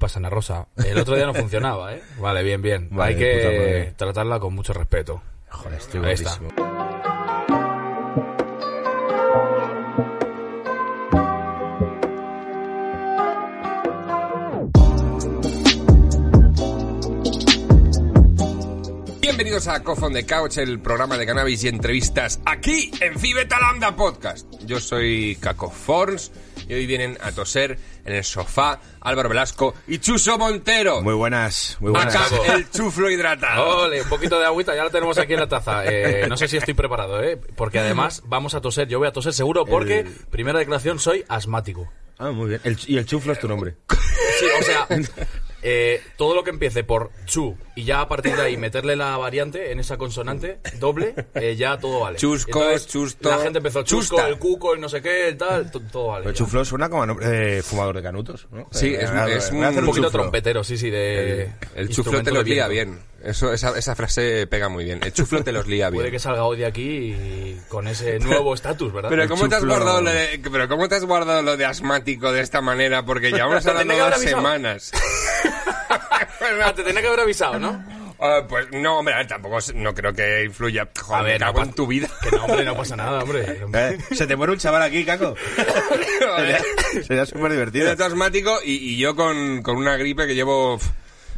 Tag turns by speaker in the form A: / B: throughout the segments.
A: Pasa Ana Rosa. El otro día no funcionaba, ¿eh? Vale, bien, bien. Hay
B: Vale, puta
A: que
B: madre.
A: tratarla con mucho respeto.
B: Joder, estoy
A: Ahí está.
B: gordísimo.
C: Bienvenidos a Cough on the Couch, el programa de cannabis y entrevistas aquí en Fibetalanda Podcast. Yo soy Caco Forns y hoy vienen a toser en el sofá Álvaro Velasco y Chuso Montero.
B: Muy buenas, muy buenas.
C: Acá el chuflo hidratado.
A: Ole, un poquito de agüita, ya la tenemos aquí en la taza. Eh, no sé si estoy preparado, ¿eh? Porque además vamos a toser, yo voy a toser seguro porque,
B: El-
A: primera declaración, soy asmático.
B: Ah, muy bien. El ch- y el chuflo es tu nombre.
A: Sí, o sea, eh, todo lo que empiece por chu y ya a partir de ahí meterle la variante en esa consonante doble, eh, ya todo vale.
C: Chuscos, chusto,
A: La gente empezó chusco,
C: chusta.
A: el cuco, el no sé qué, el tal, to- todo vale.
B: El
A: ya.
B: chuflo suena como a nombre- eh, fumador de canutos, ¿no?
C: Sí,
B: Eh,
C: es-
B: voy a-
C: es
B: voy a hacer
C: un
A: un poquito
B: chuflo.
A: trompetero, sí, sí, de.
C: El chuflo
A: instrumento
C: te
A: de
C: los lía
A: viento.
C: bien. Eso, esa, esa frase pega muy bien. El chuflo te los lía
A: Puede
C: bien.
A: que salga hoy de aquí y con ese nuevo estatus, ¿verdad?
C: Pero
B: El
C: ¿cómo, te has
B: chuflo-
C: guardado lo de, pero ¿cómo te has guardado lo de asmático de esta manera? Porque llevamos
A: Te tenía
C: hablando
A: que haber
C: dos
A: avisado.
C: semanas. Pues
A: Ah, te tenía que haber avisado, ¿no?
C: Ah, pues no, hombre, a ver, tampoco es- no creo que influya. Joder,
A: A ver,
C: me cago
A: no
C: en
A: pasa-
C: tu vida.
A: Que no, hombre, no pasa nada, hombre.
B: Eh, Se te muere un chaval aquí, Caco.
C: Joder.
B: Sería- Sería súper divertido.
C: Eres asmático y, y yo con, con una gripe que llevo pf,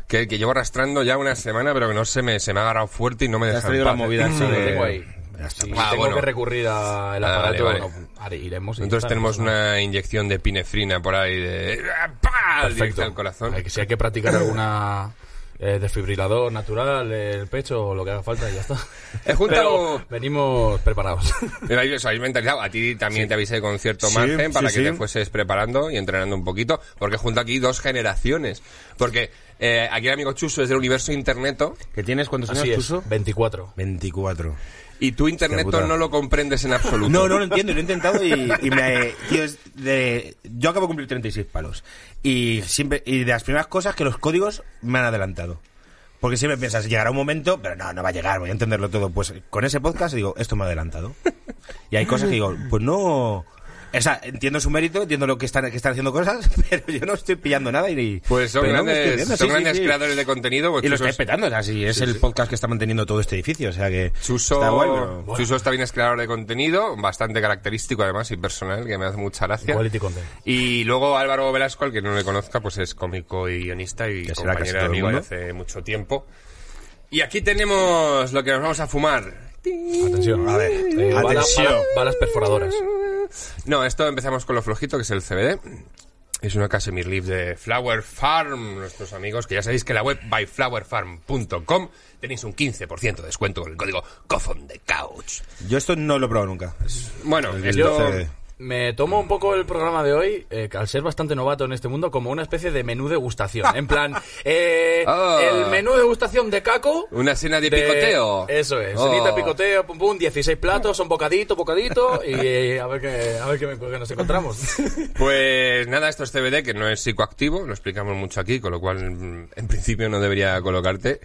C: que, que llevo arrastrando ya una semana, pero que no se me, se me ha agarrado fuerte y no me
B: Te
C: deja
B: has
C: en
B: traído la
C: paz. ¿eh?
B: movida esa
A: Lo
B: de-
A: tengo ahí.
B: Ya está.
A: Si
C: Ah,
A: tengo
C: bueno.
A: que recurrir al
C: Ah,
A: aparato,
C: vale, vale.
A: bueno, haré- iremos. y
C: Entonces
A: ya está,
C: tenemos
A: no pasa nada.
C: una inyección de pinefrina por ahí de ¡Ah, ¡pah! directo al corazón.
A: Hay que- si hay que practicar alguna eh, desfibrilador natural, el pecho o lo que haga falta y ya está.
C: He juntado-
A: Pero venimos preparados.
C: Me habéis- Os habéis mentalizado. A ti también te avisé con cierto
B: Sí,
C: margen para
B: sí,
C: que
B: sí.
C: te fueses preparando y entrenando un poquito, porque junto aquí dos generaciones. Porque eh, aquí el amigo Chuso es del universo interneto
B: ¿Qué tienes? ¿Cuántos años,
A: Así es,
B: Chuso?
A: 24.
B: 24.
C: y tú interneto
B: puta.
C: no lo comprendes en absoluto.
B: No, no lo entiendo, lo he intentado y, y me... Tío, es de- yo acabo de cumplir 36 palos. Y siempre y de las primeras cosas que los códigos me han adelantado. Porque siempre piensas, llegará un momento, pero no, no va a llegar, voy a entenderlo todo. Pues con ese podcast digo, esto me ha adelantado. Y hay cosas que digo, pues no... O sea, entiendo su mérito, entiendo lo que están, que están haciendo cosas, pero yo no estoy pillando nada y... ni-
C: Pues son
B: pero no me estoy
C: grandes,
B: viendo,
C: son
B: sí, sí,
C: grandes
B: sí.
C: creadores de contenido. pues
B: Y lo
C: Chuso
B: estáis
C: es-
B: petando, o sea, sí, es el podcast que está manteniendo todo este edificio, o sea que
C: Chuso,
B: está guay, pero...
C: Chuso está bien es creador de contenido, bastante característico además y personal, que me hace mucha gracia.
A: Quality content.
C: Y luego Álvaro Velasco, al que no le conozca, pues es cómico y guionista y
B: Que será casi
C: compañero
B: todo
C: de
B: el
C: amigo de
B: mundo.
C: hace mucho tiempo. Y aquí tenemos lo que nos vamos a fumar.
A: Atención.
B: A ver,
A: Eh, bala-
B: atención.
A: bala- balas perforadoras.
C: No, esto empezamos con lo flojito, que es el CBD. Es una Casemir Leaf de Flower Farm, nuestros amigos, que ya sabéis que en la web byflowerfarm.com tenéis un 15% de descuento con el código COFON de Couch.
B: Yo esto no lo he probado nunca. Es-
C: Bueno,
B: El
C: esto...
B: CBD.
A: Me tomo un poco el programa de hoy, eh, que al ser bastante novato en este mundo, como una especie de menú degustación. En plan, eh,
C: Ah.
A: el menú degustación de Caco.
C: Una cena de picoteo.
A: Eso es,
C: Oh.
A: cenita, picoteo, pum pum, 16 platos, son bocadito, bocadito, y eh, a ver qué, a ver qué, me- qué nos encontramos.
C: Pues nada, esto es CBD, que no es psicoactivo, lo explicamos mucho aquí, con lo cual mm, en principio no debería colocarte.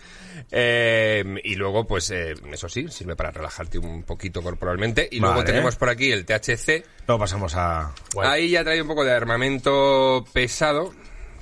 C: Eh, y luego, pues eh, eso sí, sirve para relajarte un poquito corporalmente. Y luego
B: Vale.
C: tenemos por aquí el THC.
B: Luego pasamos a...
A: Guay.
C: Ahí ya trae un poco de armamento pesado.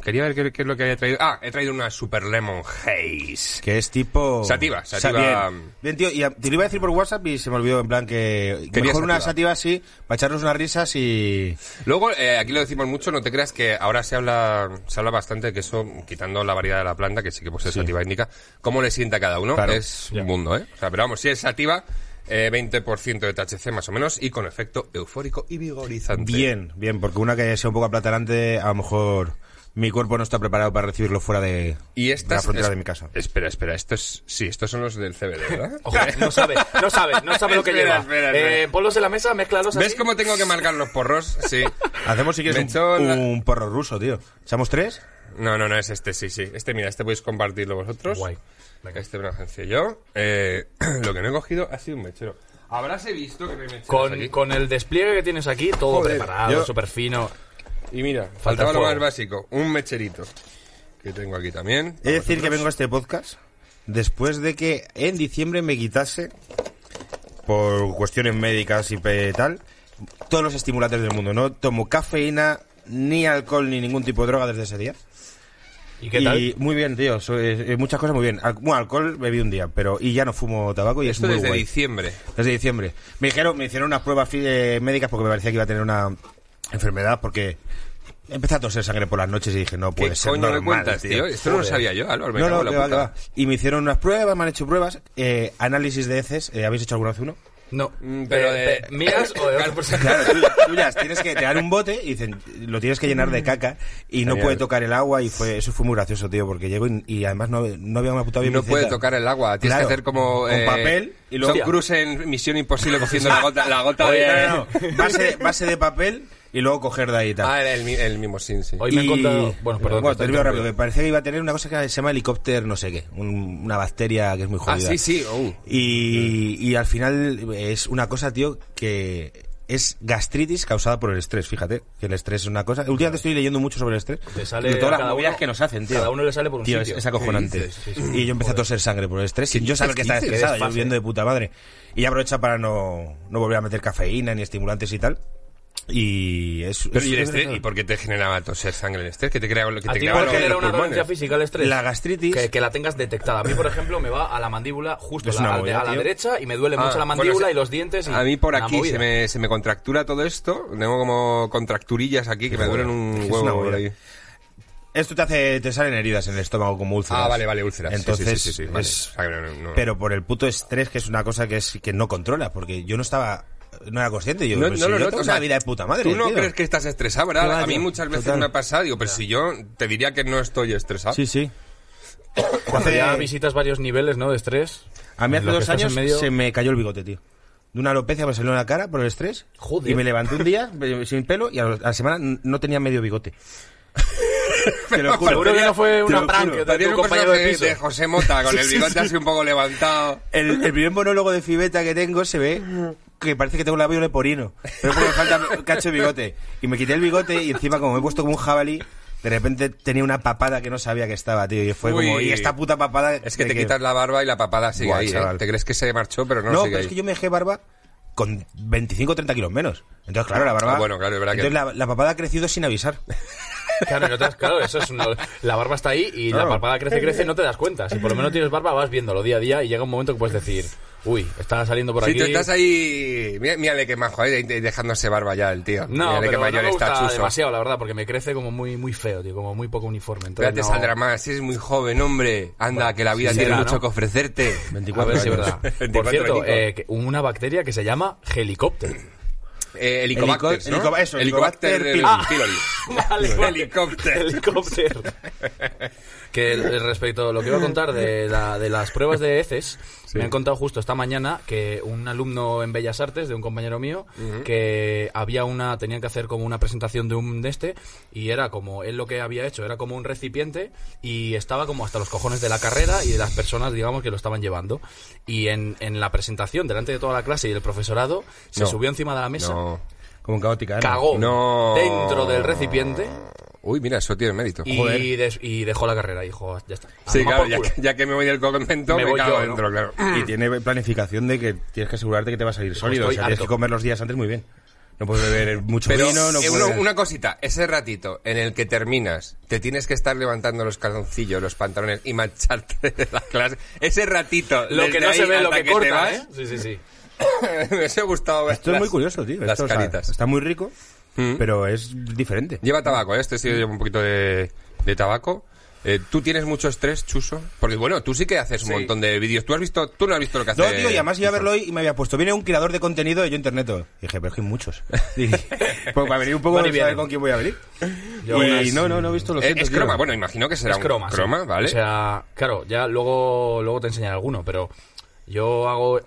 C: Quería ver qué, qué es lo que había traído. Ah, he traído una Super Lemon Haze.
B: Que es tipo...
C: Sativa,
B: Sa-
C: sativa-
B: bien. Bien, tío, y a- te lo iba a decir por WhatsApp y se me olvidó en plan que...
C: Quería
B: mejor una
C: sativa.
B: sativa así, para echarnos unas risas y...
C: Luego, eh, aquí lo decimos mucho, no te creas que ahora se habla, se habla bastante que eso, quitando la variedad de la planta, que sí que pues es sativa indica, cómo le sienta a cada uno,
B: Claro.
C: es un mundo, ¿eh? O sea, pero vamos, si es sativa, eh, 20% de THC más o menos, y con efecto eufórico y vigorizante.
B: Bien, bien, porque una que sea un poco aplatanante, a lo mejor mi cuerpo no está preparado para recibirlo fuera de,
C: Y
B: de la
C: estas
B: frontera
C: es-
B: de mi casa.
C: Espera, espera, estos sí, estos son los del CBD, ¿verdad?
A: Ojo, eh, no sabe, no sabe, no sabe lo que
C: Espera,
A: lleva.
C: espera, espera.
A: Eh, ponlos en la mesa, mezclalos
C: ¿Ves
A: así.
C: cómo tengo que marcar los porros? Sí.
B: Hacemos si
C: Me
B: quieres
C: echo
B: un,
C: la-
B: un porro ruso, tío. ¿Somos tres?
C: No, no, no es este, sí, sí. Este, mira, este podéis compartirlo vosotros.
A: Guay. Venga.
C: Este me lo agencié yo. Eh, lo que no he cogido ha sido un mechero. Habráse visto que no hay mecheros
A: Con,
C: aquí?
A: con el despliegue que tienes aquí, todo
C: Joder,
A: preparado,
C: yo-
A: súper fino.
C: Y mira, faltaba lo
A: fuego.
C: más básico, un mecherito. Que tengo aquí también.
B: Es decir, que vengo a este podcast después de que en diciembre me quitase, por cuestiones médicas y pe- tal, todos los estimulantes del mundo. No tomo cafeína, ni alcohol, ni ningún tipo de droga desde ese día.
A: ¿Y qué tal?
B: Y muy bien, tío. so- eh, eh, muchas cosas muy bien. Al- bueno, alcohol bebí un día, pero y ya no fumo tabaco y
C: Esto
B: es muy
C: desde
B: guay.
C: diciembre.
B: Desde diciembre. Me dijeron, me hicieron unas pruebas fi- eh, médicas porque me parecía que iba a tener una enfermedad porque empecé a toser sangre por las noches y dije, no
C: ¿Qué
B: puede ser
C: coño
B: normal,
C: me cuentas, tío? Esto no lo
A: Joder.
C: sabía yo, Álvaro. Me
B: no,
C: cago
B: no,
C: en la
B: que va,
C: puta.
B: que va. Y me hicieron unas pruebas, me han hecho pruebas, eh, análisis de heces. eh, ¿Habéis hecho alguna vez uno?
A: No.
C: Mm, pero
A: Eh,
C: de-
A: pe- ¿Mías o de otro?
B: Claro, tú, tú las tienes que te dan un bote y dicen, lo tienes que llenar de caca y no
C: Mm. Genial.
B: puede tocar el agua y fue eso fue muy gracioso, tío, porque llego y, y además no, no había apuntado bien
C: No
B: mi
C: puede
B: Z.
C: tocar el agua, tienes
B: Claro,
C: que hacer como...
B: con
C: eh,
B: papel y luego...
C: Tom Cruise en Misión Imposible cogiendo la gota, la gota
A: Oye,
C: de...
B: No, no, no, Base, base de papel y luego coger de ahí y tal.
C: Ah, era el, mi- el mimosín, sí.
A: Oye, Hoy me he encontrado- bueno, perdón, que
B: te
A: estoy
B: digo rápido,
A: interrumpido.
B: que parecía que iba a tener una cosa que se llama helicóptero, no sé qué, un- una bacteria que es muy
C: ah,
B: jodida.
C: sí, sí. oh.
B: Y,
A: Mm.
B: y al final es una cosa, tío, que es gastritis causada por el estrés, fíjate, que el estrés es una cosa. Últimamente estoy leyendo mucho sobre el estrés.
A: Te sale
B: de
A: a
B: todas las
A: cada
B: movidas
A: uno-
B: que nos hacen, tío.
A: cada uno le sale por un
B: Tío,
A: sitio.
B: Es, es acojonante.
A: ¿Qué dices? Sí, sí,
B: y yo empecé a toser sangre por el estrés, sin yo saber que estaba
C: dices?
B: estresado,
A: Es eh, fácil.
B: yo viviendo de puta madre. Y aprovecha para no, no volver a meter cafeína ni estimulantes y tal. Y es.
C: Pero
B: es-
C: ¿y, el
B: es-
C: estrés? ¿Y por qué te generaba toser sangre el estrés? ¿Qué te creaba lo que
A: ¿A
C: te
A: ti
C: creaba
A: cuál
C: lo-
A: genera
C: los
A: una
C: pulmones?
A: dolencia física el estrés?
B: La gastritis.
A: Que, que la tengas detectada. A mí, por ejemplo, me va a la mandíbula justo
B: Es
A: la-
B: una
A: al-
B: movida,
A: a la
B: tío.
A: derecha y me duele
C: Ah,
A: mucho la
C: bueno,
A: mandíbula
C: se-
A: y los dientes. y
C: A mí por
A: una
C: aquí
A: movida.
C: se me, se me contractura todo esto. Tengo como contracturillas aquí que me duelen un
B: Es una
C: huevo.
B: movida.
C: ahí.
B: Esto te hace. Te salen heridas en el estómago como úlceras.
C: Ah, vale, vale, úlceras. Sí,
B: Entonces.
C: sí, sí, sí, sí, vale.
B: es-
C: O sea, que no- no-
B: Pero por el puto estrés, que es una cosa que, es, que no controla, porque yo no estaba. No era consciente. Yo,
C: No,
B: pues,
C: no
B: si yo
C: lo noto,
B: tengo
C: o sea,
B: una vida de puta madre.
C: Tú no
B: tío.
C: crees que estás estresado, ¿verdad?
B: Qué va,
C: a mí
B: tío.
C: muchas veces
B: Total.
C: me ha pasado, digo, pero si yo te diría que no estoy estresado.
B: Sí, sí.
A: Cuando
B: Hace-
C: Eh,
A: ya visitas varios niveles ¿no? de estrés.
B: a mí
A: en
B: hace
A: los que
B: dos
A: estás en
B: años
A: medio-
B: se me cayó el bigote, tío. De una alopecia me salió en la cara por el estrés.
A: Joder.
B: Y me levanté un día eh, sin pelo y a la a la semana n- no tenía medio bigote. Te lo juro.
A: Seguro que no fue
B: Te
A: una
B: lo
A: prank
B: juro.
A: de
C: Parecías
A: tu
C: un
A: compañero de
C: personaje
A: piso.
C: de José Mota con el bigote así un poco levantado.
B: El, el primer monólogo de Fibeta que tengo se ve que parece que tengo un labio leporino. Pero es porque me falta un cacho de bigote. Y me quité el bigote y encima, como me he puesto como un jabalí, de repente tenía una papada que no sabía que estaba, tío. Y fue
C: Uy.
B: como, y esta puta papada.
C: Es que
B: de
C: te quitas la barba y la papada sigue
B: Buah,
C: ahí, ¿eh?
B: chaval.
C: Te crees que se marchó, pero no,
B: No,
C: sigue
B: pero
C: ahí.
B: es que yo me dejé barba con 25 o 30 kilos menos. Entonces, claro, la barba.
C: Ah, bueno, claro, es verdad que-
B: Entonces, la, la papada ha crecido sin avisar.
A: Claro, no te das- claro, eso es una- la barba está ahí y
B: Claro.
A: la papada crece, crece y no te das cuenta. Si por lo menos tienes barba, vas viéndolo día a día y llega un momento que puedes decir, uy, está saliendo por
C: Sí,
A: aquí.
C: tú estás ahí. Mira- Mírale que majo, ahí de- dejándose barba ya el tío.
A: No,
C: Mírale
A: pero
C: que
A: no
C: mayor
A: me
C: está
A: gusta
C: chuso.
A: demasiado, la verdad, porque me crece como muy, muy feo, tío, como muy poco uniforme.
C: Pero
A: Entonces
C: te
A: no-
C: saldrá más, si eres muy joven, hombre. Anda, que la vida
A: sí,
C: tiene
A: será,
C: mucho
A: ¿no?
C: que ofrecerte.
B: 24
A: a ver si es
B: años.
A: verdad. Por
C: 24
A: cierto,
C: añicos.
A: eh, que- una bacteria que se llama helicóptero.
C: Eh, helicobacter,
B: Helico-
C: ¿no?
B: helicoba- eso,
C: Helicobacter
B: helicobacter
C: del
B: pylori.
C: pylori.
A: Ah,
C: Helicóptero.
A: Helicóptero. que eh, respecto a lo que iba a contar de, la- de las pruebas de heces, me han contado justo esta mañana que un alumno en Bellas Artes, de un compañero mío, que había una, tenían que hacer como una presentación de un de este, y era como, él lo que había hecho era como un recipiente, y estaba como hasta los cojones de la carrera y de las personas, digamos, que lo estaban llevando. Y en, en la presentación, delante de toda la clase y del profesorado, se
C: No.
A: subió encima de la mesa
C: No.
B: Como caótica. ¿eh? ¿no?
A: cagó
C: No.
A: dentro del recipiente
C: Uy, mira, eso tiene mérito.
A: y, des- y dejó la carrera. Dijo, ya está. A
C: Sí,
A: tomar
C: claro,
A: por
C: ya,
A: culo.
C: que- ya que me voy del convento,
A: Me
C: me,
A: voy
C: cago
A: yo, ¿no?
C: dentro, claro.
B: Y tiene planificación de que tienes que asegurarte que te va a
C: Pues
B: salir sólido. O
A: estoy
B: sea, tienes
A: harto.
B: que comer los días antes muy bien. No puedes beber mucho
C: Pero
B: vino, no
C: eh,
B: puedes...
C: uno- una cosita, ese ratito en el que terminas, te tienes que estar levantando los calzoncillos, los pantalones y mancharte de la clase. Ese ratito,
A: Lo que
C: desde
A: no se
C: ahí
A: ve, lo
C: hasta
A: que,
C: te
A: corta,
C: vas,
A: ¿eh? Sí, sí, sí.
C: me ha gustado ver
B: Esto es
C: Pues las-
B: muy curioso, tío.
C: Las
B: Esto, o sea,
C: caritas. Mm.
B: está muy rico, pero es diferente.
C: Lleva tabaco, ¿eh? este sí lleva un poquito de, de tabaco. Eh, ¿Tú tienes mucho estrés, Chuso? Porque bueno, tú sí que haces un
D: Sí.
C: montón de vídeos. ¿Tú has visto? Tú no has visto lo que hace.
B: No, tío, y además iba a verlo hoy y me había puesto. Viene un creador de contenido y yo interneto. Y dije, pero es que hay muchos. Y dije, pues para venir un poco
A: Van y
B: a saber
A: vienen.
B: con quién voy a venir.
C: Pues,
A: Yo
B: y
A: unas-
B: no, no, no he visto los
C: Eh, es croma, bueno, imagino que será
A: es croma.
C: un
A: sí.
C: croma, ¿vale?
A: O sea, claro, ya luego, luego te enseñaré alguno, pero yo hago,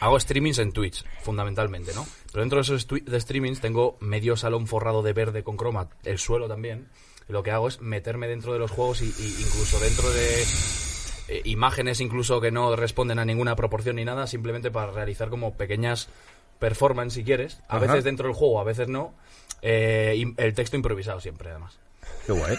A: hago streamings en Twitch, fundamentalmente, ¿no? Pero dentro de esos twi- de streamings tengo medio salón forrado de verde con croma, el suelo también. Y Lo que hago es meterme dentro de los juegos y, y incluso dentro de eh, imágenes incluso que no responden a ninguna proporción ni nada, simplemente para realizar como pequeñas performance si quieres, a
B: Ajá.
A: veces dentro del juego, a veces no, Eh, im- el texto improvisado siempre además.
B: Qué guay.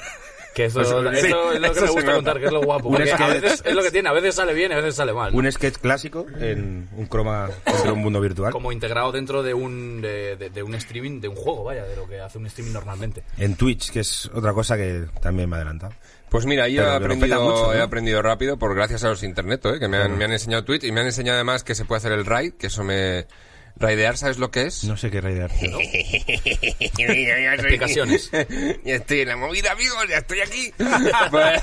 A: Que eso,
C: Eso-
A: eso
C: Pues, sí,
A: es lo que
C: eso
A: me
C: se
A: gusta
C: nota.
A: contar, que es lo guapo.
B: Un
A: porque a
B: sketch.
A: veces es lo que tiene, a veces sale bien, a veces sale mal. ¿no?
B: Un sketch clásico en un croma dentro de un mundo virtual.
A: Como integrado dentro de un, de, de- de un streaming, de un juego, vaya, de lo que hace un streaming normalmente.
B: En Twitch, que es otra cosa que también me ha adelantado.
C: Pues mira, yo
B: Pero
C: he
B: que lo peta
C: aprendido,
B: mucho, ¿no?
C: he aprendido rápido por gracias a los internet, ¿eh? que me han, me han enseñado Twitch y me han enseñado además que se puede hacer el raid, que eso me... Raidear, ¿sabes lo que es?
B: No sé qué raidear.
A: Explicaciones.
C: ya estoy en la movida, amigos, ya estoy aquí. Pues,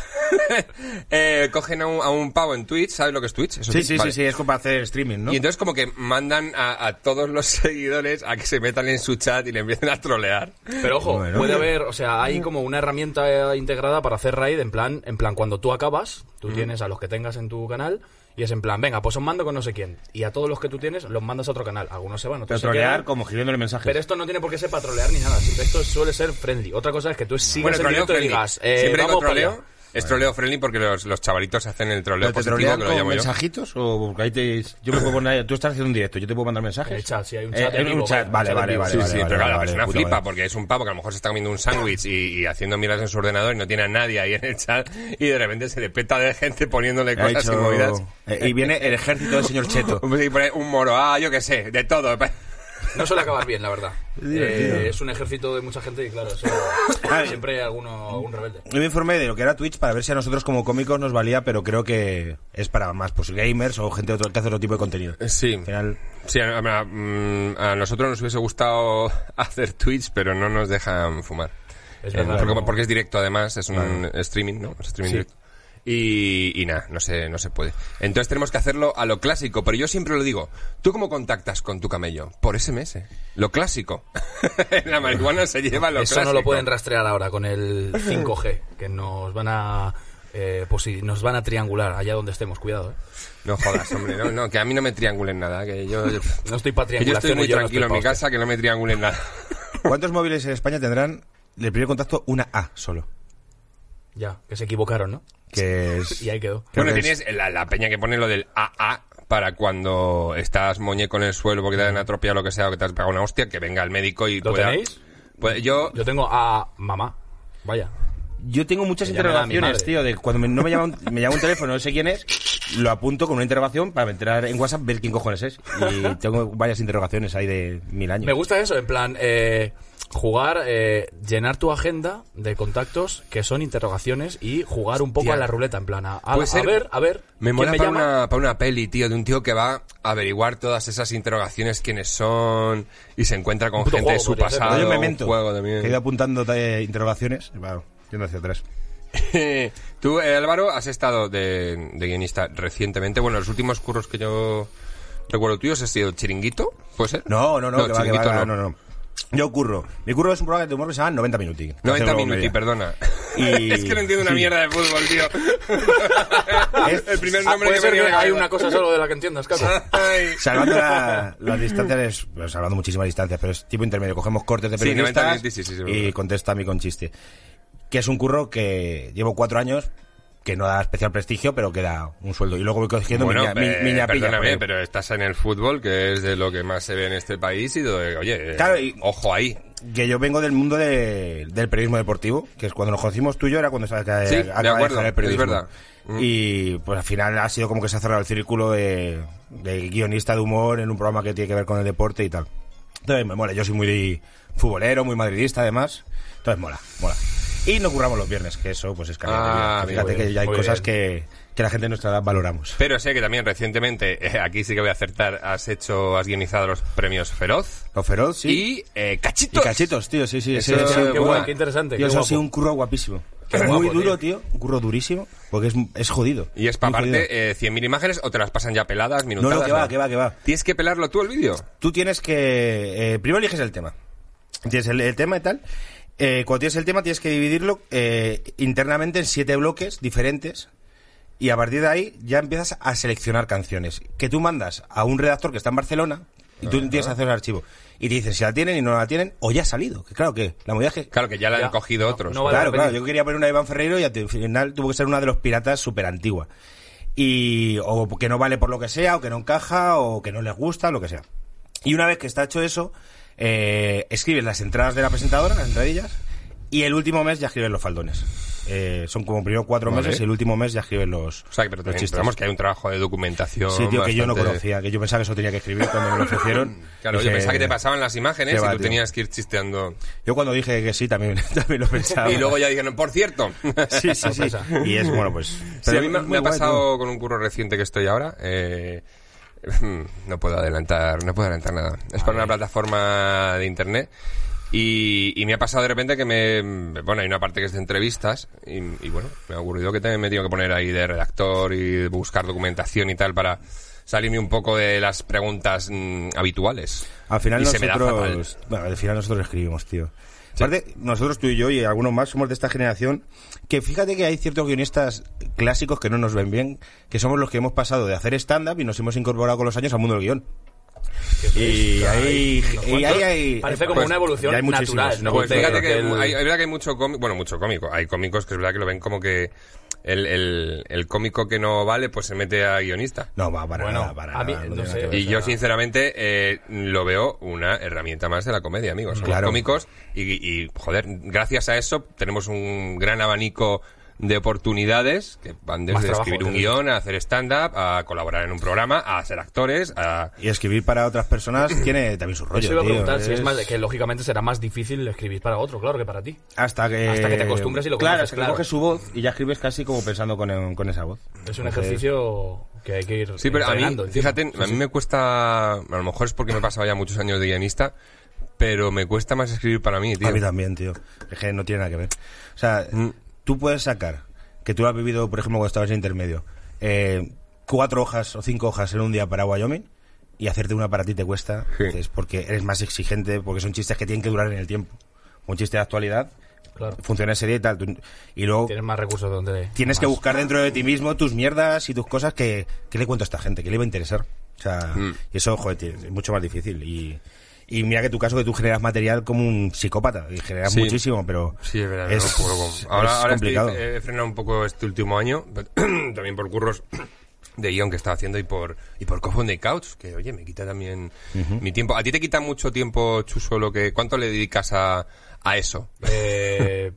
C: eh, cogen a un, a un pavo en Twitch, ¿sabes lo que es Twitch? Eso
B: Sí, sí,
C: vale.
B: sí, sí, es como para hacer streaming, ¿no?
C: Y entonces como que mandan a, a todos los seguidores a que se metan en su chat y le empiecen a trolear.
A: Pero ojo,
B: Bueno.
A: puede haber, o sea, hay como una herramienta eh, integrada para hacer raid en plan, en plan cuando tú acabas, tú
C: Mm.
A: tienes a los que tengas en tu canal y es en plan, venga, pues os mando con no sé quién. Y a todos los que tú tienes los mandas a otro canal. Algunos se
C: pues
A: van, otros se
B: Petrolear
A: quedan.
B: como girando el mensaje.
A: Pero esto no tiene por qué ser para trolear ni nada. siempre Esto suele ser friendly. Otra cosa es que tú sigas
C: Bueno,
A: el
C: troleo
A: directo y
C: friendly.
A: digas, eh,
C: Siempre digo
A: vamos para
C: troleo.
A: allá.
C: Es troleo friendly porque los, los chavalitos hacen el troleo
B: ¿Pero te
C: positivo,
B: trolean
C: que lo
B: con
C: llamo yo.
B: mensajitos o porque ahí te, yo me puedo poner, tú estás haciendo un directo, yo te puedo mandar mensajes.
A: En el chat, sí, hay un
B: Eh,
A: chat en
B: en
A: vivo,
B: un chat,
A: vale,
B: vale,
A: un chat en
B: vale, vale.
A: vivo.
C: sí, sí,
B: vale,
C: pero claro,
B: vale,
C: la
B: vale,
C: persona
B: puta
C: flipa
B: madre.
C: porque es un pavo que a lo mejor se está comiendo un sándwich y, y haciendo miras en su ordenador y no tiene a nadie ahí en el chat y de repente se le peta de gente poniéndole
B: Ha
C: cosas y
B: dicho-
C: movidas.
B: Eh, y viene el ejército del señor Cheto.
C: Y pone Un moro, ah, yo qué sé, de todo.
A: No suele acabar bien, la verdad. Eh, es un ejército de mucha gente y claro, eso-
B: Vale.
A: siempre hay alguno, algún rebelde.
B: Yo me informé de lo que era Twitch para ver si a nosotros como cómicos nos valía, pero creo que es para más pues gamers o gente de otro- que hace otro tipo de contenido.
C: Sí.
B: Al final,
C: Sí, a, a- mm, a nosotros nos hubiese gustado hacer Twitch, pero no nos dejan fumar.
A: Es
C: Eh,
A: verdad,
C: porque,
A: no.
C: porque es directo, además, es un streaming, ¿no? Es streaming directo. Y, y nada, no se, no se puede. Entonces tenemos que hacerlo a lo clásico, pero yo siempre lo digo. ¿Tú cómo contactas con tu camello? Por SMS. Lo clásico. En la marihuana se lleva lo
A: eso
C: clásico.
A: no lo pueden rastrear ahora con el 5G, que nos van a eh, posi- nos van a triangular allá donde estemos, cuidado. eh.
C: No jodas, hombre. No, no, que a mí no me triangulen nada. Que yo,
A: No estoy para
C: que yo estoy
A: triangulaciones,
C: muy
A: yo no
C: tranquilo en
A: estoy
C: mi
A: pa'
C: casa, que no me triangulen nada.
B: ¿cuántos móviles en España tendrán el primer contacto una A solo?
A: hostias. Ya, que se equivocaron, ¿no?
B: Que es
A: Y ahí quedó.
B: Creo
C: bueno,
B: que
C: tienes la, la peña que pone lo del AA para cuando estás muñeco en el suelo porque te dan atropellado o lo que sea o que te has pegado una hostia, que venga el médico y
A: ¿Lo
C: pueda...
A: tenéis?
C: Pues yo...
A: Yo tengo a mamá. Vaya.
B: Yo tengo muchas
A: Me llaman a mi
B: interrogaciones,
A: madre.
B: tío, de cuando me- no me llama un, me llama un teléfono, no sé quién es, lo apunto con una interrogación para entrar en WhatsApp, ver quién cojones es. Y tengo varias interrogaciones ahí de mil años.
A: Me gusta eso, en plan, eh, jugar, eh, llenar tu agenda de contactos que son interrogaciones y jugar un poco
C: Hostia.
A: a la ruleta, en plan, a, a-
C: Puede
A: a
C: ser-
A: ver, a ver,
C: Me
A: ¿quién
C: mola para,
A: llama?
C: una, para una peli, tío, de un tío que va a averiguar todas esas interrogaciones, quiénes son, y se encuentra con
A: Un puto
C: gente de
A: juego
C: su
A: podría ser,
C: pasado,
B: Rollo
C: un
B: Memento,
C: juego
B: que he ido
C: también.
B: apuntando eh, interrogaciones, y claro, yendo hacia atrás.
C: Tú, eh, Álvaro, has estado de, de guionista recientemente. Bueno, los últimos curros que yo recuerdo tuyos ha sido Chiringuito, ¿puede ser?
B: No, no, no, que va, que va,
C: Chiringuito
B: que va, no. no, Yo curro. Mi curro es un programa de humor que se llama 90 minuti. que
C: 90
B: hace luego
C: minutos,
B: media.
C: perdona.
B: Y-
C: Es que no entiendo una
B: sí.
C: mierda de fútbol, tío.
B: Es-
C: el primer
A: Ah,
C: nombre
A: puede
C: que me
A: ser
C: viene
A: que
C: a la
A: hay
C: cabeza.
A: una cosa solo de la que entiendas, Caco.
C: Ay.
B: Salvando la- las distancias, bueno, salvando muchísimas distancias, pero es tipo intermedio. Cogemos cortes de
C: Sí, 90
B: periodistas
C: minuti, sí, sí, sí,
B: y
C: verdad.
B: contesta a mí con chiste. Que es un curro que llevo cuatro años, que no da especial prestigio, pero que da un sueldo. Y luego voy cogiendo
C: Bueno,
B: mi, ña- mi-
C: eh,
B: mi ñapilla,
C: perdóname,
B: porque-
C: pero estás en el fútbol, que es de lo que más se ve en este país, y de- oye, eh,
B: Claro, y-
C: ojo ahí.
B: Que yo vengo del mundo de- del periodismo deportivo, que es cuando nos conocimos tú y yo, era cuando estaba
C: Sí, de acuerdo,
B: dejar
C: es verdad. Mm.
B: Y pues al final ha sido como que se ha cerrado el círculo de, de guionista de humor en un programa que tiene que ver con el deporte y tal. Entonces me mola, yo soy muy futbolero, muy madridista además, entonces mola, mola. Y no curramos los viernes, que eso pues es calidad de vida,
C: Ah,
B: que
C: muy
B: Fíjate
C: bien,
B: que ya hay
A: muy
B: cosas
A: bien.
B: que, que la gente de nuestra edad valoramos.
C: Pero sé que también recientemente, eh, aquí sí que voy a acertar, has hecho, has guionizado los premios Feroz
B: Lo feroz, sí.
C: y eh,
B: Y
C: Cachitos.
B: cachitos, tío, sí, sí.
C: Eso-
B: ese ha sido-
A: Qué
C: Buah.
A: guay, qué interesante.
B: Tío,
A: qué
B: eso ha
A: guapo.
B: sido un curro guapísimo. Es
A: Qué
B: muy
A: guapo,
B: duro, tío. Un curro durísimo. Porque es, es jodido.
C: Y es para
B: Muy jodido.
C: aparte eh, 100.000 imágenes o te las pasan ya peladas,
B: No,
C: minutadas.
B: no, que va, que va, que va.
C: Tienes que pelarlo tú el vídeo.
B: Tú tienes que. eh, primero eliges el tema. Tienes el, el tema y tal. Eh, cuando tienes el tema, tienes que dividirlo eh, internamente en siete bloques diferentes. Y a partir de ahí ya empiezas a seleccionar canciones que tú mandas a un redactor que está en Barcelona y tú tienes que hacer el archivo. Y te dicen si la tienen y no la tienen o ya ha salido. Que claro que la movida es que.
C: Claro que ya la
A: Ya.
C: han cogido
A: No,
C: otros.
A: no vale.
B: Claro,
A: la peli.
B: claro. Yo quería poner una de Iván Ferreiro y al final tuvo que ser una de los piratas súper antigua. Y, o que no vale por lo que sea, o que no encaja, o que no les gusta, lo que sea. Y una vez que está hecho eso, eh, escribes las entradas de la presentadora, las entradillas, y el último mes ya escribes los faldones. Eh, son como primero cuatro
C: Vale.
B: meses y el último mes ya escribes los,
C: O sea, que- pero
B: los
C: también
B: chistes.
C: digamos que hay un trabajo de documentación.
B: Sí, tío, que yo no
C: bastante-
B: conocía, que yo pensaba que eso tenía que escribir cuando me lo ofrecieron.
C: Claro, yo
B: Dije,
C: pensaba que te pasaban las imágenes
B: qué
C: y
B: va,
C: tú
B: tío.
C: tenías que ir chisteando.
B: Yo cuando dije que sí, también, también lo pensaba.
C: Y luego ya dijeron, por cierto.
B: Sí, sí, sí. Y es, bueno, pues...
C: Sí, a mí me,
B: es muy
C: me ha
B: guay, tío.
C: pasado con un curro reciente que estoy ahora. eh, no puedo adelantar, no puedo adelantar nada. Es para una plataforma de internet. Y, y me ha pasado de repente que me... Bueno, hay una parte que es de entrevistas y, y bueno, me ha ocurrido que también me he tenido que poner ahí de redactor y buscar documentación y tal para salirme un poco de las preguntas mm, habituales.
B: Al final
C: y se me da fatal.
B: nosotros, bueno, al final nosotros escribimos, tío. Aparte, nosotros tú y yo y algunos más somos de esta generación que fíjate que hay ciertos guionistas clásicos que no nos ven bien, que somos los que hemos pasado de hacer stand-up y nos hemos incorporado con los años al mundo del guión. Y ahí, y ahí hay...
A: Parece como
C: Pues,
A: una evolución
B: ya hay muchísimos.
A: natural. ¿no?
C: Pues
A: De-
C: fíjate que
A: del-
C: hay, es verdad que hay mucho cómico, bueno, mucho cómico. Hay cómicos que es verdad que lo ven como que el, el, el cómico que no vale, pues se mete a guionista.
B: No, va, para
A: Bueno,
B: nada, para
A: a mí-
B: nada, no
A: no
B: tiene nada
A: sé.
B: que ver.
C: Y yo, sinceramente, eh, lo veo una herramienta más de la comedia, amigos. Somos
B: Claro.
C: cómicos y, y, joder, gracias a eso tenemos un gran abanico de oportunidades que van desde
A: Más trabajo,
C: escribir un
A: te
C: guión, a hacer stand-up, a colaborar en un programa, a ser actores, a...
B: Y escribir para otras personas tiene también su rollo,
A: Eso iba a
B: tío,
A: preguntar, si es
B: es-
A: más, de- que lógicamente será más difícil escribir para otro, claro que para ti.
B: Hasta que...
A: Hasta que te acostumbras y lo
B: Claro,
A: conoces,
B: hasta que
A: claro.
B: coges su voz y ya escribes casi como pensando con, con esa voz.
A: Es un
B: Entonces-
A: ejercicio que hay que ir
C: Sí, pero a mí,
A: entrenando, entiendo.
C: fíjate, a mí me cuesta, a lo mejor es porque me he pasado ya muchos años de guionista, pero me cuesta más escribir para mí, tío. Mm.
B: A mí también, tío. Es que no tiene nada que ver. O sea, tú puedes sacar, que tú lo has vivido, por ejemplo, cuando estabas en intermedio, eh, cuatro hojas o cinco hojas en un día para Wyoming y hacerte una para ti te cuesta.
C: Sí.
B: Es porque eres más exigente, porque son chistes que tienen que durar en el tiempo. Un chiste de actualidad
A: Claro.
B: funciona en serie y tal. tú- y luego
A: Tienes más recursos donde...
B: tienes que
A: más.
B: buscar dentro de ti mismo tus mierdas y tus cosas que, que le cuento a esta gente, que le iba a interesar. O sea,
C: Mm.
B: y eso, joder, tío, es mucho más difícil. Y, y mira que tu caso, que tú generas material como un psicópata, y generas
C: Sí.
B: muchísimo, pero
C: Sí, es verdad.
B: es,
C: no puedo con-
B: es
C: Ahora, ahora estoy-
B: complicado.
C: he frenado un poco este último año, pero también por curros de guión que estaba haciendo y por y por Coffin de Couch, que oye, me quita también mi tiempo. ¿A ti te quita mucho tiempo, Chuso, lo que cuánto le dedicas a, a eso?
A: Eh,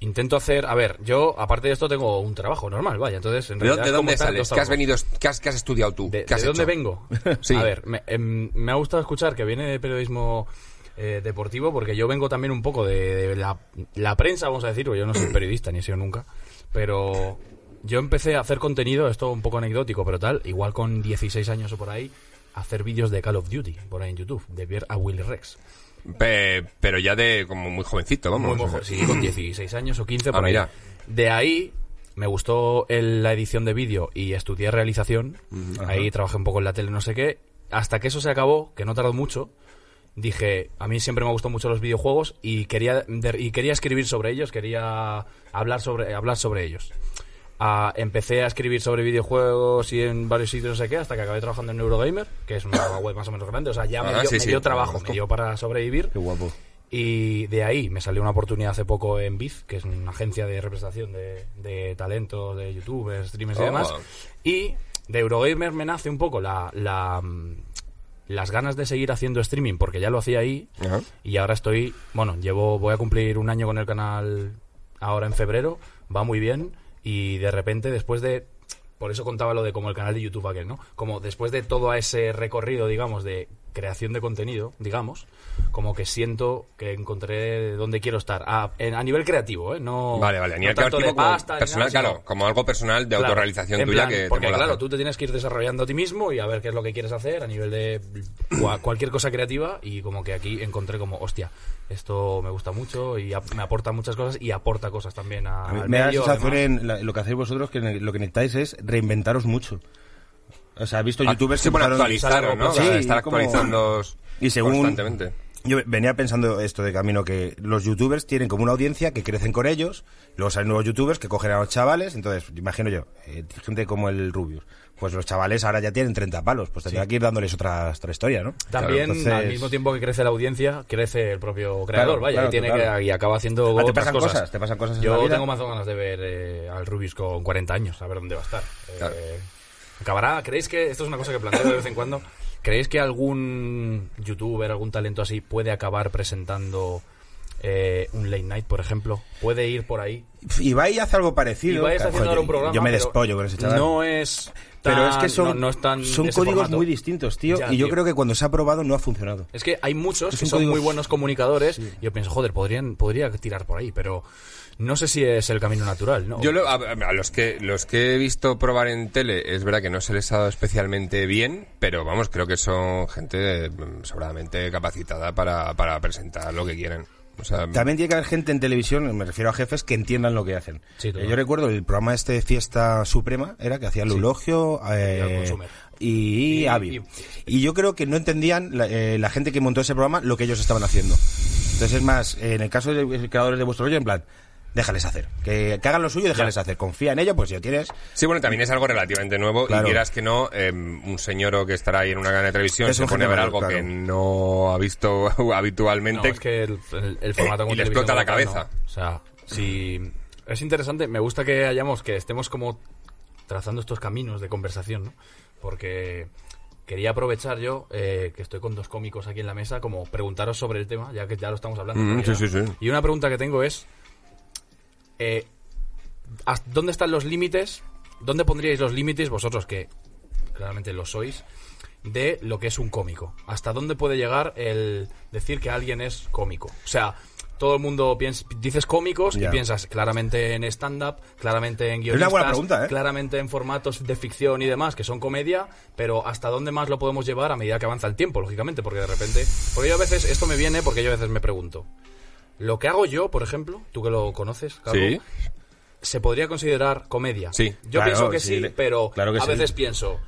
A: intento hacer... A ver, yo, aparte de esto, tengo un trabajo normal, vaya. Entonces, en
C: ¿De, dó-
A: realidad...
C: de
A: como
C: dónde
A: tal,
C: sales?
A: dos
C: ¿Qué has
A: trabajos.
C: venido? ¿Qué has, qué has estudiado tú?
A: ¿De,
C: ¿Qué has
A: de dónde
C: hecho?
A: vengo?
C: Sí.
A: A ver, me, em, me ha gustado escuchar que viene de periodismo eh, deportivo porque yo vengo también un poco de, de la, la prensa, vamos a decir, porque yo no soy periodista ni he sido nunca, pero yo empecé a hacer contenido, esto un poco anecdótico, pero tal, igual con 16 años o por ahí, a hacer vídeos de Call of Duty, por ahí en YouTube, de ver a Willy Rex.
C: Pe- pero ya de como muy jovencito, vamos.
A: Muy
C: o
A: mojo,
C: sea.
A: sí, con 16 años o 15
C: Ah,
A: por ahí.
C: mira.
A: De ahí me gustó el- la edición de vídeo y estudié realización. Ahí trabajé un poco en la tele, no sé qué. Hasta que eso se acabó, que no tardó mucho, dije, a mí siempre me gustó mucho los videojuegos y quería, de- y quería escribir sobre ellos, quería hablar sobre, hablar sobre ellos. Ah, empecé a escribir sobre videojuegos y en varios sitios, no sé qué, hasta que acabé trabajando en Eurogamer, que es una web más o menos grande. O sea, ya me
C: Ah,
A: dio,
C: sí,
A: me
C: sí,
A: dio
C: la
A: trabajo,
C: conozco.
A: me dio para sobrevivir.
B: Qué guapo.
A: Y de ahí me salió una oportunidad hace poco en Biz, que es una agencia de representación de, de talentos, de youtubers, streamers y
C: Oh.
A: demás. Y de Eurogamer me nace un poco la, la, mm, las ganas de seguir haciendo streaming, porque ya lo hacía ahí.
C: Ajá.
A: Y ahora estoy, bueno, llevo, voy a cumplir un año con el canal ahora en febrero, va muy bien. Y de repente, después de. Por eso contaba lo de como el canal de YouTube aquel, ¿no? Como después de todo ese recorrido, digamos, de creación de contenido, digamos, como que siento que encontré dónde quiero estar. A, en- a nivel creativo, ¿eh? No,
C: Vale, vale. A
A: no
C: nivel
A: tanto
C: creativo
A: de
C: como
A: pasta, ni
C: personal,
A: nada, sino-
C: claro, como algo personal de
A: Claro,
C: autorrealización
A: en
C: tuya
A: plan,
C: que
A: Porque
C: te mola
A: claro,
C: hacer.
A: tú te tienes que ir desarrollando a ti mismo y a ver qué es lo que quieres hacer a nivel de cua- cualquier cosa creativa y como que aquí encontré como, hostia, esto me gusta mucho y ap- me aporta muchas cosas y aporta cosas también a,
B: A mí
A: al
B: me da la
A: medio,
B: sensación
A: además.
B: en la- lo que hacéis vosotros que ne- lo que necesitáis es reinventaros mucho. O sea, he visto
C: Ah,
B: youtubers
C: sí,
B: que
C: bueno,
B: empezaron-
C: actualizaron, ¿no?
B: Sí,
C: O sea, estar
B: como-
C: actualizando
B: Y según-
C: constantemente.
B: Yo venía pensando esto de camino, que los youtubers tienen como una audiencia que crecen con ellos, luego salen nuevos youtubers que cogen a los chavales, entonces, imagino yo, eh, gente como el Rubius, pues los chavales ahora ya tienen 30 palos, pues tendría que ir dándoles otra, otra historia, ¿no?
A: También,
B: Claro, entonces-
A: al mismo tiempo que crece la audiencia, crece el propio creador, vaya,
B: claro,
A: y, tiene
B: claro.
A: que, y acaba haciendo
B: Ah, te
A: otras
B: pasan cosas, te pasan cosas en
A: Yo
B: la vida.
A: tengo más ganas de ver eh, al Rubius con 40 años, a ver dónde va a estar. Eh,
C: Claro.
A: ¿Acabará? ¿Creéis que, esto es una cosa que planteo de vez en cuando, ¿creéis que algún youtuber, algún talento así puede acabar presentando eh, un late night, por ejemplo? ¿Puede ir por ahí?
B: Ibai hace algo parecido.
A: Ibai está
B: Claro,
A: haciendo
B: joder,
A: ahora un programa,
B: Yo me
A: pero
B: despollo con ese chaval.
A: No es... tan-
B: pero es que son,
A: no- no es tan
B: son
A: ese
B: códigos
A: formato.
B: muy distintos, tío,
A: Ya,
B: y yo
A: tío.
B: creo que cuando se ha probado no ha funcionado.
A: Es que hay muchos
B: Es
A: que
B: un
A: son
B: código-
A: muy buenos comunicadores y yo pienso, joder, podrían, podría tirar por ahí, pero no sé si es el camino natural, ¿no?
C: Yo lo- a, a los que los que he visto probar en tele es verdad que no se les ha dado especialmente bien, pero vamos, creo que son gente eh, sobradamente capacitada para, para presentar lo que quieren. O sea,
B: También tiene que haber gente en televisión, me refiero a jefes, que entiendan lo que hacen.
A: Sí, total.
B: Eh, yo recuerdo el programa este de Fiesta Suprema, era que hacía el Eulogio
A: Y al
B: eh,
A: Consumer.
B: y,
A: Y-
B: Avi.
A: y-
B: Y yo creo que no entendían la, eh, la gente que montó ese programa lo que ellos estaban haciendo. Entonces es más, eh, en el caso de los creadores de vuestro rollo, en plan, déjales hacer. Que, que hagan lo suyo y déjales hacer. Confía en ello, pues si lo tienes...
C: Sí, bueno, también es algo relativamente nuevo
B: Claro.
C: y quieras que no, eh, un señor o que estará ahí en una cadena de televisión
B: Es
C: se
B: un
C: pone a ver
B: general,
C: algo
B: claro.
C: que no ha visto
A: No,
C: habitualmente.
A: es que el, el- el formato
C: Eh,
A: con
C: y le
A: televisión
C: explota la
A: como tal, no.
C: cabeza.
A: O sea, si es interesante, me gusta que hayamos, que estemos como trazando estos caminos de conversación, ¿no? Porque quería aprovechar yo, eh, que estoy con dos cómicos aquí en la mesa, como preguntaros sobre el tema, ya que ya lo estamos hablando. en
C: Mm,
A: realidad.
C: sí, sí, sí.
A: Y una pregunta que tengo es, eh, ¿hasta ¿dónde están los límites? ¿Dónde pondríais los límites vosotros que claramente lo sois, de lo que es un cómico. ¿Hasta dónde puede llegar el decir que alguien es cómico? O sea, todo el mundo piensa, dices cómicos
B: Ya.
A: y piensas claramente en stand-up, claramente en
B: una
A: guionistas,
B: buena pregunta, ¿eh?
A: claramente en formatos de ficción y demás, que son comedia, pero ¿hasta dónde más lo podemos llevar a medida que avanza el tiempo, lógicamente? Porque de repente... Porque yo a veces, esto me viene porque yo a veces me pregunto, lo que hago yo, por ejemplo, tú que lo conoces, Carlos,
C: Sí.
A: se podría considerar comedia.
C: Sí,
A: yo
B: claro,
A: pienso que
B: sí,
A: sí,
B: le-
A: pero
B: claro que
A: a
B: sí.
A: veces pienso.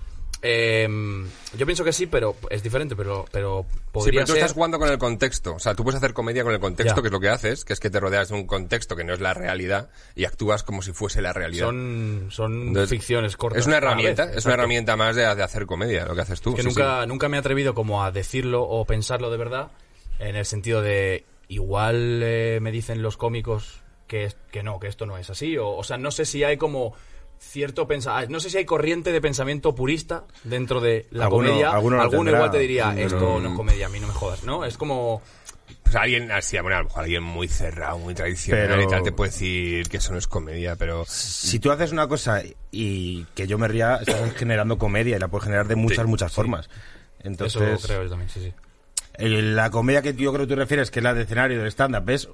A: em, yo pienso que sí, pero es diferente, pero, pero
C: Sí, pero
A: podría
C: tú
A: ser.
C: estás jugando con el contexto. O sea, tú puedes hacer comedia con el contexto,
A: Ya.
C: que es lo que haces, que es que te rodeas de un contexto que no es la realidad y actúas como si fuese la realidad.
A: son son
C: Entonces,
A: ficciones cortas.
C: Es una
A: a la
C: herramienta,
A: vez,
C: es una
A: exacto.
C: herramienta más de, de hacer comedia, lo que haces tú.
A: Que
C: sí,
A: nunca, nunca me he atrevido como a decirlo o pensarlo de verdad, en el sentido de igual eh, me dicen los cómicos que, es- que no, que esto no es así. O, o sea, no sé si hay como cierto pensamiento, no sé si hay corriente de pensamiento purista dentro de la
B: Alguno-
A: comedia.
B: alguno lo tendrá,
A: igual te diría,
B: pero-
A: esto no es comedia, a mí no me jodas, ¿no? Es como...
C: sí. Pues alguien así, bueno, a lo mejor alguien muy cerrado, muy tradicional
B: Pero-
C: y tal, te puede decir que eso no es comedia, pero...
B: si tú haces una cosa y que yo me ría, estás generando comedia y la puedes generar de muchas,
C: Sí,
B: muchas formas. Entonces,
A: eso creo yo también, sí, sí.
B: el- Eh, la comedia que yo creo que tú refieres, que es la de escenario del stand-up, es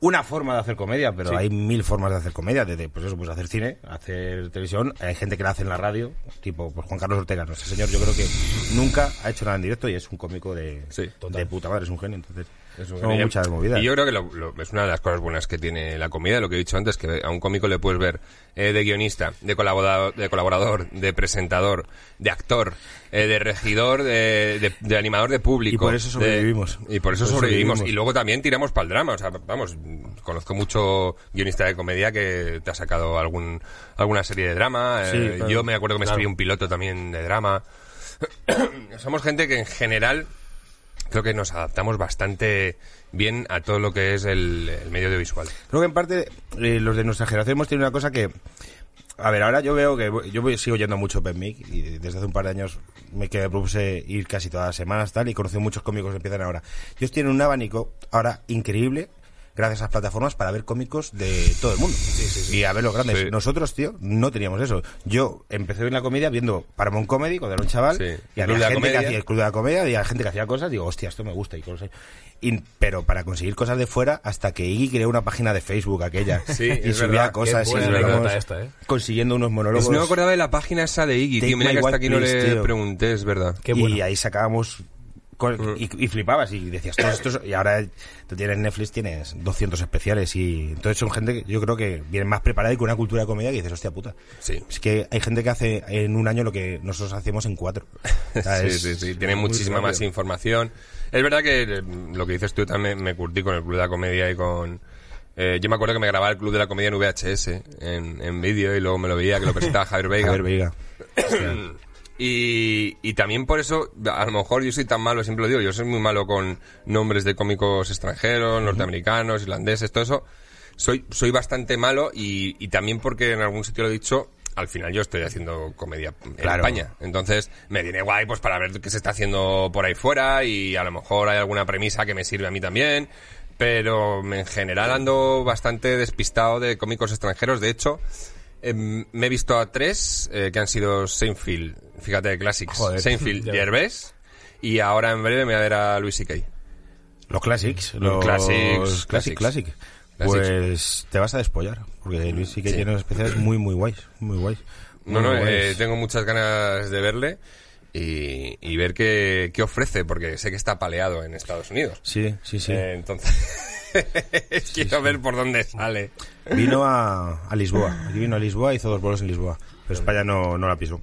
B: una forma de hacer comedia, pero hay mil formas de hacer comedia, desde pues eso, pues hacer cine, hacer televisión, hay gente que la hace en la radio, tipo pues Juan Carlos Ortega, no ese señor yo creo que nunca ha hecho nada en directo y es un cómico de,
C: Sí,
B: de puta madre, es un genio, entonces
C: Es un
B: son
C: genio.
B: muchas movidas.
C: Y yo creo que lo- lo- es una de las cosas buenas que tiene la comida, lo que he dicho antes, que a un cómico le puedes ver eh, de guionista, de colaborador, de colaborador, de presentador, de actor, eh, de regidor, de, de- de animador de público.
B: Y por eso
C: de-
B: sobrevivimos.
C: y por eso
B: Por eso
C: sobrevivimos.
B: sobrevivimos.
C: Y luego también tiramos para el drama. O sea, vamos, conozco mucho guionista de comedia que te ha sacado algún, alguna serie de drama.
B: Sí,
C: eh,
B: claro.
C: Yo me acuerdo que me escribí un piloto también de drama. Somos gente que en general creo que nos adaptamos bastante bien a todo lo que es el, el medio audiovisual.
B: Creo que en parte eh, los de nuestra generación hemos tenido una cosa que... A ver, ahora yo veo que voy- yo voy- sigo yendo mucho a Open Mic y desde hace un par de años me que propuse ir casi todas las semanas tal y conocí muchos cómicos que empiezan ahora. Ellos tienen un abanico ahora increíble gracias a las plataformas para ver cómicos de todo el mundo. Y a ver los grandes.
C: Sí.
B: Nosotros, tío, no teníamos eso. Yo empecé en la comedia viendo Paramount Comedy cuando era un chaval.
C: Sí.
B: Y había
C: Club de
B: gente
C: la
B: que
C: Comedia.
B: hacía el Club de la Comedia, había gente que hacía cosas. Digo, hostia, esto me gusta. Y cosas. Y- pero para conseguir cosas de fuera, hasta que Iggy creó una página de Facebook aquella.
C: Sí,
B: y
C: es
B: subía
C: verdad. Qué
B: cosas. y
A: buena
B: íbamos
A: anécdota esta, ¿eh?
B: Consiguiendo unos monólogos.
C: no me acordaba de la página esa de Iggy,
B: Take
C: tío. Mira
B: my
C: que hasta
B: white
C: aquí no
B: please,
C: le
B: tío.
C: pregunté, es verdad.
A: Qué
B: y
A: buena.
B: ahí sacábamos co-
C: Mm.
B: y, y flipabas y decías "Todo esto es-". y ahora tú tienes Netflix tienes 200 especiales y entonces son gente que yo creo que viene más preparada y con una cultura de comedia que dices hostia puta
C: Sí.
B: es que hay gente que hace en un año lo que nosotros hacemos en cuatro O sea,
C: Sí,
B: Ah, es-
C: sí, sí, tiene
B: es muy
C: muchísima
B: rápido.
C: más información. Es verdad que eh, lo que dices tú también me curtí con el Club de la Comedia y con... eh, yo me acuerdo que me grababa el Club de la Comedia en VHS, en, en vídeo, y luego me lo veía, que lo presentaba Javier Veiga.
B: Javier Veiga
C: Y, y también por eso, a lo mejor yo soy tan malo, siempre lo digo, yo soy muy malo con nombres de cómicos extranjeros, norteamericanos, irlandeses, todo eso. Soy, soy bastante malo y, y también porque en algún sitio lo he dicho, al final yo estoy haciendo comedia en
B: Claro.
C: España. Entonces me viene guay pues para ver qué se está haciendo por ahí fuera y a lo mejor hay alguna premisa que me sirve a mí también. Pero en general ando bastante despistado de cómicos extranjeros. De hecho, Em, me he visto a tres eh, que han sido Seinfeld, fíjate, Classics.
B: Joder.
C: Seinfeld,
A: Ya.
C: Gervais. Y ahora en breve me voy a ver a Luis C.K.
B: los classics los
C: classics,
B: classics classic,
C: classics.
B: pues te vas a despollar porque Luis sí que
C: Sí.
B: tiene unos especiales muy muy guays muy guays
C: No, no,
B: Muy
C: eh,
B: guays.
C: tengo muchas ganas de verle y, y ver qué, qué ofrece, porque sé que está paleado en Estados Unidos.
B: sí sí sí
C: Eh, entonces, quiero ver por dónde sale.
B: Vino a, a Lisboa. Aquí vino a Lisboa, hizo dos bolos en Lisboa. Pero España no, no la pisó.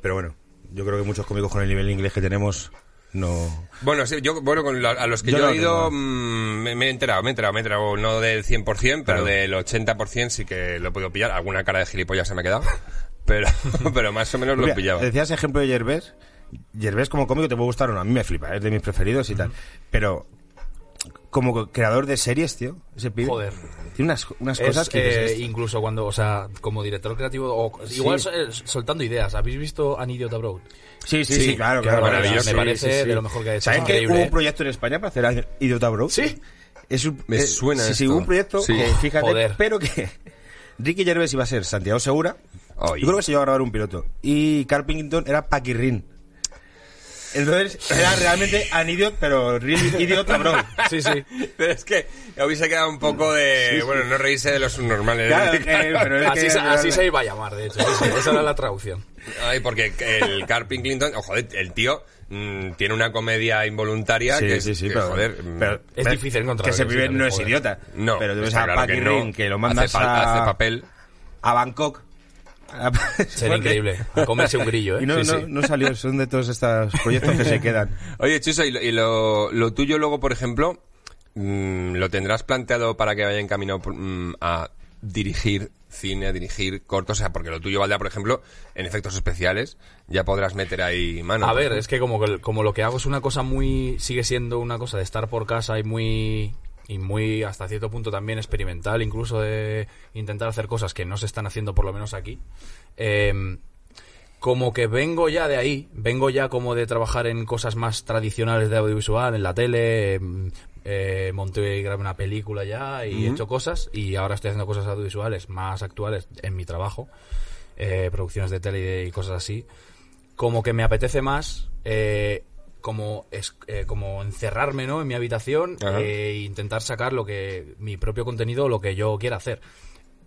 B: Pero bueno, yo creo que muchos cómicos con el nivel de inglés que tenemos no.
C: Bueno, sí, yo, bueno, con la- a los que yo,
B: Yo no
C: he ido,
B: tengo.
C: mm, me, me he enterado, me he enterado, me he enterado, no del 100%, pero
B: Claro.
C: del 80% sí que lo he podido pillar. Alguna cara de gilipollas se me ha quedado, pero, pero más o menos lo he
B: Mira,
C: pillado.
B: Decías ejemplo de Gervés. Gervés como cómico te puede gustar o no. A mí me flipa, es de mis preferidos y tal. Pero como creador de series, tío, ese pibe.
A: Joder.
B: Tiene unas, unas
A: Es,
B: cosas que. dices, "Este".
A: eh,
B: "Esto".
A: incluso cuando, o sea, como director creativo, o igual so- eh, soltando ideas. ¿Habéis visto An Idiot Abroad?
B: Sí, sí,
C: Sí,
B: sí, claro,
A: qué
B: claro.
A: maravilla,
B: Sí,
A: me parece
B: sí, sí.
A: de lo mejor que ha hecho,
B: ¿Sabes
A: es
B: que
A: increíble,
B: hubo
A: eh?
B: un proyecto en España para hacer a Idiota Bro?
A: Sí.
B: Es un,
C: Me
B: eh,
C: suena
B: Sí, sí,
C: esto.
B: hubo un proyecto,
C: Sí.
B: que, fíjate,
A: Joder.
B: pero que Ricky Gervais iba a ser Santiago Segura.
C: Ay.
B: Yo creo que se iba a grabar un piloto. Y Carpington era Paquirrin. Entonces, era realmente an idiot, pero real idiota, bro.
A: Sí, sí.
C: Pero es que habéis quedado un poco de, bueno, no reírse de los subnormales.
B: Claro, eh, pero es
A: Así,
B: que-
A: se- así se iba a llamar, de hecho. Sí, sí, esa era la traducción.
C: Ay, porque el Carpin Clinton, oh, joder, el tío mm, tiene una comedia involuntaria
B: Sí,
C: que, es-
B: sí, sí,
C: que,
B: pero,
C: joder, mm,
B: pero-
A: Es
B: pero
A: difícil encontrar
B: Que ese
A: que
B: pibe
A: sí,
B: no es
A: joder.
B: idiota.
C: no,
B: Pero tú ves
C: está
B: a
C: claro
B: Paquirrin, que,
C: no.
B: lo mandas
C: hace, fal-
B: a,
C: hace papel.
B: a Bangkok. A-
A: Sería increíble. A comerse un grillo, ¿eh?
B: Y no,
A: Sí,
B: no-
A: sí.
B: no salió, son de todos estos proyectos que se quedan.
C: Oye, Chuso, y lo, y lo- lo tuyo luego, por ejemplo, mm, ¿lo tendrás planteado para que vaya encaminado por- mm, a dirigir cine, a dirigir cortos? O sea, porque lo tuyo, Valda, por ejemplo, en efectos especiales, ya podrás meter ahí mano.
A: A ver, es que como, que- como lo que hago es una cosa muy... Sigue siendo una cosa de estar por casa y muy... Y muy, hasta cierto punto también experimental, incluso de intentar hacer cosas que no se están haciendo por lo menos aquí. Em, como que vengo ya de ahí, vengo ya como de trabajar en cosas más tradicionales de audiovisual, en la tele, em, eh, monté y grabé una película ya y he hecho cosas y ahora estoy haciendo cosas audiovisuales más actuales en mi trabajo, eh, producciones de tele y de- y cosas así como que me apetece más eh, como es, eh, como encerrarme no en mi habitación
C: Ajá.
A: eh, e intentar sacar lo que mi propio contenido lo que yo quiera hacer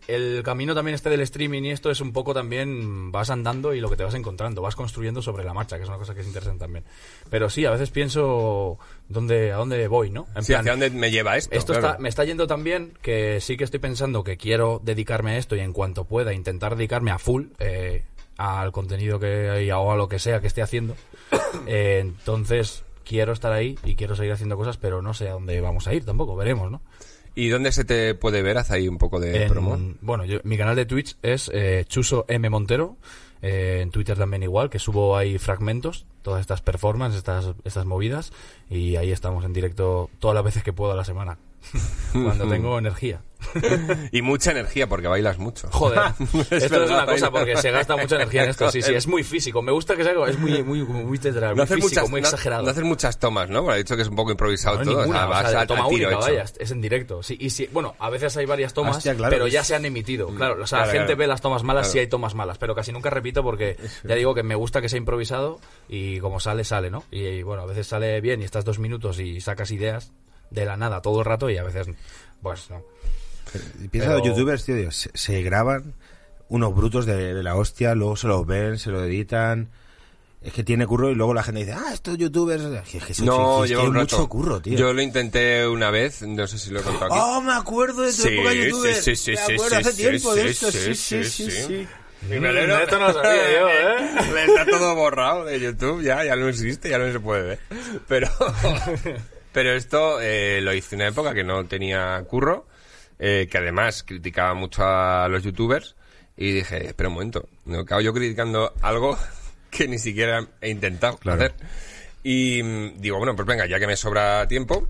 A: el camino también este del streaming y esto es un poco también vas andando y lo que te vas encontrando vas construyendo sobre la marcha que es una cosa que es interesante también pero sí a veces pienso dónde a dónde voy no En
C: Sí,
A: plan,
C: ¿Hacia dónde me lleva esto?
A: esto
C: Claro.
A: está, me está yendo tan bien que sí que estoy pensando que quiero dedicarme a esto y en cuanto pueda intentar dedicarme a full eh, al contenido que y a- o a lo que sea que esté haciendo. Eh, entonces quiero estar ahí y quiero seguir haciendo cosas, pero no sé a dónde vamos a ir tampoco, veremos, ¿no?
C: ¿Y dónde se te puede ver? Haz ahí un poco de
A: En-
C: promo.
A: bueno, yo- mi canal de Twitch es eh, Chuso M Montero. eh, en Twitter también igual, que subo ahí fragmentos, todas estas performances, estas, estas movidas, y ahí estamos en directo todas las veces que puedo a la semana. Cuando tengo energía.
C: Y mucha energía porque bailas mucho.
A: Joder, esto es,
C: verdad,
A: una
C: baila.
A: cosa porque se gasta mucha energía en esto. Sí, sí, es muy físico. Me gusta que sea como- es muy, muy, como muy teatral,
C: No
A: muy
C: haces
A: físico,
C: muchas,
A: muy
C: no-
A: exagerado.
C: no haces muchas tomas, ¿no? Porque ha dicho que es un poco improvisado
A: No,
C: todo. o sea,
A: ninguna, o sea,
C: vas
A: de
C: al-
A: toma
C: al tiro
A: única,
C: hecho.
A: vaya, es en directo. Sí, y si, bueno, a veces hay varias tomas,
B: Hostia, claro,
A: pero ya
B: es-
A: se han emitido. Claro, o sea,
C: Mm,
A: la
C: Claro,
A: gente
C: claro.
A: ve las tomas malas si hay tomas malas, pero casi nunca repito porque ya digo que me gusta que sea improvisado y como sale, sale, ¿no? Y, y, bueno, a veces sale bien y estás dos minutos y sacas ideas de la nada todo el rato y a veces, pues no.
B: Y Piensa
A: Pero-
B: los youtubers, tío, digo, se, se graban unos brutos de, de la hostia, luego se los ven, se lo editan. Es que tiene curro y luego la gente dice, ah, estos youtubers. Es que, es que eso-
C: No,
B: es que
C: lleva
B: hay
C: un rato.
B: mucho curro, tío.
C: Yo lo intenté una vez, no sé si lo he contado aquí.
B: Oh, me acuerdo de tu
C: Sí,
B: época youtuber.
C: sí, sí,
B: me
C: sí,
B: acuerdo
C: sí,
B: hace
C: sí,
B: tiempo
C: sí,
B: de esto.
C: sí,
B: Sí, sí,
C: sí,
B: sí.
C: sí.
B: sí.
C: Y me alegro-
A: De esto no lo sabía yo, ¿eh?
C: Está todo borrado de YouTube, ya, ya no existe, ya no se puede ver. Pero, pero esto eh, lo hice en una época que no tenía curro, eh, que además criticaba mucho a los youtubers. Y dije, espera un momento, no acabo yo criticando algo que ni siquiera he intentado hacer. Y mm, digo, bueno, pues venga, ya que me sobra tiempo,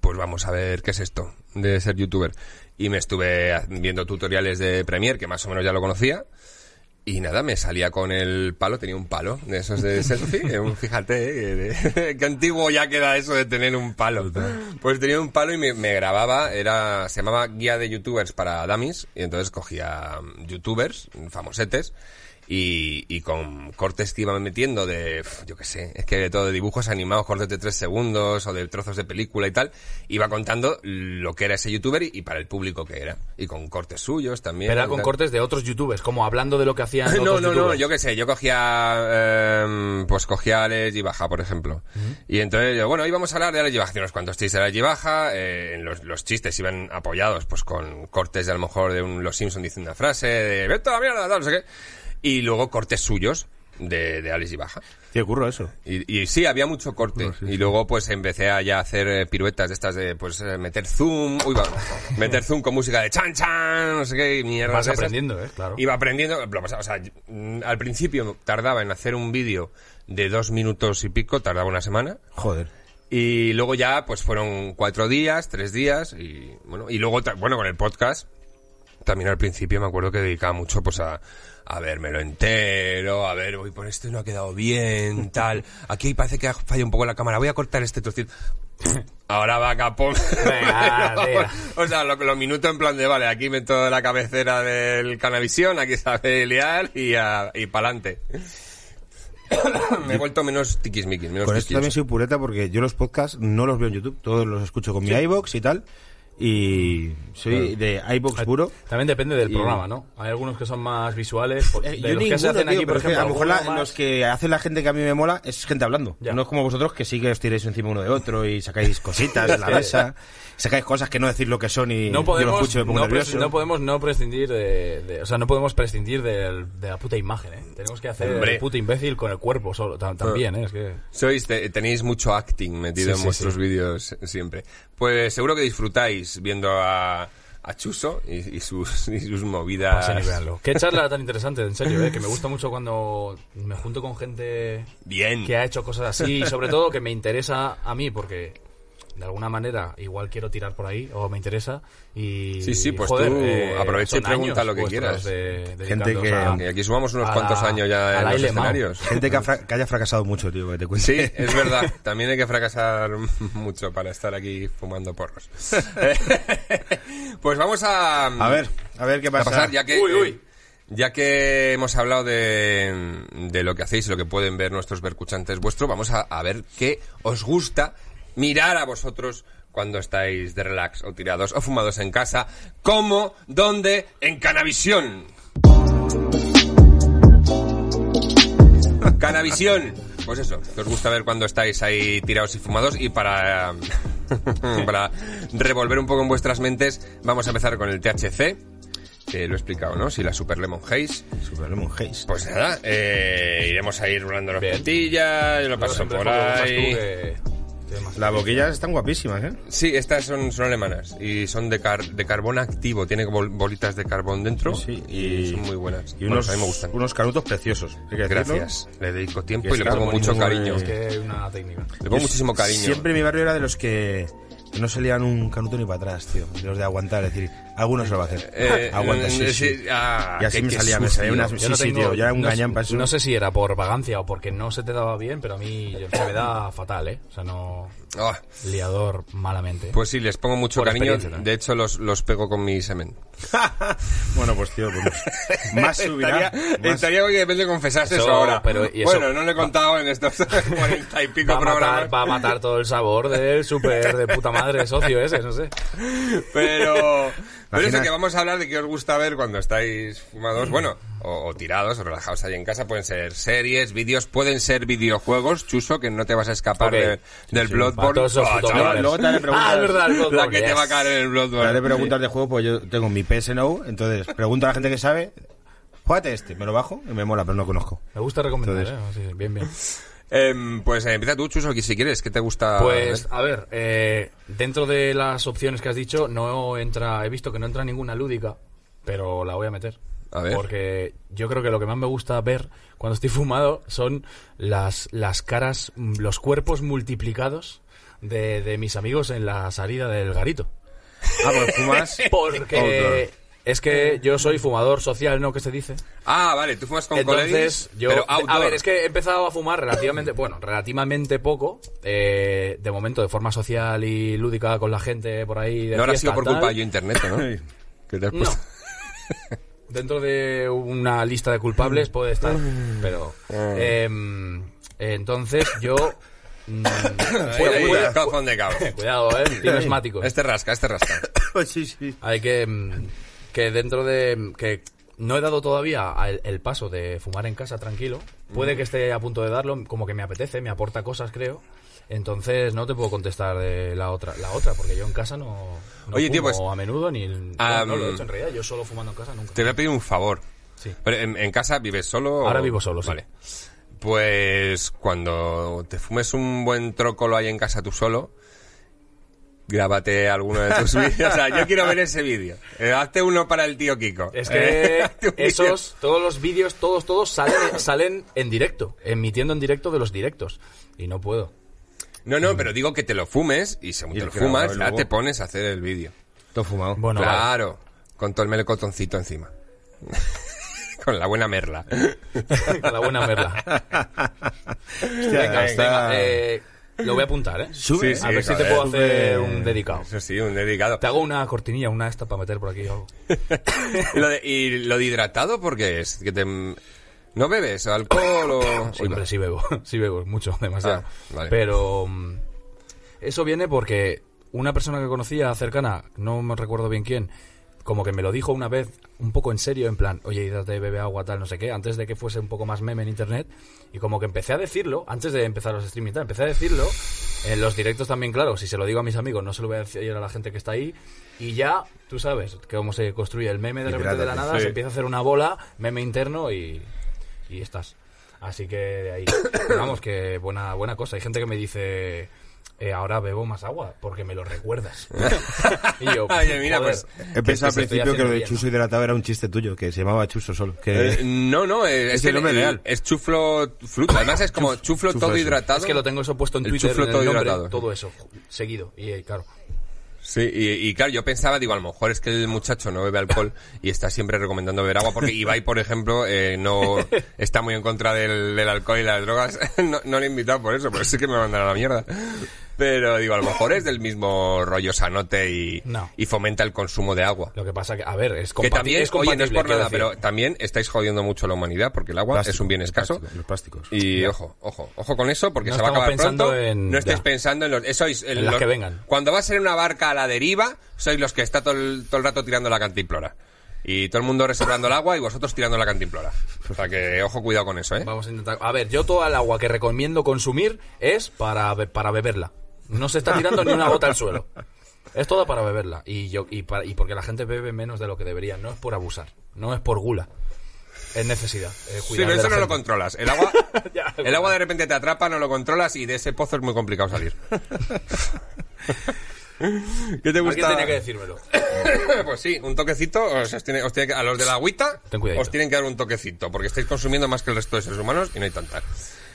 C: pues vamos a ver qué es esto de ser youtuber. Y me estuve ha- viendo tutoriales de Premiere, que más o menos ya lo conocía. Y nada, me salía con el palo, tenía un palo de esos de selfie. eh, un- Fíjate, eh, de- qué antiguo ya queda eso de tener un palo. Pues tenía un palo y me, me grababa, era se llamaba Guía de Youtubers para Dummies. Y entonces cogía mm, youtubers, mm, famosetes, y, y con cortes que iba metiendo de, pf, yo qué sé, es que de todo de dibujos animados, cortes de tres segundos o de trozos de película y tal, iba contando lo que era ese youtuber y, y para el público que era. Y con cortes suyos también.
A: Era
C: y
A: con
C: tal.
A: cortes de otros youtubers, como hablando de lo que hacían
C: No,
A: otros
C: no, no,
A: youtubers.
C: yo qué sé, yo cogía, eh, pues cogía a Alex y Baja, por ejemplo. Y entonces, yo, bueno, íbamos a hablar de Alex y Baja, hacía unos cuantos chistes de Alex y Baja, eh, los, los chistes iban apoyados, pues con cortes de a lo mejor de un, los Simpson diciendo una frase, de vete a la mierda, tal, no sé qué. Y luego cortes suyos de, de Alex y Baja.
B: Tío, curro eso.
C: Y, y sí, había mucho corte. y luego pues empecé a ya hacer eh, piruetas de estas de pues eh, meter zoom, uy, va, meter zoom con música de chan chan, no sé qué, y mierda.
A: Vas aprendiendo, ¿eh? Claro.
C: Iba aprendiendo, lo pasaba, o sea, mm, al principio tardaba en hacer un vídeo de dos minutos y pico, tardaba una semana.
B: Joder.
C: Y luego ya, pues fueron cuatro días, tres días, y bueno, y luego, ta- bueno, con el podcast, también al principio me acuerdo que dedicaba mucho, pues a, a vermelo entero, a ver, uy, por esto no ha quedado bien, tal, aquí parece que ha fallado un poco la cámara, voy a cortar este trocito. Ahora va capón.
A: Venga, tira.
C: o sea, lo- los minutos en plan de, vale, aquí meto la cabecera del Canavisión, aquí sabe liar y, a- y pa'lante. me he vuelto menos tiquismiquis, menos
B: Con esto
C: quisquilloso.
B: también soy pureta porque yo los podcasts no los veo en YouTube, todos los escucho con mi iBox y tal. Y soy de iBox puro.
A: También depende del
B: Y-
A: programa, ¿no? Hay algunos que son más visuales. pues,
B: Eh,
A: de los que se hacen
B: tío,
A: aquí, por
B: pero es que
A: ejemplo.
B: a lo mejor la-
A: alguno más-
B: los que hace la gente que a mí me mola es gente hablando.
A: Ya.
B: No es como vosotros que sí que os tiréis encima uno de otro y sacáis cositas de la
A: Sí.
B: mesa, sacáis cosas que no decir lo que son y
A: no
B: yo lo
A: podemos,
B: escucho y me pongo
A: no,
B: nervioso.
A: pres- no podemos no prescindir de, de- o sea no podemos prescindir del- de la puta imagen ¿eh? tenemos que hacer
C: Hombre.
A: el puto imbécil con el cuerpo solo tam- también ¿eh? es que
C: Sois, te- tenéis mucho acting metido
A: Sí,
C: en
A: sí,
C: vuestros
A: sí.
C: vídeos eh, siempre. Pues seguro que disfrutáis viendo a, a Chuso y, y sus, y sus
B: Ah.
C: movidas.
A: pasen y véanlo. qué charla tan interesante en serio ¿eh? que me gusta mucho cuando me junto con gente
C: Bien.
A: que ha hecho cosas así y sobre todo que me interesa a mí porque de alguna manera igual quiero tirar por ahí o me interesa y
C: Sí, sí, pues
A: joder,
C: tú
A: eh,
C: aprovecha y
A: son
C: pregunta
A: años
C: lo que
A: vuestros
C: quieras.
A: de-
B: Gente
A: dedicados
B: que-
A: a-
C: Y aquí sumamos unos
A: a la-
C: cuantos años ya
A: a
C: en
A: la
C: los
A: Ile Mao.
C: escenarios.
B: Gente que, ha fra- que haya fracasado mucho, tío, que te cuente.
C: Sí, es verdad. También hay que fracasar mucho para estar aquí fumando porros. pues vamos a...
B: A ver, a ver qué
C: a
B: pasa.
C: pasar, ya que,
A: Uy, uy.
C: eh, ya que hemos hablado de, de lo que hacéis y lo que pueden ver nuestros vercuchantes vuestros, vamos a, a ver qué os gusta mirar a vosotros cuando estáis de relax o tirados o fumados en casa, cómo, dónde, en Canavisión. Canavisión. Pues eso, que os gusta ver cuando estáis ahí tirados y fumados y para, para revolver un poco en vuestras mentes, vamos a empezar con el THC, que lo he explicado, ¿no? Si la Super Lemon Haze.
B: Super Lemon Haze.
C: Pues nada, eh, iremos a ir rolando las
A: Bien.
C: plantillas, yo lo
A: Yo
C: paso
A: siempre
C: por
A: juego más tú
C: ahí.
A: que- que más.
B: Las boquillas están guapísimas, ¿eh?
C: Sí, estas son, son alemanas y son de, car- de carbón activo, tiene bol- bolitas de carbón dentro y son muy buenas.
B: Y
C: Bueno,
B: unos,
C: pues a mí me gustan.
B: unos canutos preciosos. hay que decirlo.
C: Gracias, le dedico tiempo
B: Y
C: y le
B: está
C: pongo mucho
B: buenísimo,
C: cariño.
B: eh.
A: que una técnica.
C: Le pongo
B: Yo
C: muchísimo cariño.
B: Siempre mi barrio era de los que No se lean un canuto ni para atrás, tío. De los de aguantar, es decir, algunos lo va a hacer.
C: Eh,
B: Aguanta, sí,
C: eh,
B: sí.
C: sí, ah,
B: y así
C: qué-
B: me
C: qué
B: salía, me
C: sucio.
B: salía una. Sí,
A: Yo no
B: sí,
A: tengo-
B: tío, yo era un
A: no,
B: gañán para eso.
A: no sé si era por vagancia o porque no se te daba bien, pero a mí se me da fatal, ¿eh? O sea, no...
C: Ah,
A: Liador malamente.
C: pues sí, les pongo mucho
A: Por
C: cariño.
A: experiencia, ¿no?
C: De hecho, los, los pego con mi semen.
B: Bueno, pues, tío, pues, más subirá.
C: Estaría,
B: más-
C: estaría bien que de repente confesases
A: Eso,
C: ahora.
A: pero, ¿y eso?
C: Bueno, no lo he contado en estos cuarenta y pico
A: va, a
C: programas.
A: matar, va a matar todo el sabor del super de puta madre socio ese, no sé.
C: Pero, pero eso
B: Imaginas-
C: que vamos a hablar de qué os gusta ver cuando estáis fumados, bueno, o, o tirados, o relajados ahí en casa, pueden ser series, vídeos, pueden ser videojuegos, chuso, que no te vas a escapar
A: Ok.
C: de-
A: Para
C: del Bloodborne.
A: todos esos
C: Ah,
A: putos
C: chaval,
A: gamers.
B: luego te haré preguntas.
A: Ah, es verdad, el
C: la
A: Bloodborne,
C: que te
A: yes.
C: va a caer en el
B: Para
C: Bloodborne.
B: de preguntas de juego, pues yo tengo mi PS Now, entonces pregunto a la gente que sabe. Juégate este, me lo bajo y me mola, pero no conozco.
A: Me gusta recomendar,
B: Entonces-
A: ¿eh? Sí, sí, bien, bien.
C: Em, pues eh, empieza tú, chuso, que si quieres, que te gusta?
A: Pues,
C: ver?
A: a ver, eh, dentro de las opciones que has dicho, no entra, he visto que no entra ninguna lúdica, pero la voy a meter.
C: A ver.
A: Porque yo creo que lo que más me gusta ver cuando estoy fumado son las, las caras, mm, los cuerpos multiplicados de, de mis amigos en la salida del garito.
B: Ah, pues fumas.
C: Oh,
A: Porque es que yo soy fumador social, ¿no? ¿Qué se dice?
C: Ah, vale, tú fumas con
A: Entonces,
C: colegas,
A: yo.
C: pero
A: a
C: outdoor.
A: ver, es que he empezado a fumar relativamente. Bueno, relativamente poco. eh, de momento, de forma social y lúdica con la gente por ahí. De
C: No habrá
A: fiesta,
C: sido por
A: tal.
C: culpa de yo internet, ¿no? que te has
A: No.
C: puesto-
A: Dentro de una lista de culpables puede estar, pero. em, entonces, yo. mm,
C: Ahí,
A: cuida-
C: ahí,
A: cuida-
C: calzón de cabo.
A: cuidado, eh. Tiene asmático.
C: Este rasca, este rasca.
B: Pues sí, sí.
A: Hay que. mm, Que dentro de. mm, Que no he dado todavía al- el, paso de fumar en casa tranquilo. Puede que esté a punto de darlo, como que me apetece, me aporta cosas, creo. Entonces no te puedo contestar de la otra, la otra porque yo en casa no, no
C: Oye, tío,
A: fumo
C: pues,
A: a menudo ni no,
C: am,
A: no lo he hecho en realidad, yo solo fumando en casa nunca.
C: Te voy a pedir un favor.
A: Sí.
C: Pero, ¿en, en casa vives solo? o-
A: Ahora vivo solo, sí.
C: Vale. Pues cuando te fumes un buen trócolo ahí en casa tú solo, grábate alguno de tus vídeos. O sea, yo quiero ver ese vídeo. Eh, hazte uno para el tío Kiko.
A: Es
C: Eh,
A: que
C: hazte un vídeo.
A: esos, todos los vídeos, todos, todos salen, salen en directo, emitiendo en directo de los directos. Y no puedo.
C: No, no, pero digo que te lo fumes y según
B: Y
C: te lo
B: claro,
C: fumas,
B: y
C: ya
B: luego-
C: te pones a hacer el vídeo.
B: Todo fumado.
A: Bueno, vale.
C: claro, con todo el melocotoncito encima. con la buena merla.
A: Con la buena merla.
B: Hostia,
A: Venga,
B: está-
A: venga, eh, lo voy a apuntar, ¿eh?
B: Sube.
C: Sí, sí.
A: a ver si te
C: joder.
A: puedo hacer un dedicado.
C: Eso sí, un dedicado.
A: Te hago una cortinilla, una esta para meter por aquí o algo.
C: ¿Y lo de, y lo de hidratado por qué es? ¿Que te, ¿No bebes alcohol o...? Uy,
A: Siempre
C: va.
A: sí bebo, sí bebo, mucho, demasiado.
C: Ah, vale.
A: Pero mm, eso viene porque una persona que conocía cercana, no me recuerdo bien quién, como que me lo dijo una vez un poco en serio, en plan, oye, hidrátate, bebe agua, tal, no sé qué, antes de que fuese un poco más meme en internet. Y como que empecé a decirlo, antes de empezar los streaming, y tal, empecé a decirlo en los directos también, claro, si se lo digo a mis amigos, no se lo voy a decir a la gente que está ahí. Y ya, tú sabes, que cómo se construye el meme de repente de la
B: Hidrátate,
A: nada,
C: sí.
A: se empieza a hacer una bola, meme interno y, y estás. Así que de ahí, pero vamos, que buena, buena cosa. Hay gente que me dice, eh, ahora bebo más agua, porque me lo recuerdas. y yo,
C: Oye, mira,
A: joder,
C: pues,
A: que
B: He pensado
A: es que
B: al
A: estoy
B: principio que lo de
A: haciendo
B: chuso
A: bien,
B: hidratado era un chiste tuyo, que se llamaba chuso solo. Que...
C: Eh, no, no, eh, es,
B: Es el
C: el-
B: nombre
C: el-
B: real.
C: es chuflo fruta. Además es como chuflo,
B: chuflo
C: todo
A: ¿no?
B: eso.
C: hidratado.
A: Es que lo tengo eso puesto en
C: El
A: Twitter,
C: chuflo
A: en el
C: todo
A: nombre,
C: hidratado.
A: todo eso, ju- seguido. Y eh, claro,
C: Sí, y, y claro, yo pensaba, digo, a lo mejor es que el muchacho no bebe alcohol y está siempre recomendando beber agua porque Ibai, por ejemplo, eh, no está muy en contra del, del alcohol y las drogas. No, no le he invitado por eso, pero sí que me mandan a la mierda. Pero digo, a lo mejor es del mismo rollo sanote y,
A: No.
C: y fomenta el consumo de agua.
A: lo que pasa que, a ver, es,
C: Que
A: compati-
C: también,
A: es
C: oye,
A: compatible.
C: no es por
A: quiero
C: nada,
A: decir.
C: pero también estáis jodiendo mucho a la humanidad porque el agua
B: Plástico,
C: es un bien
B: los
C: escaso.
B: plásticos, los plásticos.
C: Y ojo, ojo, ojo con eso porque
A: No
C: se va a
A: estamos
C: acabar
A: pensando
C: pronto.
A: en-
C: no estáis
A: ya.
C: pensando en los. eh, Eso es,
A: En las
C: los-
A: que vengan.
C: Cuando vas en una barca a la deriva, sois los que está todo el, todo el rato tirando la cantimplora. Y todo el mundo reservando el agua y vosotros tirando la cantimplora. O sea que ojo, cuidado con eso, ¿eh?
A: Vamos a intentar. A ver, yo toda el agua que recomiendo consumir es para, be- para beberla. No se está tirando ni una gota al suelo. Es toda para beberla. Y, yo, y, para- y porque la gente bebe menos de lo que debería. No es por abusar. No es por gula. Es necesidad. es
C: Sí,
A: cuidar
C: pero
A: de
C: eso
A: la
C: no lo
A: gente.
C: controlas. El agua,
A: Ya.
C: el agua de repente te atrapa, no lo controlas y de ese pozo es muy complicado salir. ¿Qué te
A: Alguien
C: gusta?
A: tenía que decírmelo.
C: pues sí, un toquecito. Os tiene- os tiene que- a los de la agüita
A: Ten cuidadito.
C: os tienen que dar un toquecito, porque estáis consumiendo más que el resto de seres humanos y no hay tanta.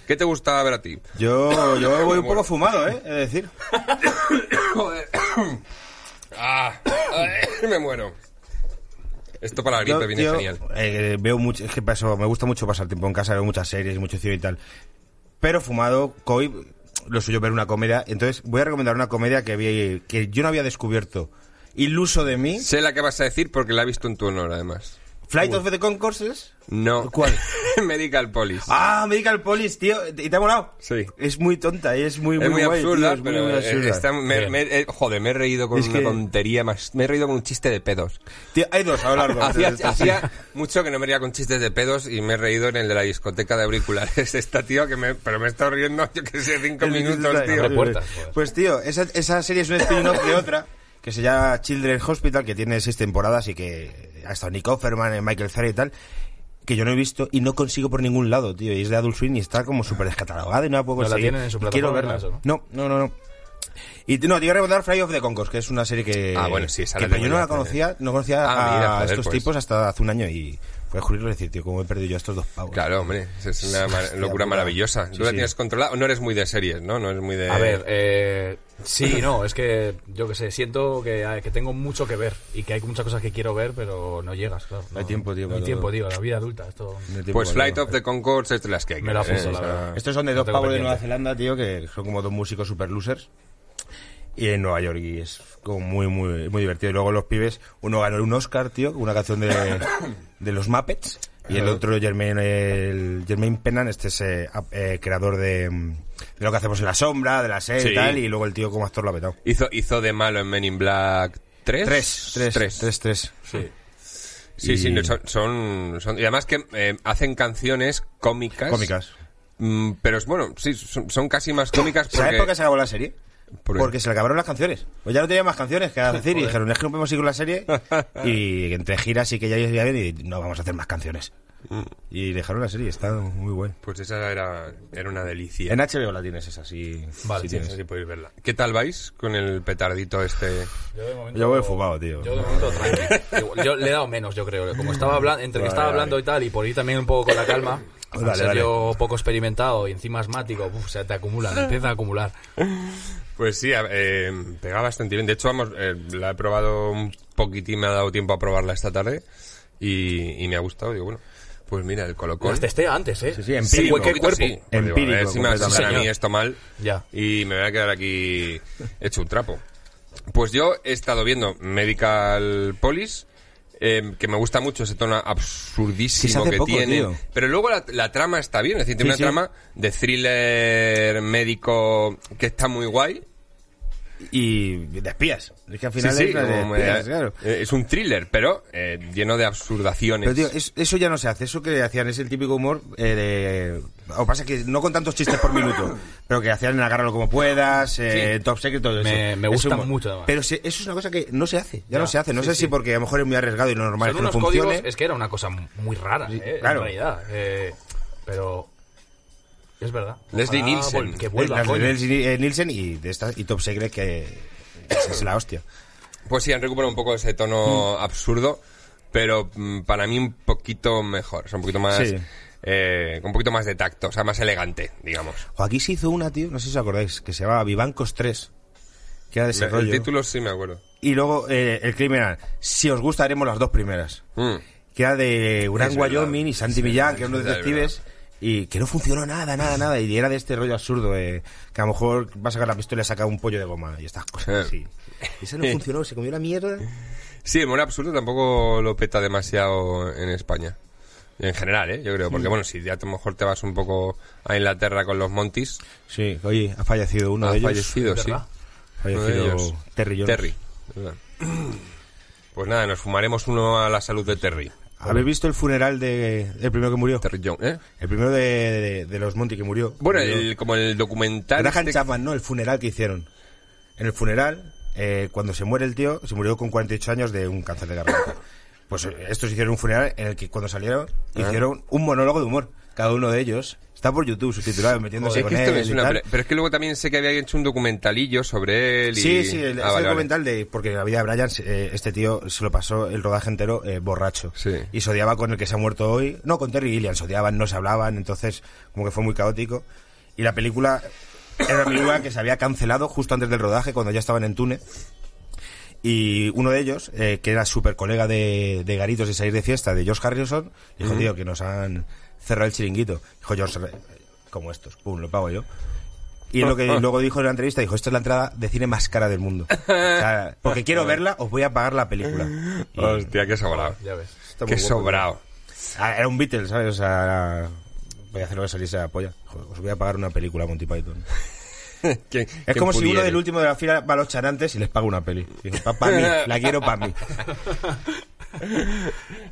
C: ¿Qué te gusta ver a ti?
B: Yo, yo voy un poco fumado, ¿eh? Es decir.
C: Joder. Ah, ay, me muero. Esto para la gripe
B: Yo,
C: viene
B: tío,
C: genial.
B: eh, veo mucho, es que paso, me gusta mucho pasar tiempo en casa, veo muchas series, mucho cine y tal. Pero fumado, coi, lo suyo ver una comedia. Entonces voy a recomendar una comedia que vi, que yo no había descubierto. Iluso de mí.
C: Sé la que vas a decir porque la he visto en tu honor, además.
B: Flight of the Concourses.
C: No.
B: ¿Cuál?
C: Medical Police.
B: Ah, Medical Police, tío. ¿Y te ha molado?
C: Sí.
B: Es muy tonta, y es muy,
C: es muy,
B: guay, tío,
C: absurda,
B: es muy,
C: pero
B: muy
C: eh,
B: absurda.
C: está- me-
A: Bien.
C: me- eh, joder, me he reído con
B: Es
C: una
B: que-
C: tontería más. Me he reído con un chiste de pedos.
B: Tío, hay dos, ahora largo.
C: Hacía, hacía mucho que no me reía con chistes de pedos y me he reído en el de la discoteca de auriculares. Esta tío que me... Pero me he estado riendo, yo que sé, cinco
B: El
C: minutos,
B: Disney
C: tío.
A: Abre puertas, joder.
B: Pues tío, esa, esa serie es un spin-off de otra que se llama Children's Hospital, que tiene seis temporadas y que ha estado Nick Offerman, eh, Michael Cera y tal, que yo no he visto y no consigo por ningún lado, tío. Y es de Adult Swim y está como súper descatalogada y no la puedo
A: ¿No la
B: conseguir.
A: tienen en su
B: Y
A: plataforma
B: Quiero verla.
A: en eso,
B: no, no, no. no. Y t- no, te iba a recomendar Fly of the Concourse, que es una serie que.
C: Ah, bueno, sí, esa
B: que,
C: la
B: Pero
C: tengo
B: yo no
C: yo
B: la
C: también.
B: conocía, no conocía
C: Ah, mira,
B: a
C: joder,
B: estos
C: pues.
B: tipos hasta hace un año y fue jurarlo y decir, tío, cómo he perdido yo a estos dos pavos.
C: Claro, hombre, esa es una mar-
B: Hostia
C: locura
B: puta.
C: maravillosa. ¿Tú
B: Sí,
C: la
B: sí.
C: tienes controlada? No eres muy de series, ¿no? No eres muy de...
A: A ver, eh, sí, no, es que yo que sé, siento que, ah, que tengo mucho que ver y que hay muchas cosas que quiero ver, pero no llegas, claro. No,
B: hay tiempo, tío,
A: No hay
B: para
A: tiempo,
B: todo.
A: tío, la vida adulta. Esto...
B: No eh, tiene
C: Pues
B: problema.
C: Flight of the Concords es de las que hay que
A: Me la
C: ver,
A: apunto,
C: ¿eh?
A: la
C: O sea,
A: verdad.
B: Estos son de
A: Lo
B: dos
A: tengo
B: pavos de
A: pendiente.
B: Nueva Zelanda, tío, que son como dos músicos super losers. Y en Nueva York, y es como muy, muy, muy divertido. Y luego los pibes, uno ganó un Oscar, tío, con una canción de, de los Muppets. Y el otro, Germain, el, Germain Penan, este es eh, ap- eh, creador de, mm, de lo que hacemos en la sombra, de la serie
C: Sí.
B: y tal. Y luego el tío como actor lo ha petado.
C: Hizo, hizo de malo en Men in Black 3.
B: Tres, tres, tres, tres.
A: Sí.
C: Sí, sí,
B: Y-
C: no, son, son, son- Y además que eh, hacen canciones cómicas.
B: Cómicas.
C: Mm, pero es bueno, sí, son, son casi más cómicas porque...
B: ¿Sabes por qué se acabó la serie?
C: ¿Por qué?
B: Porque se le acabaron las canciones. Pues ya no tenía más canciones que decir y dijeron, es que no podemos seguir con la serie. Y entre giras y que ya ya bien y no vamos a hacer más canciones. Y dejaron la serie, está muy buena.
C: Pues esa era, era una delicia.
B: En HBO la tienes esa, sí.
A: Vale,
B: sí
A: sí,
C: Esa
B: tienes.
C: sí podéis verla. ¿Qué tal vais con el petardito este?
A: Yo de momento-
B: Yo voy fumado, tío.
A: Yo de momento tranqui. Igual- Yo le he dado menos, yo creo. Como estaba hablando, entre que
B: Vale,
A: estaba
B: vale.
A: hablando y tal, y por ir también un poco con la calma, al
B: Dale,
A: ser
B: dale.
A: yo poco experimentado y encima asmático, uf, se te acumulan, empieza a acumular.
C: Pues sí, a- eh, pega bastante bien. De hecho, vamos, eh, la he probado un poquitín, me ha dado tiempo a probarla esta tarde y, y me ha gustado. Digo, bueno, pues mira, el colocón.
A: Las testea antes, ¿eh?
B: Sí, sí,
C: Sí,
B: empírico.
C: un
A: ¿Qué
C: poquito
A: cuerpo?
C: sí. Pues digo,
B: Empírico,
C: a ver si me va a
B: completamente.
C: pasar a
A: Sí,
C: mí
A: señor.
C: esto mal.
A: Ya.
C: Y me voy a quedar aquí hecho un trapo. Pues yo he estado viendo Medical Police. eh, que me gusta mucho ese tono
B: Sí, se
C: absurdísimo
B: hace
C: que
B: poco,
C: tiene.
B: tío.
C: Pero luego la, la trama está bien, es decir, tiene
B: Sí, sí.
C: una trama de thriller médico que está muy guay.
B: Y de espías. Es que al final
C: Sí, sí,
B: es la de
C: como,
B: espías,
C: eh,
B: claro.
C: eh, Es un thriller, pero eh, lleno de absurdaciones.
B: Pero tío, es- eso ya no se hace, eso que hacían es el típico humor eh, de... O pasa que no con tantos chistes por minuto, pero que hacían en agárralo como puedas, eh,
C: Sí.
B: top secret, todo eso.
A: Me- me
B: Es
A: gusta
B: humor.
A: mucho, además.
B: Pero se- eso es una cosa que no se hace, ya,
A: Ya,
B: no se hace. No
A: sí,
B: sé
A: sí.
B: si porque a lo mejor es muy arriesgado y no normal
A: Son
B: que no
A: unos
B: funcione.
A: códigos, es que era una cosa muy rara, ¿eh?
B: claro.
A: En realidad. Eh, pero. Es verdad.
C: Leslie
A: Ojalá
C: Nielsen.
A: vol- Que
B: Eh,
A: vuelva,
B: las de
A: coño.
B: Nelson- eh, Nielsen y, de estas, y top secret que que es la hostia.
C: Pues sí, han recuperado un poco ese tono
B: Mm.
C: absurdo, pero mm, para mí un poquito mejor. Es un poquito más.
B: Sí.
C: eh, con un poquito más de tacto, o sea, más elegante, digamos.
B: O aquí se hizo una, tío, no sé si os acordáis, que se llamaba Vivancos 3, que era de ese
C: Me- el
B: rollo.
C: título sí me acuerdo.
B: Y luego eh, el crimen era, si os gusta haremos las dos primeras.
C: Mm.
B: que era de Gran
C: Es verdad.
B: Wyoming y Santi
C: Sí,
B: Millán,
C: es
B: que eran unos
C: verdad, es
B: detectives, y que no funcionó nada, nada, nada, y era de este rollo absurdo, eh, que a lo mejor va a sacar la pistola y saca un pollo de goma y estas cosas así. Ese no funcionó, se comió la mierda.
C: Sí, el humor absurdo tampoco lo peta demasiado en España. En general, ¿eh? Yo creo.
B: Mm.
C: Porque, bueno, si ya a lo mejor te vas un poco a Inglaterra con los Montis,
B: Sí, oye, ha fallecido uno
C: ha
B: de ellos.
C: fallecido, sí.
A: ¿verdad?
C: Uno de ellos.
B: Fallecido Terry Jones.
C: Terry. Pues nada, nos fumaremos uno a la salud de Terry.
B: ¿Habéis visto el funeral de el primero que murió?
C: Terry Jones, ¿eh?
B: El primero de, de- de los Monty que murió.
C: Bueno,
B: Murió.
C: el- como el documental...
B: Graham
C: este-
B: Chapman, ¿no? El funeral que hicieron. En el funeral, eh, cuando se muere el tío, se murió con 48 años de un
C: Ah.
B: cáncer de garganta. Pues eh, estos hicieron un funeral en el que cuando salieron hicieron un monólogo de humor. cada uno de ellos. Está por YouTube subtitulado, metiéndose
C: Es
B: con
C: que esto
B: él.
C: me
B: y
C: suena,
B: tal.
C: pero, pero es que luego también sé que había hecho un documentalillo sobre él. Y...
B: Sí, sí, el, es
C: Ah, vale,
B: el
C: vale.
B: documental de. Porque la vida de Brian, eh, este tío se lo pasó el rodaje entero eh, borracho.
C: Sí.
B: Y se odiaba con el que se ha muerto hoy. No, con Terry Gilliam, se odiaban, no se hablaban, entonces, como que fue muy caótico. Y la película. Era una película que se había cancelado justo antes del rodaje, cuando ya estaban en Túnez. Y uno de ellos, eh, que era súper colega de, de Garitos de Salir de Fiesta, de George Harrison, dijo, tío, que nos han cerrado el chiringuito. Dijo, George, eh, como estos, pum, lo pago yo. Y es lo que luego dijo en la entrevista, dijo, esta es la entrada de cine más cara del mundo. O sea, porque quiero verla, os voy a pagar la película. Y-
C: Hostia, qué sobrado.
A: Ya ves.
B: Está muy
C: Qué
B: guapo.
C: sobrado.
B: Ah, Era un Beatle, ¿sabes? O sea, era- voy a hacer lo que saliese a la polla. Dijo, os voy a pagar una película, Monty Python.
C: ¿Quién-
B: Es
C: quién
B: como si uno
C: pudiera?
B: del último de la fila va a los charantes y les paga una peli. Dijo, para mí, la quiero para mí.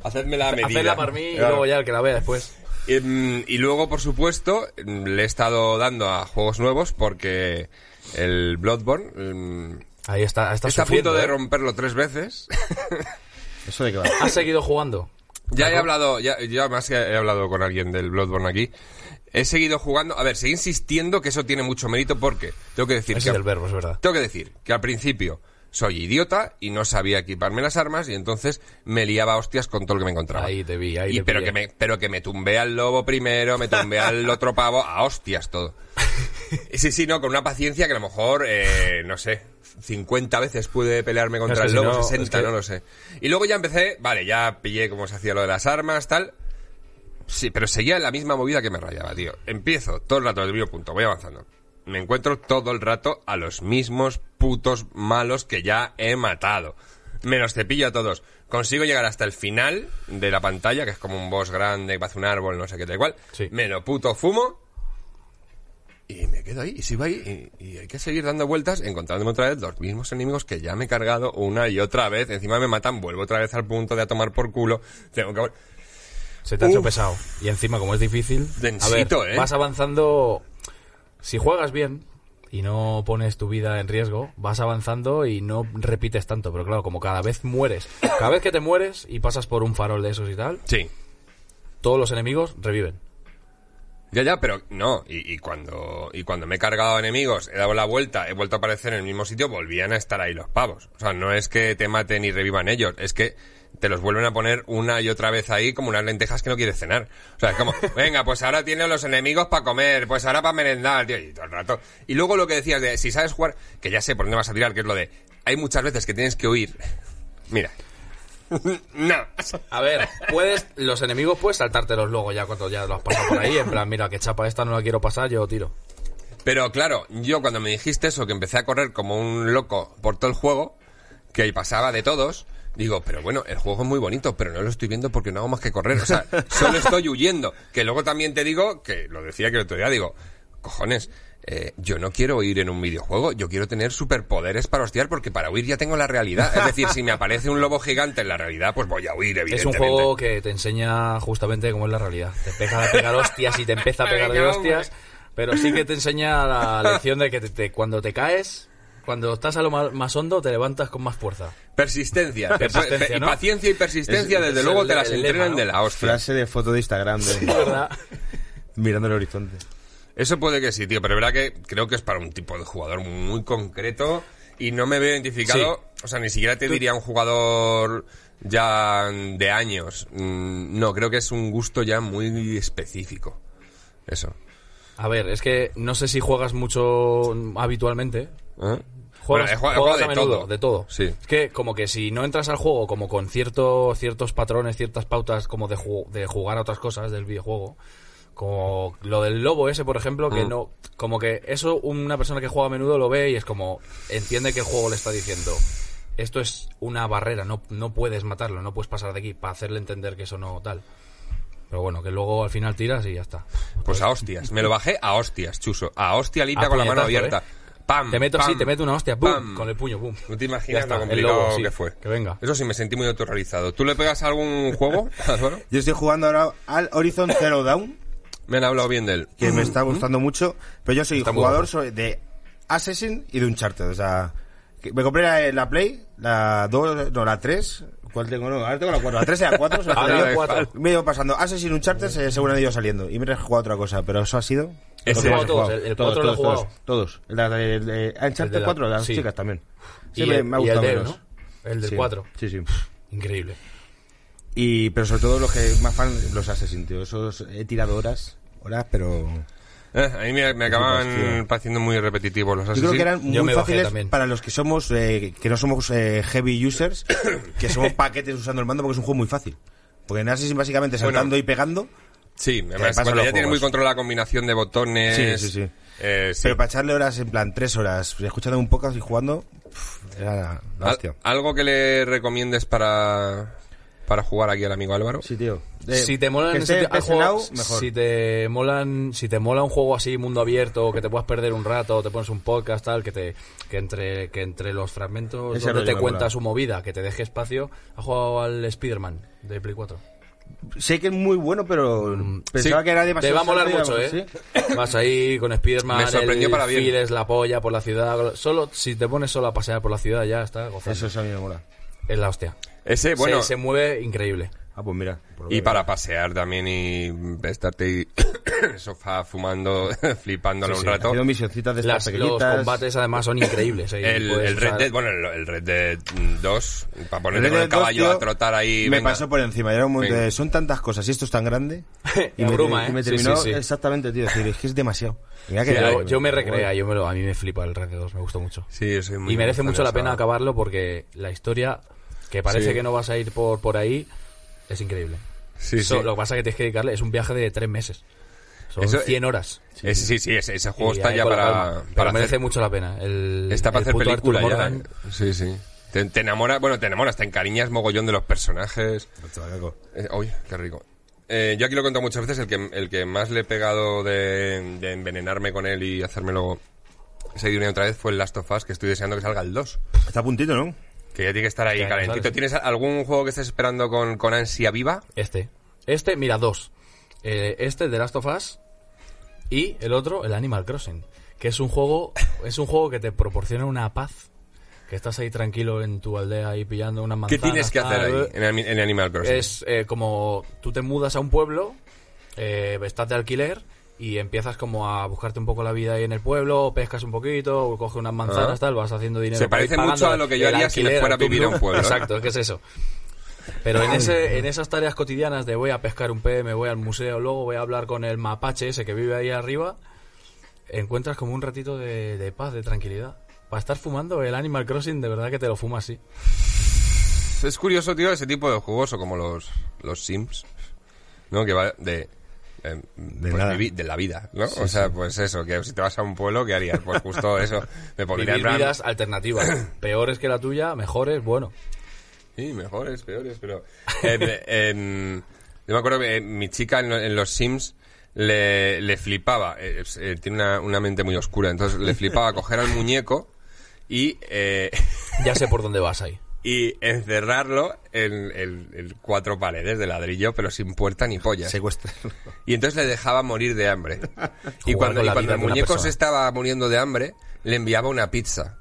C: Hacedme la medida.
A: Hacerla para mí y
C: Claro.
A: luego ya el que la vea después.
C: Em, y luego, por supuesto, em, le he estado dando a juegos nuevos porque el Bloodborne em,
A: Ahí está, está,
C: está a
A: sufriendo,
C: punto de
A: ¿eh?
C: romperlo tres veces.
B: Eso de que va.
A: ¿Has seguido jugando?
C: ya he hablado, ya, ya más que he hablado con alguien del Bloodborne aquí. He seguido jugando. A ver, sigo insistiendo que eso tiene mucho mérito porque tengo que decir
A: Ese
C: que
A: es el verbo, es verdad.
C: Tengo que decir que al principio soy idiota y no sabía equiparme las armas y entonces me liaba a hostias con todo lo que me encontraba.
A: Ahí te vi, ahí
C: Y
A: te
C: pero
A: pillé.
C: que me pero que me tumbé al lobo primero, me tumbé al otro pavo, a hostias todo. Sí, sí, no, con una paciencia que a lo mejor, eh, no sé, 50 veces pude pelearme contra
A: Es que
C: el
A: si
C: lobo,
A: no,
C: 60,
A: es que-
C: no lo sé. Y luego ya empecé, vale, ya pillé cómo se hacía lo de las armas, tal. Sí, pero seguía la misma movida que me rayaba, tío. Empiezo todo el rato del mismo punto, voy avanzando. Me encuentro todo el rato a los mismos putos malos que ya he matado. Me los cepillo a todos. Consigo llegar hasta el final de la pantalla, que es como un boss grande, que parece un árbol, no sé qué, tal y cual.
A: Sí.
C: Me lo puto fumo. Y me quedo ahí, y sigo ahí, y, y hay que seguir dando vueltas, encontrándome otra vez los mismos enemigos que ya me he cargado una y otra vez. Encima me matan, vuelvo otra vez al punto de a tomar por culo. Tengo que... vol-
A: Se te ha hecho
C: Uf.
A: pesado. Y encima, como es difícil,
C: Densito,
A: a ver,
C: ¿eh?
A: vas avanzando. Si juegas bien y no pones tu vida en riesgo, vas avanzando y no repites tanto. Pero claro, como cada vez mueres, cada vez que te mueres y pasas por un farol de esos y tal,
C: Sí.
A: todos los enemigos reviven.
C: Ya, ya, pero no. Y, y cuando y cuando me he cargado enemigos, he dado la vuelta, he vuelto a aparecer en el mismo sitio, volvían a estar ahí los pavos. O sea, no es que te maten y revivan ellos, es que te los vuelven a poner una y otra vez ahí como unas lentejas que no quieres cenar. O sea, es como, venga, pues ahora tienen los enemigos para comer, pues ahora para merendar, tío, y todo el rato. Y luego lo que decías de, si sabes jugar, que ya sé por dónde vas a tirar, que es lo de, hay muchas veces que tienes que huir. Mira. no.
A: A ver, puedes, los enemigos puedes saltártelos luego ya cuando ya los has pasado por ahí. En plan, mira, que chapa esta no la quiero pasar, yo tiro.
C: Pero claro, yo cuando me dijiste eso, que empecé a correr como un loco por todo el juego, que ahí pasaba de todos, digo, pero bueno, el juego es muy bonito, pero no lo estoy viendo porque no hago más que correr. O sea, solo estoy huyendo. Que luego también te digo, que lo decía que el otro día, digo, cojones. eh, yo no quiero ir en un videojuego, yo quiero tener superpoderes para hostiar porque para huir ya tengo la realidad. Es decir, si me aparece un lobo gigante en la realidad, pues voy a huir,
A: Es
C: evidentemente.
A: un juego que te enseña justamente cómo es la realidad. Te empieza a pegar hostias y te empieza a pegar de
C: Venga,
A: hostias, pero sí que te enseña la lección de que te- te- cuando te caes, cuando estás a lo ma- más, hondo, te levantas con más fuerza.
C: Persistencia. Te-
A: Persistencia,
C: pe- y
A: ¿no?
C: paciencia y persistencia,
A: Es-
C: desde
A: es
C: luego,
A: el-
C: te las
A: el lema,
C: entrenan
A: ¿no?
C: de la hostia.
B: Frase de foto de Instagram de-
A: ¿Verdad?
B: mirando el horizonte.
C: Eso puede que sí, tío, pero es verdad que creo que es para un tipo de jugador muy concreto y no me veo identificado. O sea, ni siquiera te diría un jugador ya de años. Mm, No, creo que es un gusto ya muy específico. Eso.
A: A ver, es que no sé si juegas mucho habitualmente.
C: ¿Eh?
A: Juegas,
C: Bueno, he jugado- he
A: juegas
C: jugado
A: a menudo,
C: todo.
A: de todo.
C: Sí.
A: Es que como que si no entras al juego como con cierto, ciertos patrones, ciertas pautas como de, ju- de jugar a otras cosas del videojuego, como lo del lobo ese, por ejemplo,
C: Mm.
A: que no... Como que eso una persona que juega a menudo lo ve y es como... Entiende que el juego le está diciendo... Esto es una barrera, no, no puedes matarlo, no puedes pasar de aquí para hacerle entender que eso no tal. Pero bueno, que luego al final tiras y ya está.
C: Pues a hostias. Me lo bajé a hostias, chuso. A hostia limpia
A: A
C: con la mano
A: puñetazo, eh.
C: abierta. Pam,
A: Te meto
C: Mm, pam,
A: así, te meto una hostia, ¡pum!
C: pam.
A: Con el puño, ¡pum!
C: No te
A: Ya
C: imaginas
A: está,
C: lo
A: el
C: complicado
A: lobo, sí,
C: que fue.
A: que venga.
C: Eso sí, me sentí muy autorrealizado. ¿Tú le pegas a algún juego, Ah, Álvaro?
B: Yo estoy jugando ahora al Horizon Zero Dawn,
C: Me han hablado bien de él.
B: que me está gustando mucho, pero yo soy
A: Está muy
B: jugador
A: guapo.
B: sobre- de Assassin y de Uncharted, o sea, que me compré la, la Play, la 2, no, la 3. ¿Cuál tengo? No, ahora tengo la 4. La 3 y la 4 se las
A: Ahora
B: tengo
A: la
B: yo.
A: cuatro.
B: Me he ido pasando. Assassin's Uncharted se- seguramente he ido saliendo. Y me he jugado otra cosa, pero eso ha sido. lo que más he
C: Ese he
A: jugado
B: jugado.
A: todos, el- el
B: Todos,
A: cuatro lo he
B: todos,
A: jugado.
B: Todos. todos. La, de- de- de
A: El
B: Uncharted
A: de la-
B: 4, las
A: sí.
B: chicas también.
A: Y
B: Sí, me,
A: el-
B: me ha
A: y el
B: gustado
A: del,
B: menos.
A: ¿no? El del
B: Sí,
A: 4.
B: Sí, sí.
A: Increíble.
B: Y, pero sobre todo los que más fan, los Assassin's, tío. Esos he tirado horas, horas, pero...
C: Eh, a mí me, me acababan pareciendo muy repetitivos los
B: Yo creo
C: asesinos.
B: que eran
A: Pues Yo
B: muy
A: me bajé
B: fáciles
A: también.
B: para los que somos eh, que no somos eh, heavy users, que somos paquetes usando el mando porque es un juego muy fácil. Porque en Assassin básicamente saltando
C: Bueno.
B: y pegando,
C: Sí, además,
B: pasan
C: cuando
B: los
C: ya tienes
B: juegos.
C: muy controlada la combinación de botones.
B: Sí, sí, sí.
C: eh, sí.
B: pero para echarle horas en plan tres horas escuchando un podcast y jugando, pf, era la, la
C: Al-
B: hostia.
C: ¿Algo que le recomiendes para, para jugar aquí al amigo Álvaro?
B: Sí, tío. Eh,
A: si te molan
B: que
A: si
B: esté
A: te, hay
B: PS Now,
A: juegos-
B: mejor.
A: si te molan si te mola un juego así mundo abierto que te puedas perder un rato te pones un podcast tal que te que entre que entre los fragmentos
B: Ese
A: donde
B: rollo
A: te
B: me
A: cuenta
B: mola.
A: su movida que te deje espacio ha jugado al Spider-Man de Play 4
B: Sé que es muy bueno, pero pensaba
C: sí.
B: que era
A: Mm, te
B: demasiado
A: va a molar
B: salto y
A: mucho
B: era-
A: eh
B: ¿sí?
A: vas ahí con Spider-Man
C: Me sorprendió
A: el
C: para bien.
A: Phil es la polla por la ciudad solo si te pones solo a pasear por la ciudad ya está gozando
B: Eso es a mí me mola.
A: es la hostia
C: Ese, bueno.
A: se, se mueve increíble
B: Ah, pues mira. por lo
C: Y
B: menos.
C: para pasear también y estarte ahí en el sofá fumando, flipándolo un rato.
B: Haciendo misioncitas de
A: Las-
B: estas
A: los
B: pequeñitas.
A: combates además son increíbles eh, y
C: El,
A: puedes
C: el Red
A: usar-
C: Dead, bueno, el, el Red Dead 2, para
B: El Red
C: ponerte con el
B: Dead dos,
C: caballo
B: tío,
C: a trotar ahí.
B: Me
C: venga.
B: pasó por encima. y era un momento
C: Venga.
B: de, son tantas cosas y esto es tan grande. y me,
A: Abruma,
B: y me
A: ¿eh? Sí,
B: terminó
A: sí, sí.
B: exactamente, tío. decir, es que es demasiado. Mira que
A: Sí,
B: era-
A: yo, yo me recreé, ahí, yo me lo- a mí me flipa el Red Dead 2, me gustó mucho.
C: Sí, yo soy muy
A: y merece
C: fan
A: mucho
C: de
A: la
C: esa-
A: pena acabarlo porque la historia, que parece
C: Sí.
A: que no vas a ir por, por ahí, es increíble.
C: Sí,
A: Eso-
C: sí.
A: Lo que pasa es que tienes que dedicarle, es un viaje de tres meses. Son
C: Eso-
A: 100 horas.
C: Ese- Sí, sí, ese, ese juego
A: Y
C: está
A: ahí
C: ya
A: con la
C: para,
A: calma. Pero
C: para
A: merece
C: hacer,
A: mucho la pena. El,
C: está para
A: el
C: hacer
A: puto
C: película
A: Arthur
C: ya. ¿eh?
A: Morgan,
C: Sí, sí. Te, te enamora, bueno, te enamoras, te encariñas mogollón de los personajes. Eh, uy, qué rico. Eh, yo aquí lo he contado muchas veces, el que, el que más le he pegado de, de envenenarme con él y hacérmelo seguir una y otra vez fue el Last of Us, que estoy deseando que salga el 2.
B: Está a puntito, ¿no?
C: Que ya tiene que estar ahí
A: Ya, no
C: calentito.
A: sales.
C: ¿Tienes algún juego que estés esperando con, con ansia viva?
A: Este. Este, mira, dos. Eh, este, el de Last of Us. Y el otro, el Animal Crossing. Que es un juego, es un juego que te proporciona una paz. Que estás ahí tranquilo en tu aldea ahí pillando una
C: ¿Qué
A: manzana. ah, eh,
C: tienes que hacer ahí en, Ani- en Animal Crossing?
A: Es eh, como tú te mudas a un pueblo, eh, estás de alquiler y empiezas como a buscarte un poco la vida ahí en el pueblo, pescas un poquito, coges unas manzanas,
C: Ah.
A: tal, vas haciendo dinero.
C: Se
A: para ir
C: parece mucho
A: pagando
C: a lo que yo
A: el
C: haría si me
A: alquiler,
C: fuera a
A: el turno.
C: vivir a un pueblo, ¿eh?
A: Exacto, es que es eso. Pero en, ese, en esas tareas cotidianas de voy a pescar un pez, me voy al museo, luego voy a hablar con el mapache ese que vive ahí arriba, encuentras como un ratito de, de paz, de tranquilidad. Para estar fumando el Animal Crossing, de verdad que te lo fumas así.
C: Es curioso, tío, ese tipo de juegos o como los, los Sims, ¿no? Que va de... eh, pues
B: nada.
C: vivi- de la vida, ¿no? o sea, pues eso, que si te vas a un pueblo, ¿qué harías? Pues justo eso, me pondría en
A: Vivir
C: plan-
A: vidas alternativas. Peores que la tuya, mejores, bueno.
C: Sí, mejores, peores, pero... em, em, yo me acuerdo que eh, mi chica en, lo- en los Sims le, le flipaba, eh, es- eh, tiene una, una mente muy oscura, entonces le flipaba coger al muñeco y... eh,
A: Ya sé por dónde vas ahí.
C: y encerrarlo en, en- en cuatro paredes de ladrillo, pero sin puerta ni pollas.
B: Secuestra.
C: Y entonces le dejaba morir de hambre. y
A: Jugar con la
C: cuando, y cuando
A: vida
C: el
A: de una
C: muñeco se
A: persona.
C: estaba muriendo de hambre, le enviaba una pizza.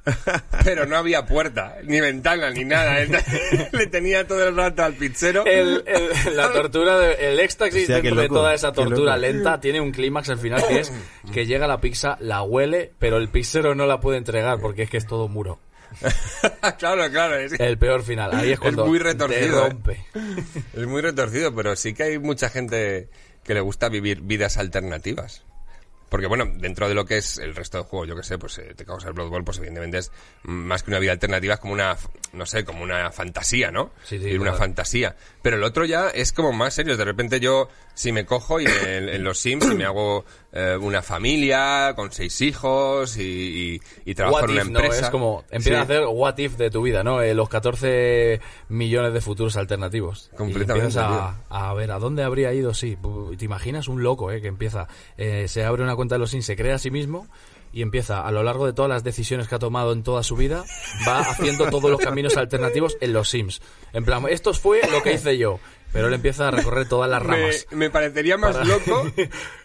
C: Pero no había puerta, ni ventana, ni nada. Entonces, le tenía todo el rato al pizzero.
A: El, el- la tortura, de- el éxtasis
B: O sea, qué
A: dentro de
B: loco,
A: toda esa
B: qué
A: tortura
B: loco.
A: lenta tiene un clímax al final que es que llega la pizza, la huele, pero el pizzero no la puede entregar porque es que es todo muro.
C: claro, claro. Es,
A: El peor final. Ahí es
C: Es
A: cuando
C: muy
A: te
C: retorcido, ¿eh?
A: rompe.
C: es muy retorcido, pero sí que hay mucha gente que le gusta vivir vidas alternativas. Porque bueno, dentro de lo que es el resto del juego, yo que sé, pues eh, te causa el Blood Bowl, pues evidentemente es mm, más que una vida alternativa, es como una, f- no sé, como una fantasía, ¿no?
A: Sí, sí,
C: Vivir una
A: claro.
C: fantasía. Pero el otro ya es como más serio. De repente yo, si me cojo y me- en, en los Sims y me hago eh, una familia con seis hijos y, y- y trabajo
A: What
C: en una
A: if, ¿no?
C: empresa.
A: Es como, empieza a
C: Sí.
A: hacer what if de tu vida, ¿no? Eh, los 14 millones de futuros alternativos. Y
C: Completamente,
A: empiezas a, a ver, ¿a dónde habría ido? Sí, bu- te imaginas un loco, ¿eh? Que empieza, eh, se abre una cuenta de los Sims, se crea a sí mismo y empieza, a lo largo de todas las decisiones que ha tomado en toda su vida, va haciendo todos los caminos alternativos en los Sims. En plan, esto fue lo que hice yo. Pero él empieza a recorrer todas las
C: Me,
A: ramas.
C: me parecería más loco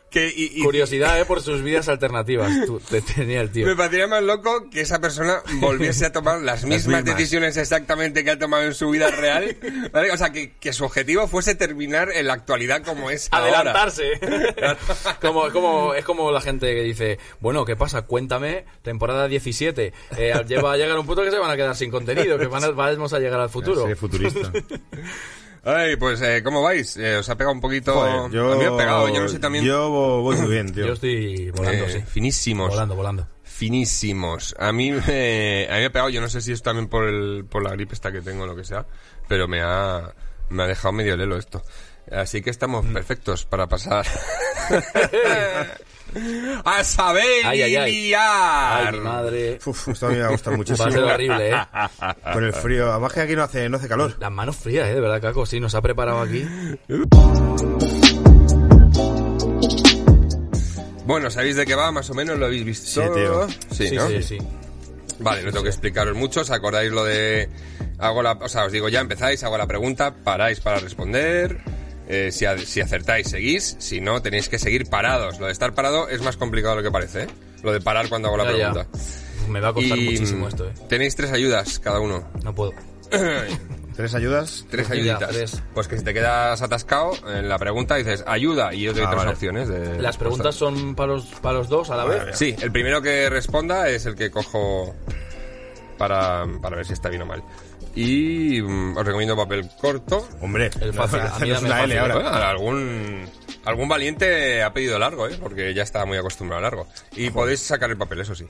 C: que, y- y-
A: Curiosidad, ¿eh? Por sus vidas alternativas. Tú- te tenía el tío.
C: Me parecería más loco que esa persona volviese a tomar las mismas,
B: mismas.
C: decisiones exactamente que ha tomado en su vida real. ¿vale? O sea, que, que su objetivo fuese terminar en la actualidad como es ahora.
A: Adelantarse. como, es como, es como la gente que dice, bueno, ¿qué pasa? Cuéntame, temporada 17. Eh, lleva a llegar un punto que se van a quedar sin contenido, que van a- vamos a llegar al futuro.
D: Serie futurista.
C: Ay, pues, eh, ¿cómo vais? Eh, ¿Os ha pegado un poquito?
B: Joder, yo,
C: A mí me ha pegado, yo no sé también...
B: Yo voy muy bien, tío.
A: Yo estoy volando,
C: Eh,
A: sí.
C: Finísimos.
A: Volando, volando.
C: Finísimos. A mí, me, a mí me ha pegado, yo no sé si es también por, el, por la gripe esta que tengo o lo que sea, pero me ha, me ha dejado medio lelo esto. Así que estamos
A: Mm.
C: perfectos para pasar a saber
A: Ay, ay, ay.
C: lidiar.
A: Ay, mi madre.
B: Uf, esto a mí me gusta
A: Va a ser
B: muchísimo.
A: horrible, ¿eh?
B: Con el frío. Además que aquí no hace, no hace calor.
A: Las manos frías, ¿eh? De verdad, Caco. Sí, nos ha preparado aquí.
C: Bueno, ¿sabéis de qué va? Más o menos lo habéis visto.
B: Sí, tío.
C: Sí,
A: Sí,
C: ¿no?
A: sí, sí.
C: Vale, no tengo que explicaros mucho. ¿Os acordáis lo de.? Hago la, o sea, os digo ya, empezáis, hago la pregunta, paráis para responder. eh, si, a- si acertáis, seguís. Si no, tenéis que seguir parados. Lo de estar parado es más complicado de lo que parece. ¿eh? Lo de parar cuando hago la
A: Ya, ya.
C: pregunta.
A: Uf, Me va a costar muchísimo esto, ¿eh?
C: mm, eh, Tenéis tres ayudas cada uno.
A: No puedo.
B: ¿Tres ayudas?
C: Tres
A: Ya,
C: ayuditas.
A: tres.
C: Pues que si te quedas atascado en la pregunta dices ayuda y yo te doy
B: Ah,
C: tres
B: vale.
C: opciones. de-
A: Las preguntas son para los, para los dos a la vez.
C: Sí, el primero que responda es el que cojo para, para ver si está bien o mal. Y mm, os recomiendo papel corto.
B: Hombre,
A: El fácil,
B: no,
A: a mí
B: hacernos
A: dame
B: una
A: el
B: L
A: fácil,
B: ahora.
C: Ah, algún, algún valiente ha pedido largo, ¿eh? porque ya está muy acostumbrado a largo. Y podéis sacar el papel, eso sí.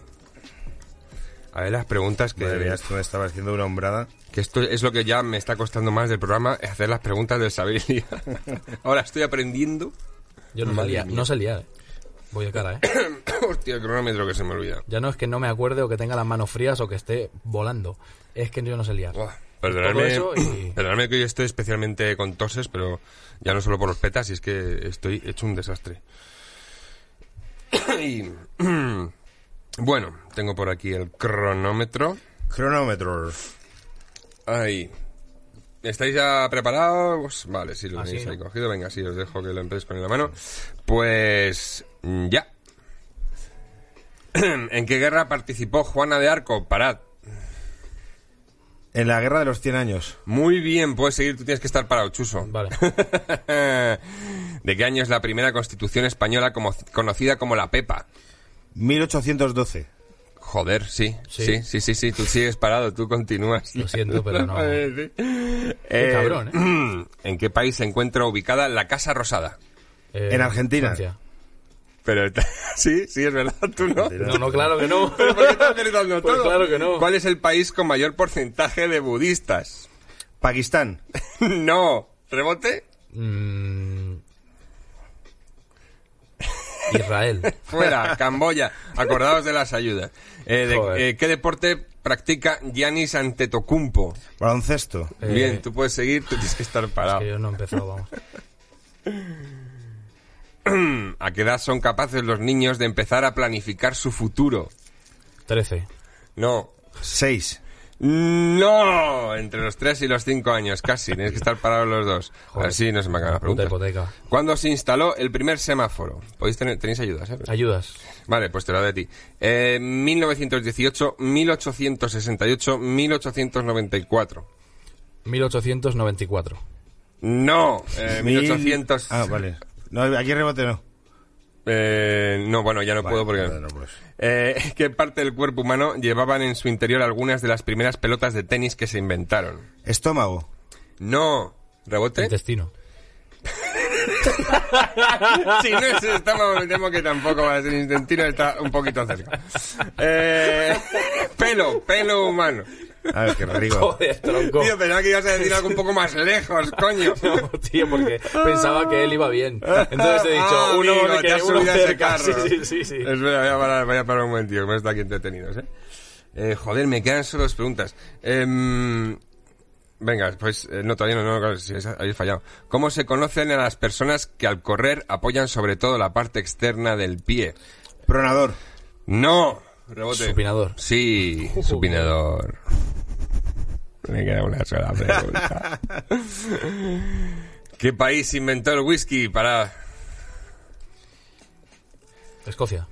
C: A ver las preguntas que...
B: Madre mía, esto me estaba haciendo una hombrada.
C: Que esto es lo que ya me está costando más del programa, es hacer las preguntas del saber y liar. Ahora estoy aprendiendo...
A: Yo no sé liar, no sé liar, ¿eh? Voy de cara, ¿eh?
C: Hostia, el cronómetro que se me olvida.
A: Ya no es que no me acuerde o que tenga las manos frías o que esté volando. Es que yo no sé liar.
C: Buah, Perdonadme,
A: Todo eso y-
C: perdonadme que hoy estoy especialmente con toses, pero ya no solo por los petas, y es que estoy hecho un desastre. Y, bueno, tengo por aquí el cronómetro.
B: Cronómetro.
C: Ahí. ¿Estáis ya preparados? Vale, si lo
A: Así,
C: tenéis ahí
A: ¿no?
C: cogido. Venga, sí, os dejo que lo empecéis con la mano. Pues mm, ya. ¿En qué guerra participó Juana de Arco? Parad.
B: En la guerra de los 100 años.
C: Muy bien, puedes seguir, tú tienes que estar parado, Chuso.
A: Vale.
C: ¿De qué año es la primera constitución española como, conocida como la Pepa?
B: 1812.
C: Joder, sí,
A: Sí.
C: sí, sí, sí, sí, tú sigues parado, tú continúas.
A: Lo siento, pero no.
C: Eh,
A: cabrón,
C: ¿En qué país se encuentra ubicada la Casa Rosada?
A: Eh,
B: En Argentina.
A: Francia.
C: Pero sí, sí, es verdad, tú no.
A: No, no, claro que no.
C: ¿Pero por qué estás gritando
A: ¿eh? Pues
C: todo?
A: claro que no.
C: ¿Cuál es el país con mayor porcentaje de budistas?
B: Pakistán.
C: no. ¿Rebote?
A: Mm. Israel.
C: Fuera, Camboya. Acordaos de las ayudas. Eh, de-
A: Joder.
C: eh, ¿Qué deporte practica Giannis Antetokounmpo?
B: Baloncesto.
A: Eh,
C: Bien, tú puedes seguir, tú tienes que estar parado.
A: Que yo no he empezado, vamos.
C: ¿A qué edad son capaces los niños de empezar a planificar su futuro?
A: 13.
C: No.
B: 6.
C: No, entre los 3 y los 5 años, casi. Tienes que estar parados los dos.
A: Joder.
C: Así no se me acaba la
A: Puta
C: pregunta.
A: hipoteca.
C: ¿Cuándo se instaló el primer semáforo? Podéis tener, tenéis ayudas, ¿eh?
A: Ayudas.
C: Vale, pues te la doy a ti. Eh, 1918, 1868, 1894.
A: 1894.
C: No, eh, 1800.
B: Ah, vale. No, aquí rebote no.
C: Eh, no, bueno, ya no
B: Vale, pues.
C: puedo porque.
B: no, no puedes.
C: Eh, ¿Qué parte del cuerpo humano llevaban en su interior algunas de las primeras pelotas de tenis que se inventaron?
B: Estómago.
C: No, rebote.
A: Intestino.
C: Si no es el estómago, me temo que tampoco va a ser intestino, está un poquito cerca. Eh, pelo, pelo humano.
B: A ver, qué rico.
A: Joder, tronco.
C: Tío, pensaba que ibas a decir algo un poco más lejos, coño.
A: No, tío, porque pensaba que él iba bien. Entonces he dicho,
C: Ah,
A: uno
C: amigo,
A: que
C: te has
A: uno
C: subido a ese
A: cerca.
C: carro.
A: Sí, sí, sí, sí.
C: Espera, voy a parar, voy a parar un momento, tío, que me está aquí entretenidos, ¿eh? Eh, joder, me quedan solo dos preguntas. Em, venga, pues eh, no, todavía no, no, claro, si es- habéis fallado. ¿Cómo se conocen a las personas que al correr apoyan sobre todo la parte externa del pie?
B: Pronador.
C: No, rebote.
A: Supinador.
C: Sí, supinador. Me queda una sola pregunta. ¿Qué país inventó el whisky para
A: Escocia.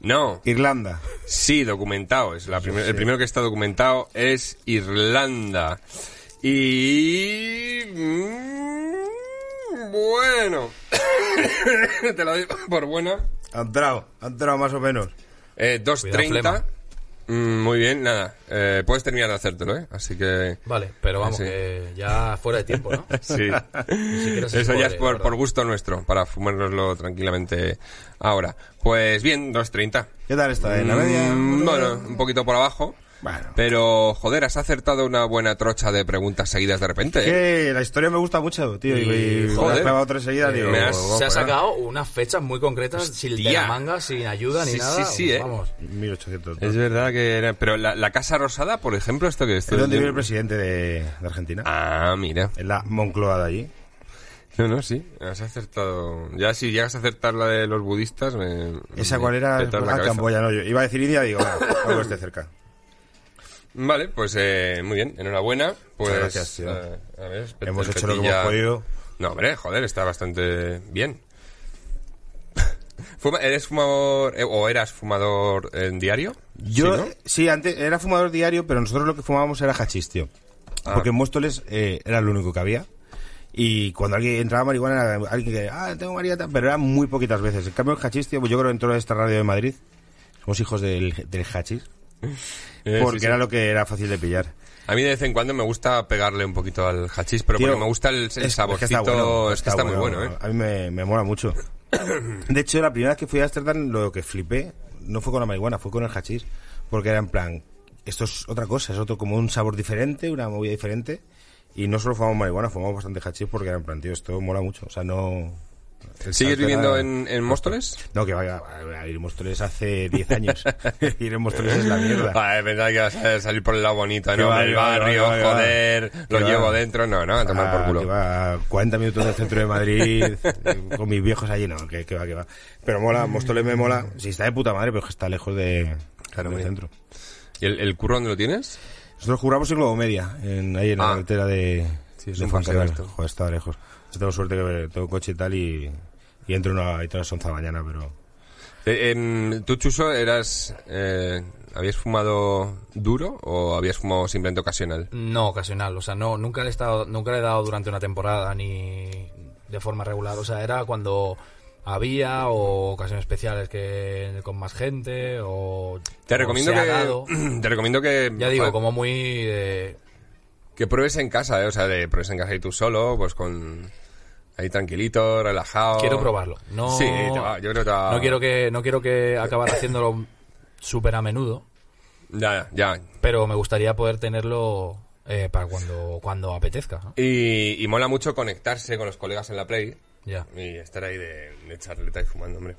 C: No,
B: Irlanda.
C: sí, documentado. Es la primer- El primero que está documentado es Irlanda. Y... mm, Bueno. Te la doy por buena.
B: Han entrado, han entrado más o menos.
C: Eh,
A: Cuidado,
C: 2.30. Mm, muy bien, nada. Eh, puedes terminar de hacértelo, ¿eh? Así que...
A: Vale, pero vamos,
C: Sí.
A: que ya fuera de tiempo, ¿no?
C: Sí.
A: siquiera se
C: Eso
A: puede,
C: ya es por,
A: ¿verdad?
C: por gusto nuestro, para fumárnoslo tranquilamente ahora. Pues bien, 2.30.
B: ¿Qué tal está? ¿En la
C: Mm,
B: media?
C: bueno, un Eh, poquito por abajo.
B: Bueno.
C: Pero, joder, has acertado una buena trocha de preguntas seguidas de repente. ¿eh?
B: Que la historia me gusta mucho, tío. Y,
A: Y,
B: y
C: joder.
B: me has clavado tres seguidas. digo,
C: Me has-
B: guapo,
A: se ha
B: ¿eh?
A: sacado unas fechas muy concretas, sin de la
C: Hostia.
A: manga, sin ayuda ni
C: Sí,
A: nada. pues
C: sí, sí, ¿eh?
A: Vamos.
B: 1800.
C: Es verdad que era... Pero la, la Casa Rosada, por ejemplo, esto que... Esto
B: ¿Es donde vive el presidente de, de Argentina?
C: Eh, Ah, mira.
B: Es la Moncloa de allí.
C: No, no, sí. Has acertado... Ya si llegas a acertar la de los budistas... me-
B: ¿Esa
C: me
B: cuál era?
C: petas la
B: Ah,
C: cabeza.
B: Camboya, no. Yo iba a decir India, digo, bueno, algo esté cerca.
C: Vale, pues eh, muy bien, enhorabuena. Pues,
B: Muchas gracias, tío.
C: eh, a ver, espérate,
B: Hemos hecho lo que
C: petilla.
B: hemos podido.
C: No, hombre, joder, está bastante bien. Fuma- ¿Eres fumador eh, o eras fumador en diario?
B: Yo,
C: ¿Sí, no?
B: sí, antes era fumador diario, pero nosotros lo que fumábamos era hachís, tío.
C: Ah.
B: Porque en Móstoles eh, era lo único que había. Y cuando alguien entraba marihuana, era alguien que, ah, tengo marihuana, pero era muy poquitas veces. En cambio, el hachís, tío, pues yo creo que en toda esta radio de Madrid somos hijos del, del hachís.
C: Eh,
B: porque
C: sí, sí.
B: era lo que era fácil de pillar.
C: A mí de vez en cuando me gusta pegarle un poquito al hachís, pero
B: Tío,
C: porque me gusta el, el
B: es- es que está
C: saborcito,
B: bueno,
C: es que está, muy bueno, ¿eh?
B: A mí me, me mola mucho. De hecho, la primera vez que fui a Amsterdam, lo que flipé no fue con la marihuana, fue con el hachís. Porque era en plan, esto es otra cosa, es otro como un sabor diferente, una movida diferente. Y no solo fumamos marihuana, fumamos bastante hachís porque era en plan, tío, esto mola mucho. O sea, no. el
C: ¿Sigues
B: salto
C: viviendo
B: era-
C: en, en Móstoles?
B: No, que vaya, a ir a Móstoles hace 10 años. ir a Móstoles es la mierda.
C: Ah, es verdad que vas a salir por el lado bonito,
B: Que
C: ¿no?
B: va,
C: el
B: que va, que va,
C: barrio,
B: que va, que va.
C: joder, lo
B: Que va.
C: llevo dentro, no, no, a tomar por
B: Ah, que
C: culo.
B: va a 40 minutos del centro de Madrid, eh, con mis viejos allí, no, que, que va, que va. Pero mola, Móstoles me mola. Si está de puta madre, pero es que está lejos de,
C: Claro,
B: del
C: hombre.
B: centro.
C: ¿Y el, el curro dónde lo tienes?
B: Nosotros juramos en Globo Media, en, ahí en la
C: Ah.
B: carretera de,
C: Sí, es
B: de
C: un
B: Fonseca.
C: paseo esto.
B: Joder, está lejos. Yo tengo suerte que tengo coche y tal y, y entro una, y a las 11 de la mañana, pero...
C: Eh, em, ¿Tú, Chuso, eras, eh, habías fumado duro o habías fumado simplemente ocasional?
A: No, ocasional. O sea, no, nunca le he estado, nunca le he dado durante una temporada ni de forma regular. O sea, era cuando había o ocasiones especiales que con más gente o
C: Te
A: o
C: recomiendo
A: se ha
C: que,
A: dado.
C: te recomiendo que,
A: Ya digo,
C: joder,
A: como muy eh,
C: que pruebes en casa, eh, o sea, de pruebes en casa y tú solo, pues con ahí tranquilito, relajado.
A: quiero probarlo. No,
C: Oh. Sí, te va, yo creo que te va-
A: no quiero que no quiero que acabar haciéndolo súper a menudo,
C: Ya, ya.
A: pero me gustaría poder tenerlo eh, para cuando cuando apetezca. ¿no?
C: Y, y mola mucho conectarse con los colegas en la play
A: Ya.
C: y estar ahí de, de charleta y fumando, hombre.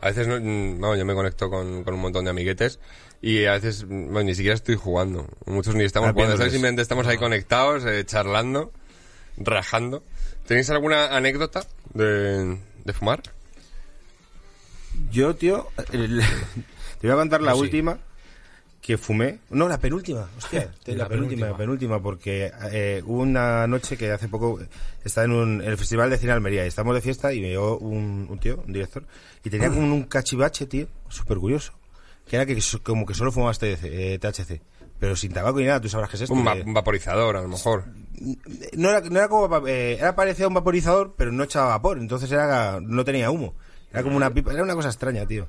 C: A veces, no, mm, vamos, yo me conecto con, con un montón de amiguetes y a veces, mm, bueno, ni siquiera estoy jugando. Muchos ni estamos
B: Ah,
C: jugando,
B: viéndoles.
C: ¿sabes? Simplemente estamos ahí conectados, eh, charlando, rajando. ¿Tenéis alguna anécdota de, de fumar?
B: Yo, tío, el- te voy a contar la
A: Sí.
B: última que fumé. Ah, No, la penúltima, hostia. la,
A: La
B: penúltima,
A: penúltima.
B: la penúltima, porque eh, hubo una noche que hace poco estaba en, un- en el Festival de Cine de Almería y estábamos de fiesta y me llegó un, un tío, un director, y tenía como un cachivache, tío, súper curioso. Que era que so- como que solo fumabas THC, eh, THC, pero sin tabaco ni nada, tú sabrás qué es esto.
C: Un, va-
B: que-
C: un vaporizador, a lo mejor.
B: no era, no era como vapa- eh, era parecido a un vaporizador pero no echaba vapor entonces era no tenía humo era como una pipa era una cosa extraña tío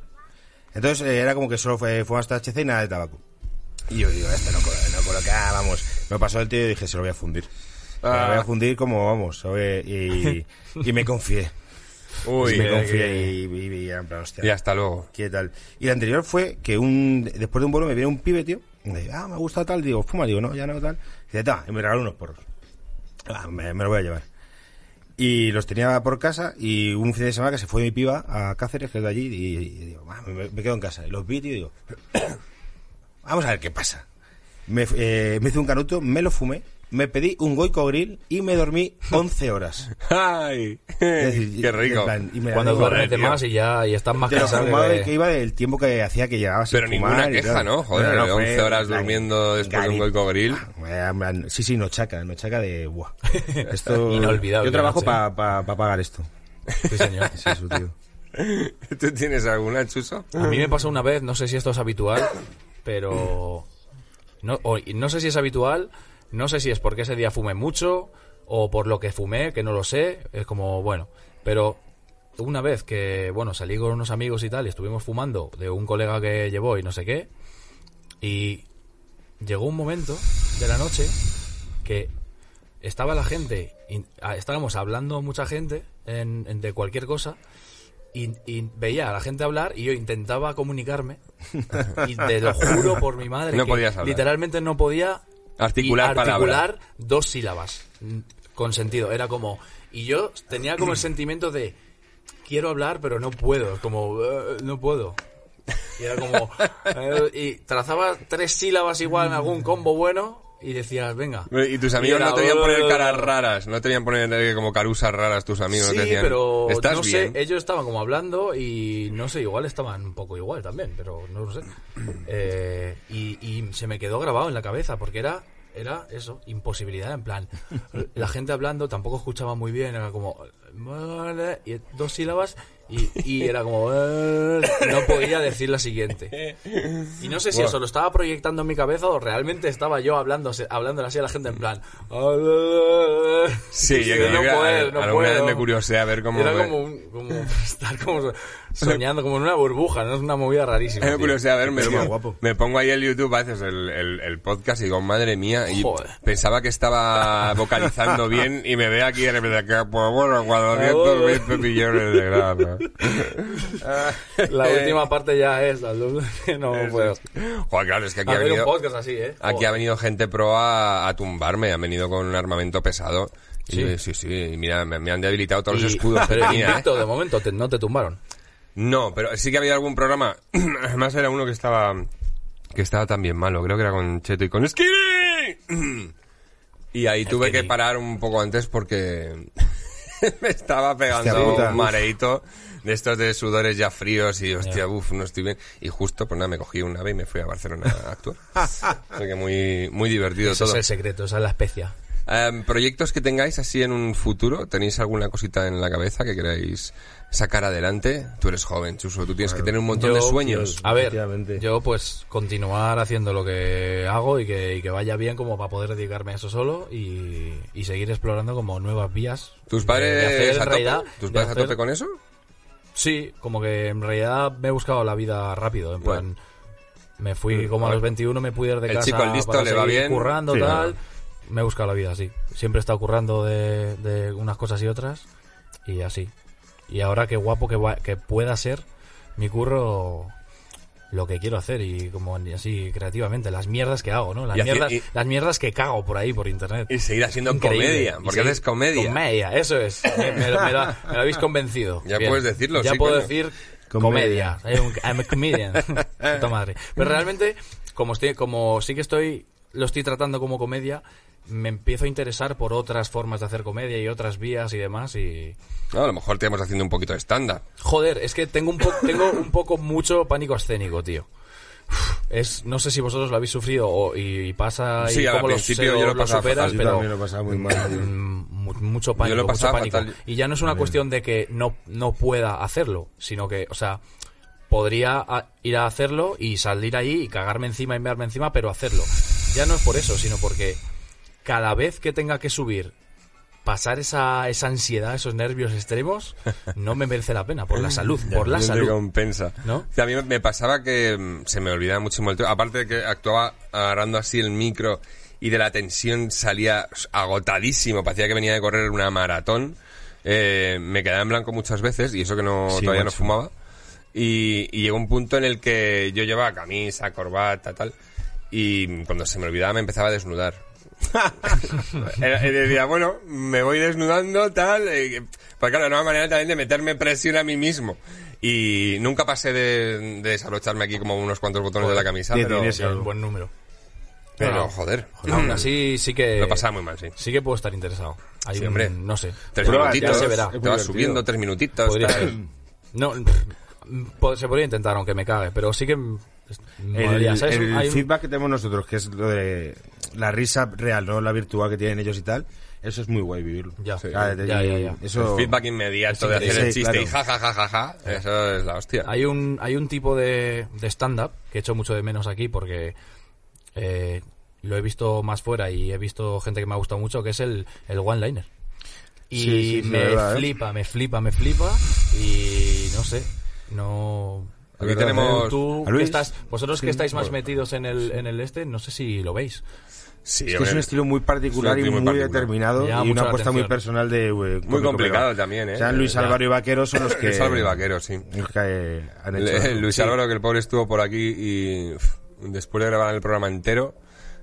B: entonces eh, era como que solo fue fue hasta HC y nada de tabaco y yo digo esto no colo- no coloca vamos me pasó el tío y dije se lo voy a fundir se lo
C: Ah.
B: voy a fundir como vamos eh, y, y me confié
C: Uy,
B: me
A: eh,
B: confié y, y- y era en plan, hostia.
C: y hasta luego.
B: ¿Qué tal? Y la anterior fue que un después de un vuelo me viene un pibe, tío. y me dice, ah, me gusta tal. Digo, fuma. Digo, no, ya no, tal. Y, dice, "Ta", y me regaló unos porros. Ah, me, me los voy a llevar. Y los tenía por casa y un fin de semana que se fue mi piba a Cáceres, que es de allí, y, y digo, "Ah, me, me quedo en casa. Y los vi, tío, y digo, vamos a ver qué pasa. Me, eh, me hice un canuto, me lo fumé, me pedí un goico grill y me dormí 11 horas.
C: ¡Ay!
B: Es decir,
C: ¡Qué
B: en
C: rico!
B: plan, y me la
A: Cuando
B: digo,
A: duermes
C: tío.
A: más y ya y estás más
B: de lo
A: cansado.
B: fumado
A: que-
B: y que iba del tiempo que hacía que llegabas
C: Pero ninguna queja, ¿no? Joder, 11 horas durmiendo después de un goico grill.
B: Sí, sí, no chaca, no chaca de... Buah. Esto,
A: Inolvidable
B: Yo trabajo
A: noche.
B: para pagar esto.
A: Sí, señor.
B: Sí, eso, tío.
C: ¿Tú tienes alguna, Chuso?
A: A mí me pasó una vez, no sé si esto es habitual, pero. No, o- y no sé si es habitual, no sé si es porque ese día fumé mucho o por lo que fumé, que no lo sé. Es como, bueno. Pero una vez que, bueno, salí con unos amigos y tal y estuvimos fumando de un colega que llevó y no sé qué. Y llegó un momento de la noche que estaba la gente, in- a- estábamos hablando mucha gente en- en- de cualquier cosa y, y veía a la gente hablar y yo intentaba comunicarme y te lo juro por mi madre
C: No
A: que
C: podías hablar.
A: literalmente no podía
C: Articular
A: y- articular
C: palabra.
A: dos sílabas mm, con sentido era como y yo tenía como el sentimiento de quiero hablar pero no puedo como "Eh, no puedo y era como eh, y trazaba tres sílabas igual en algún combo bueno y decías venga
C: Y tus amigos
A: era,
C: no te veían poner
A: "Eh".
C: caras raras, no te veían poner eh, como carusas raras tus amigos. no
A: Sí,
C: te decían,
A: pero
C: ¿Estás
A: no
C: bien?
A: sé, eh, ellos estaban como hablando y no sé, igual estaban un poco igual también, pero no lo sé. Eh, y, y se me quedó grabado en la cabeza porque era era eso, imposibilidad, en plan, la gente hablando tampoco escuchaba muy bien, era como y dos sílabas y, y era como "Eh", no podía decir la siguiente. Y no sé si
C: Buah.
A: eso lo estaba proyectando en mi cabeza o realmente estaba yo hablando hablándole así a la gente en plan "Eh",
C: Sí, yo creo que a- alguna vez me curioseé a ver cómo-
A: Era como, un- como estar como soñando, como en una burbuja, ¿no? Es una movida rarísima.
C: Es
A: tío.
C: curiosidad, a ver, me,
B: Pero más guapo.
C: me pongo ahí el YouTube, haces el, el- el podcast y digo, madre mía, y
A: Joder.
C: pensaba que estaba vocalizando bien y me ve aquí de repente, que, pues bueno, 420 millones de grados.
A: La última parte ya es la luz que no puedo.
C: Joder, claro, es que aquí ha
A: Hacer un
C: venido...
A: podcast así, ¿eh?
C: Aquí ha venido gente pro a, a tumbarme, han venido con un armamento pesado. Y
A: Sí.
C: yo, sí, sí, y mira, me, me han debilitado todos
A: Y-
C: los escudos. que
A: Pero
C: tenía, ¿eh?
A: invicto, de momento, te- no te tumbaron.
C: No, pero sí que había algún programa. Además era uno que estaba que estaba también malo, creo que era con Cheto y con Skinny. Y ahí tuve que
A: Skinny.
C: parar un poco antes porque me estaba
B: Hostia
C: pegando
B: puta.
C: un mareito de estos de sudores ya fríos y hostia, uff, no estoy bien. Y justo, pues nada, me cogí un ave y me fui a Barcelona a actuar. o sea que muy, muy divertido
A: Pues Ese
C: todo.
A: es el secreto, esa es la especia.
C: Em, ¿Proyectos que tengáis así en un futuro? ¿Tenéis alguna cosita en la cabeza que queráis sacar adelante? Tú eres joven, Chuso, tú tienes que tener un montón de
A: Yo,
C: sueños.
A: A ver,
B: Efectivamente.
A: yo pues continuar haciendo lo que hago y que, y que vaya bien como para poder dedicarme a eso solo y, y seguir explorando como nuevas vías.
C: ¿Tus
A: de-
C: padres,
A: de hacer en
C: a,
A: realidad-
C: tope? ¿Tus
A: de
C: padres a
A: hacer-
C: tope con eso?
A: Sí, como que en realidad me he buscado la vida rápido, en plan... Me fui como a los 21, me pude ir de
C: Mm, El
A: casa
C: chico, el listo,
A: para
C: le va
A: seguir
C: bien.
A: currando,
B: Sí,
A: tal. Me he buscado la vida así. Siempre he estado currando de, de unas cosas y otras y así. Y ahora qué guapo que, va- que pueda ser mi curro lo que quiero hacer y como en- así creativamente, las mierdas que hago, ¿no? Las,
C: Y haci-
A: mierdas,
C: y-
A: las mierdas que cago por ahí, por internet.
C: Y seguir haciendo
A: Increíble.
C: comedia,
A: Y
C: porque
A: sí,
C: haces comedia.
A: Comedia, eso es. Me, me lo, me lo- me lo habéis convencido.
C: Ya puedes decirlo,
A: Ya
C: sí,
A: puedo
C: coño.
A: decir comedia.
B: Comedia.
A: Soy un- I'm a comedian. Puta madre. Pero realmente, como, estoy, como sí que estoy, lo estoy tratando como comedia, me empiezo a interesar por otras formas de hacer comedia y otras vías y demás y...
C: No, a lo mejor te vamos haciendo un poquito de stand-up.
A: Joder, es que tengo un, po- tengo un poco mucho pánico escénico, tío. Uf, Es, no sé si vosotros lo habéis sufrido o- y, y pasa y
C: Sí, al
A: cómo lo,
C: principio
A: se-
C: yo lo pasaba
A: superas,
C: fatal.
B: Yo
A: pero
B: también lo pasaba muy mal.
A: Mm, mu- mucho pánico,
C: Yo lo
A: mucho
C: pasaba
A: pánico.
C: fatal.
A: Y ya no es una cuestión de que no, no pueda hacerlo, sino que, o sea, podría a- ir a hacerlo y salir ahí y cagarme encima y mearme encima, pero hacerlo. Ya no es por eso, sino porque cada vez que tenga que subir, pasar esa, esa ansiedad, esos nervios extremos, no me merece la pena, por la salud, por la
C: Bien te
A: salud.
C: compensa.
A: ¿No?
C: O sea, a mí me pasaba que mm, se me olvidaba muchísimo el tema. Aparte de que actuaba agarrando así el micro y de la tensión salía agotadísimo. Parecía que venía de correr una maratón. Eh, me quedaba en blanco muchas veces y eso que no
B: Sí,
C: todavía no
B: macho.
C: fumaba. Y, y llegó un punto en el que yo llevaba camisa, corbata, tal. Y cuando se me olvidaba me empezaba a desnudar. Era- y decía, bueno, me voy desnudando, tal. eh, Porque claro, era una manera también de meterme presión a mí mismo. Y nunca pasé de, de desabrocharme aquí como unos cuantos botones de la camisa.
B: Te
C: Pero,
B: tienes-
A: Es un buen número.
C: pero, joder,
A: Aún así sí que...
C: lo pasaba muy mal, sí.
A: Sí que puedo estar interesado. Hay
C: Sí,
A: un-
C: hombre.
A: no sé.
C: Tres
B: Prueba,
C: minutitos,
A: ya se
C: te
A: verá.
C: vas
B: Es muy divertido.
C: subiendo tres minutitos.
A: Podría
C: tal.
A: ser. No, po- se podría intentar, aunque me cague, pero sí que. mm,
B: El,
A: molaría, ¿sabes?
B: el
A: Hay un-
B: feedback que tenemos nosotros, que es lo de la risa real, no la virtual que tienen ellos y tal, Eso es muy guay vivirlo.
A: Ya. Sí.
B: Ah, de-
A: Ya, ya, ya.
B: Eso...
C: El feedback inmediato de hacer
B: increíble.
C: el
B: Sí,
C: chiste y ja,
B: claro.
C: ja, ja, ja, ja, Eso es la hostia.
A: Hay un, hay un tipo de, de stand-up que echo mucho de menos aquí porque eh, lo he visto más fuera y he visto gente que me ha gustado mucho, que es el, el one-liner. Y
B: Sí, sí, sí,
A: me
B: es verdad, ¿eh?
A: flipa, me flipa, me flipa y no sé, no...
C: Aquí
A: Pero
C: tenemos
A: tú,
B: a Luis.
A: que estás, vosotros que estáis más
B: bueno.
A: metidos en el, en el este, no sé si lo veis.
C: Sí,
B: Es que
C: hombre,
B: es un estilo muy particular
C: Es un
B: y
C: estilo
B: muy,
C: muy particular.
B: determinado
A: Me llama
B: y
A: mucho
B: una
A: la
B: apuesta muy
A: atención.
B: personal de... eh, cómico
C: complicado
B: peruano.
C: también, ¿eh?
B: O sea, Luis
A: Ya.
B: Álvaro y Vaquero son los que...
C: Luis Álvaro y Vaquero, sí.
B: los que, eh, han hecho...
C: Le- Luis
B: Sí.
C: Álvaro, que el pobre estuvo por aquí y pff, después de grabar el programa entero,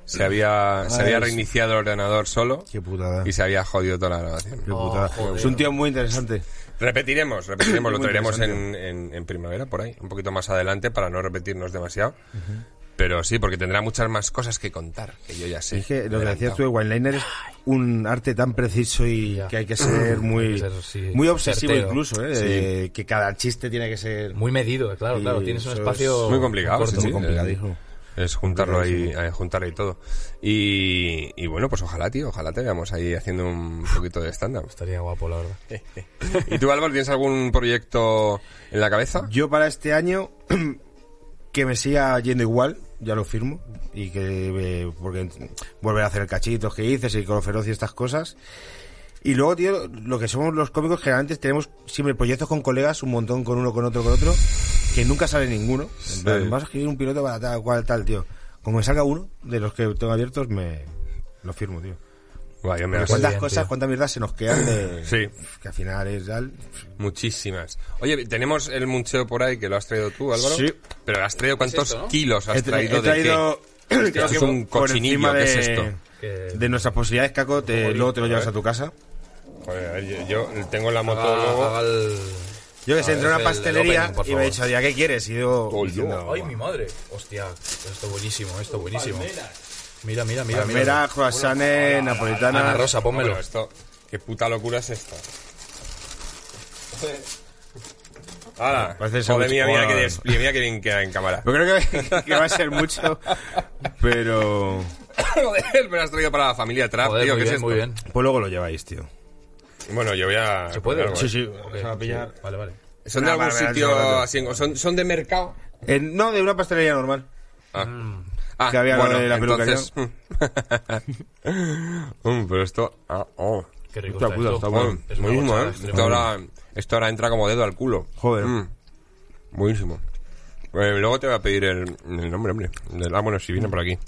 C: se había, se
B: Ay,
C: había
B: es-
C: reiniciado el ordenador solo
B: Qué putada.
C: y se había jodido toda la grabación.
B: Qué
A: Oh,
B: putada.
A: joder.
B: es un tío muy interesante.
C: Repetiremos, repetiremos, lo
B: Muy
C: traeremos en, en- en primavera, por ahí, un poquito más adelante para no repetirnos demasiado. Pero sí, porque tendrá muchas más cosas que contar, que yo ya sé.
B: Es que lo que decías tú
C: Adelantado.
B: de Wineliner es un arte tan preciso y
A: Ya.
B: que hay que ser muy,
A: que ser, sí,
B: muy obsesivo
A: certero.
B: incluso, ¿eh? De que cada chiste tiene que ser
A: Muy medido, claro,
B: Y
A: claro, tienes un
B: eso es
A: espacio...
C: muy complicado,
A: corto.
C: sí, sí.
B: muy complicadijo.
C: Es juntarlo ahí, eh, juntarlo y todo. Y, y bueno, pues ojalá, tío, ojalá te veamos ahí haciendo un poquito de stand-up.
A: Estaría guapo, la verdad.
C: Ah. ¿Y tú, Álvaro, tienes algún proyecto en la cabeza?
B: Yo para este año que me siga yendo igual, ya lo firmo y que eh, porque volver a hacer el cachitos que hice, seguir con lo feroz y estas cosas. Y luego, tío, lo que somos los cómicos generalmente tenemos siempre proyectos con colegas, un montón con uno, con otro, con otro, que nunca sale ninguno. En plan, Vas a escribir un piloto para tal, cual, tal, tío. Como me salga uno de los que tengo abiertos, me lo firmo, tío.
C: Vaya, me
B: Pero
C: has-
B: cuántas
A: bien,
B: cosas,
A: tío.
B: cuántas mierdas se nos quedan de...
C: Sí.
B: Que al final es tal...
C: Muchísimas. Oye, tenemos el muncheo por ahí que lo has traído tú, Álvaro.
B: Sí.
C: Pero has traído cuántos
A: esto, no?
C: kilos has
B: He tra-
C: traído,
B: he traído-
C: de qué?
B: creo
C: Esto
B: que
C: es un
B: por
C: cochinillo,
B: encima
C: ¿qué es
B: de-
C: esto?
A: Que-
B: De nuestras posibilidades, Caco, te- luego te lo llevas a tu casa.
C: Joder, a ver, yo, yo tengo la moto luego.
A: Haga- haga el-
B: Yo que sé,
A: A
B: entré a
A: ver,
B: una
A: el- el
B: pastelería
A: opening, por
B: y me he
A: favor.
B: dicho, ¿ya qué quieres? Y yo...
C: Oh, yo.
B: diciendo, "Pues
A: ¡Ay, mi madre! Hostia, esto buenísimo, esto buenísimo. Mira, mira, mira, mira.
B: Palmera, croissant,
A: Ana
B: napolitana...
A: Rosa, pónmelo.
C: Bueno, esto, ¿Qué puta locura es esta? ¡Hala!
B: Parece el
C: Joder,
B: sándwich.
C: mía, mira
B: Hola.
C: que despliegue, mira que bien queda en cámara.
B: Yo creo que, que va a ser mucho, pero...
C: Joder, me lo has traído para la familia Trap,
A: Joder,
C: Ah, tío,
A: muy
C: ¿qué
A: bien,
C: es
A: muy bien.
C: esto?
B: Pues luego lo lleváis, tío.
C: Bueno, yo voy a...
A: ¿Se puede?
C: algo, eh.
A: Ok,
B: se va a pillar.
A: sí, Vale, vale.
C: ¿Son de
B: Una
C: algún
B: barbaridad,
C: sitio
B: una barbaridad.
C: así? en- ¿Son, son de mercado?
B: Eh, no, de una pastelería normal.
C: Ah. Ah,
B: Que había lo de la peluquería.
C: entonces... Mm, pero esto... Ah, oh.
A: Qué rico
B: Hostia
A: está
B: puta,
A: esto.
B: está bueno.
C: Bueno,
A: Es una este
C: buenísimo,
A: gozada,
C: ¿eh?
A: es una
C: Esto
A: gozada.
C: ahora, esto ahora entra como dedo al culo. Mm.
B: Joder.
C: buenísimo. Eh, luego te voy a pedir el, el nombre, hombre. del- ah, bueno, si viene por aquí.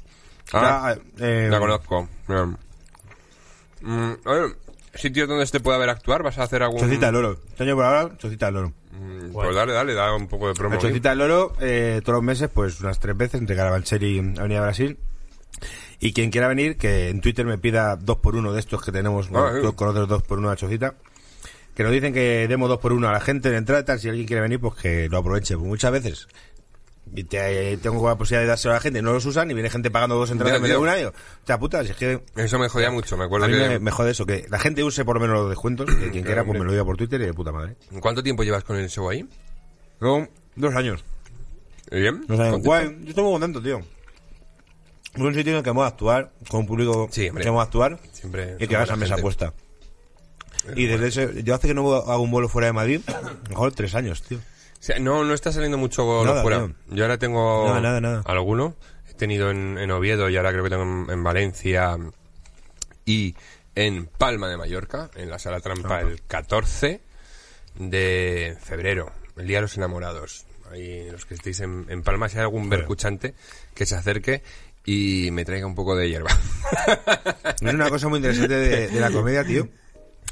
C: Ah,
B: Ya, eh,
C: la conozco. Mira. Mm, oye, ¿Sitios donde se te pueda ver actuar? ¿Vas a hacer algún...?
B: Chocita del oro. Este año por ahora, chocita del oro.
C: Mm, Pues dale, dale, da un poco de promo.
B: La
C: aquí.
B: Chocita del Oro, eh, todos los meses, pues unas tres veces, entre Carabanchel y Avenida Brasil. Y quien quiera venir, que en Twitter me pida dos por uno de estos que tenemos, bueno,
C: sí.
B: con, con otros dos por uno a la Chocita. Que nos dicen que demos dos por uno a la gente de entrada y tal. Si alguien quiere venir, pues que lo aproveche. Pues muchas veces y te- tengo la posibilidad de dárselo a la gente, no los usan y viene gente pagando dos entradas
C: Ya,
B: en vez de
C: tío.
B: una. y yo, Hostia puta, si es que
C: Eso me jodía mucho, me acuerdo
B: a mí
C: que...
B: me, me jode eso, que la gente use por lo menos los descuentos. Que quien quiera, pues me lo diga por Twitter y de puta madre.
C: ¿Cuánto tiempo llevas con el show ahí?
B: Luego, dos años.
C: ¿Bien?
B: No sé,
C: ¿Contento?
B: guay. Yo estoy muy contento, tío. Es un sitio en el que vamos a actuar, con un público
C: Sí,
B: que
C: hombre.
B: vamos a actuar,
C: Siempre
B: y
C: son
B: que vas a
C: buena
B: mesa
C: gente.
B: puesta. Y desde ese, yo hace que no hago un vuelo fuera de Madrid, a lo mejor tres años, tío.
C: O sea, no, no está saliendo mucho
B: Nada,
C: lo fuera.
B: tío.
C: Yo ahora tengo
B: Nada, nada, nada.
C: alguno. He tenido en, en Oviedo y ahora creo que tengo en, en Valencia y en Palma de Mallorca, en la sala trampa, el 14 de febrero, el Día de los Enamorados. Ahí los que estéis en, en Palma, si hay algún bercuchante que se acerque y me traiga un poco de hierba.
B: Es una cosa muy interesante de, de la comedia, tío.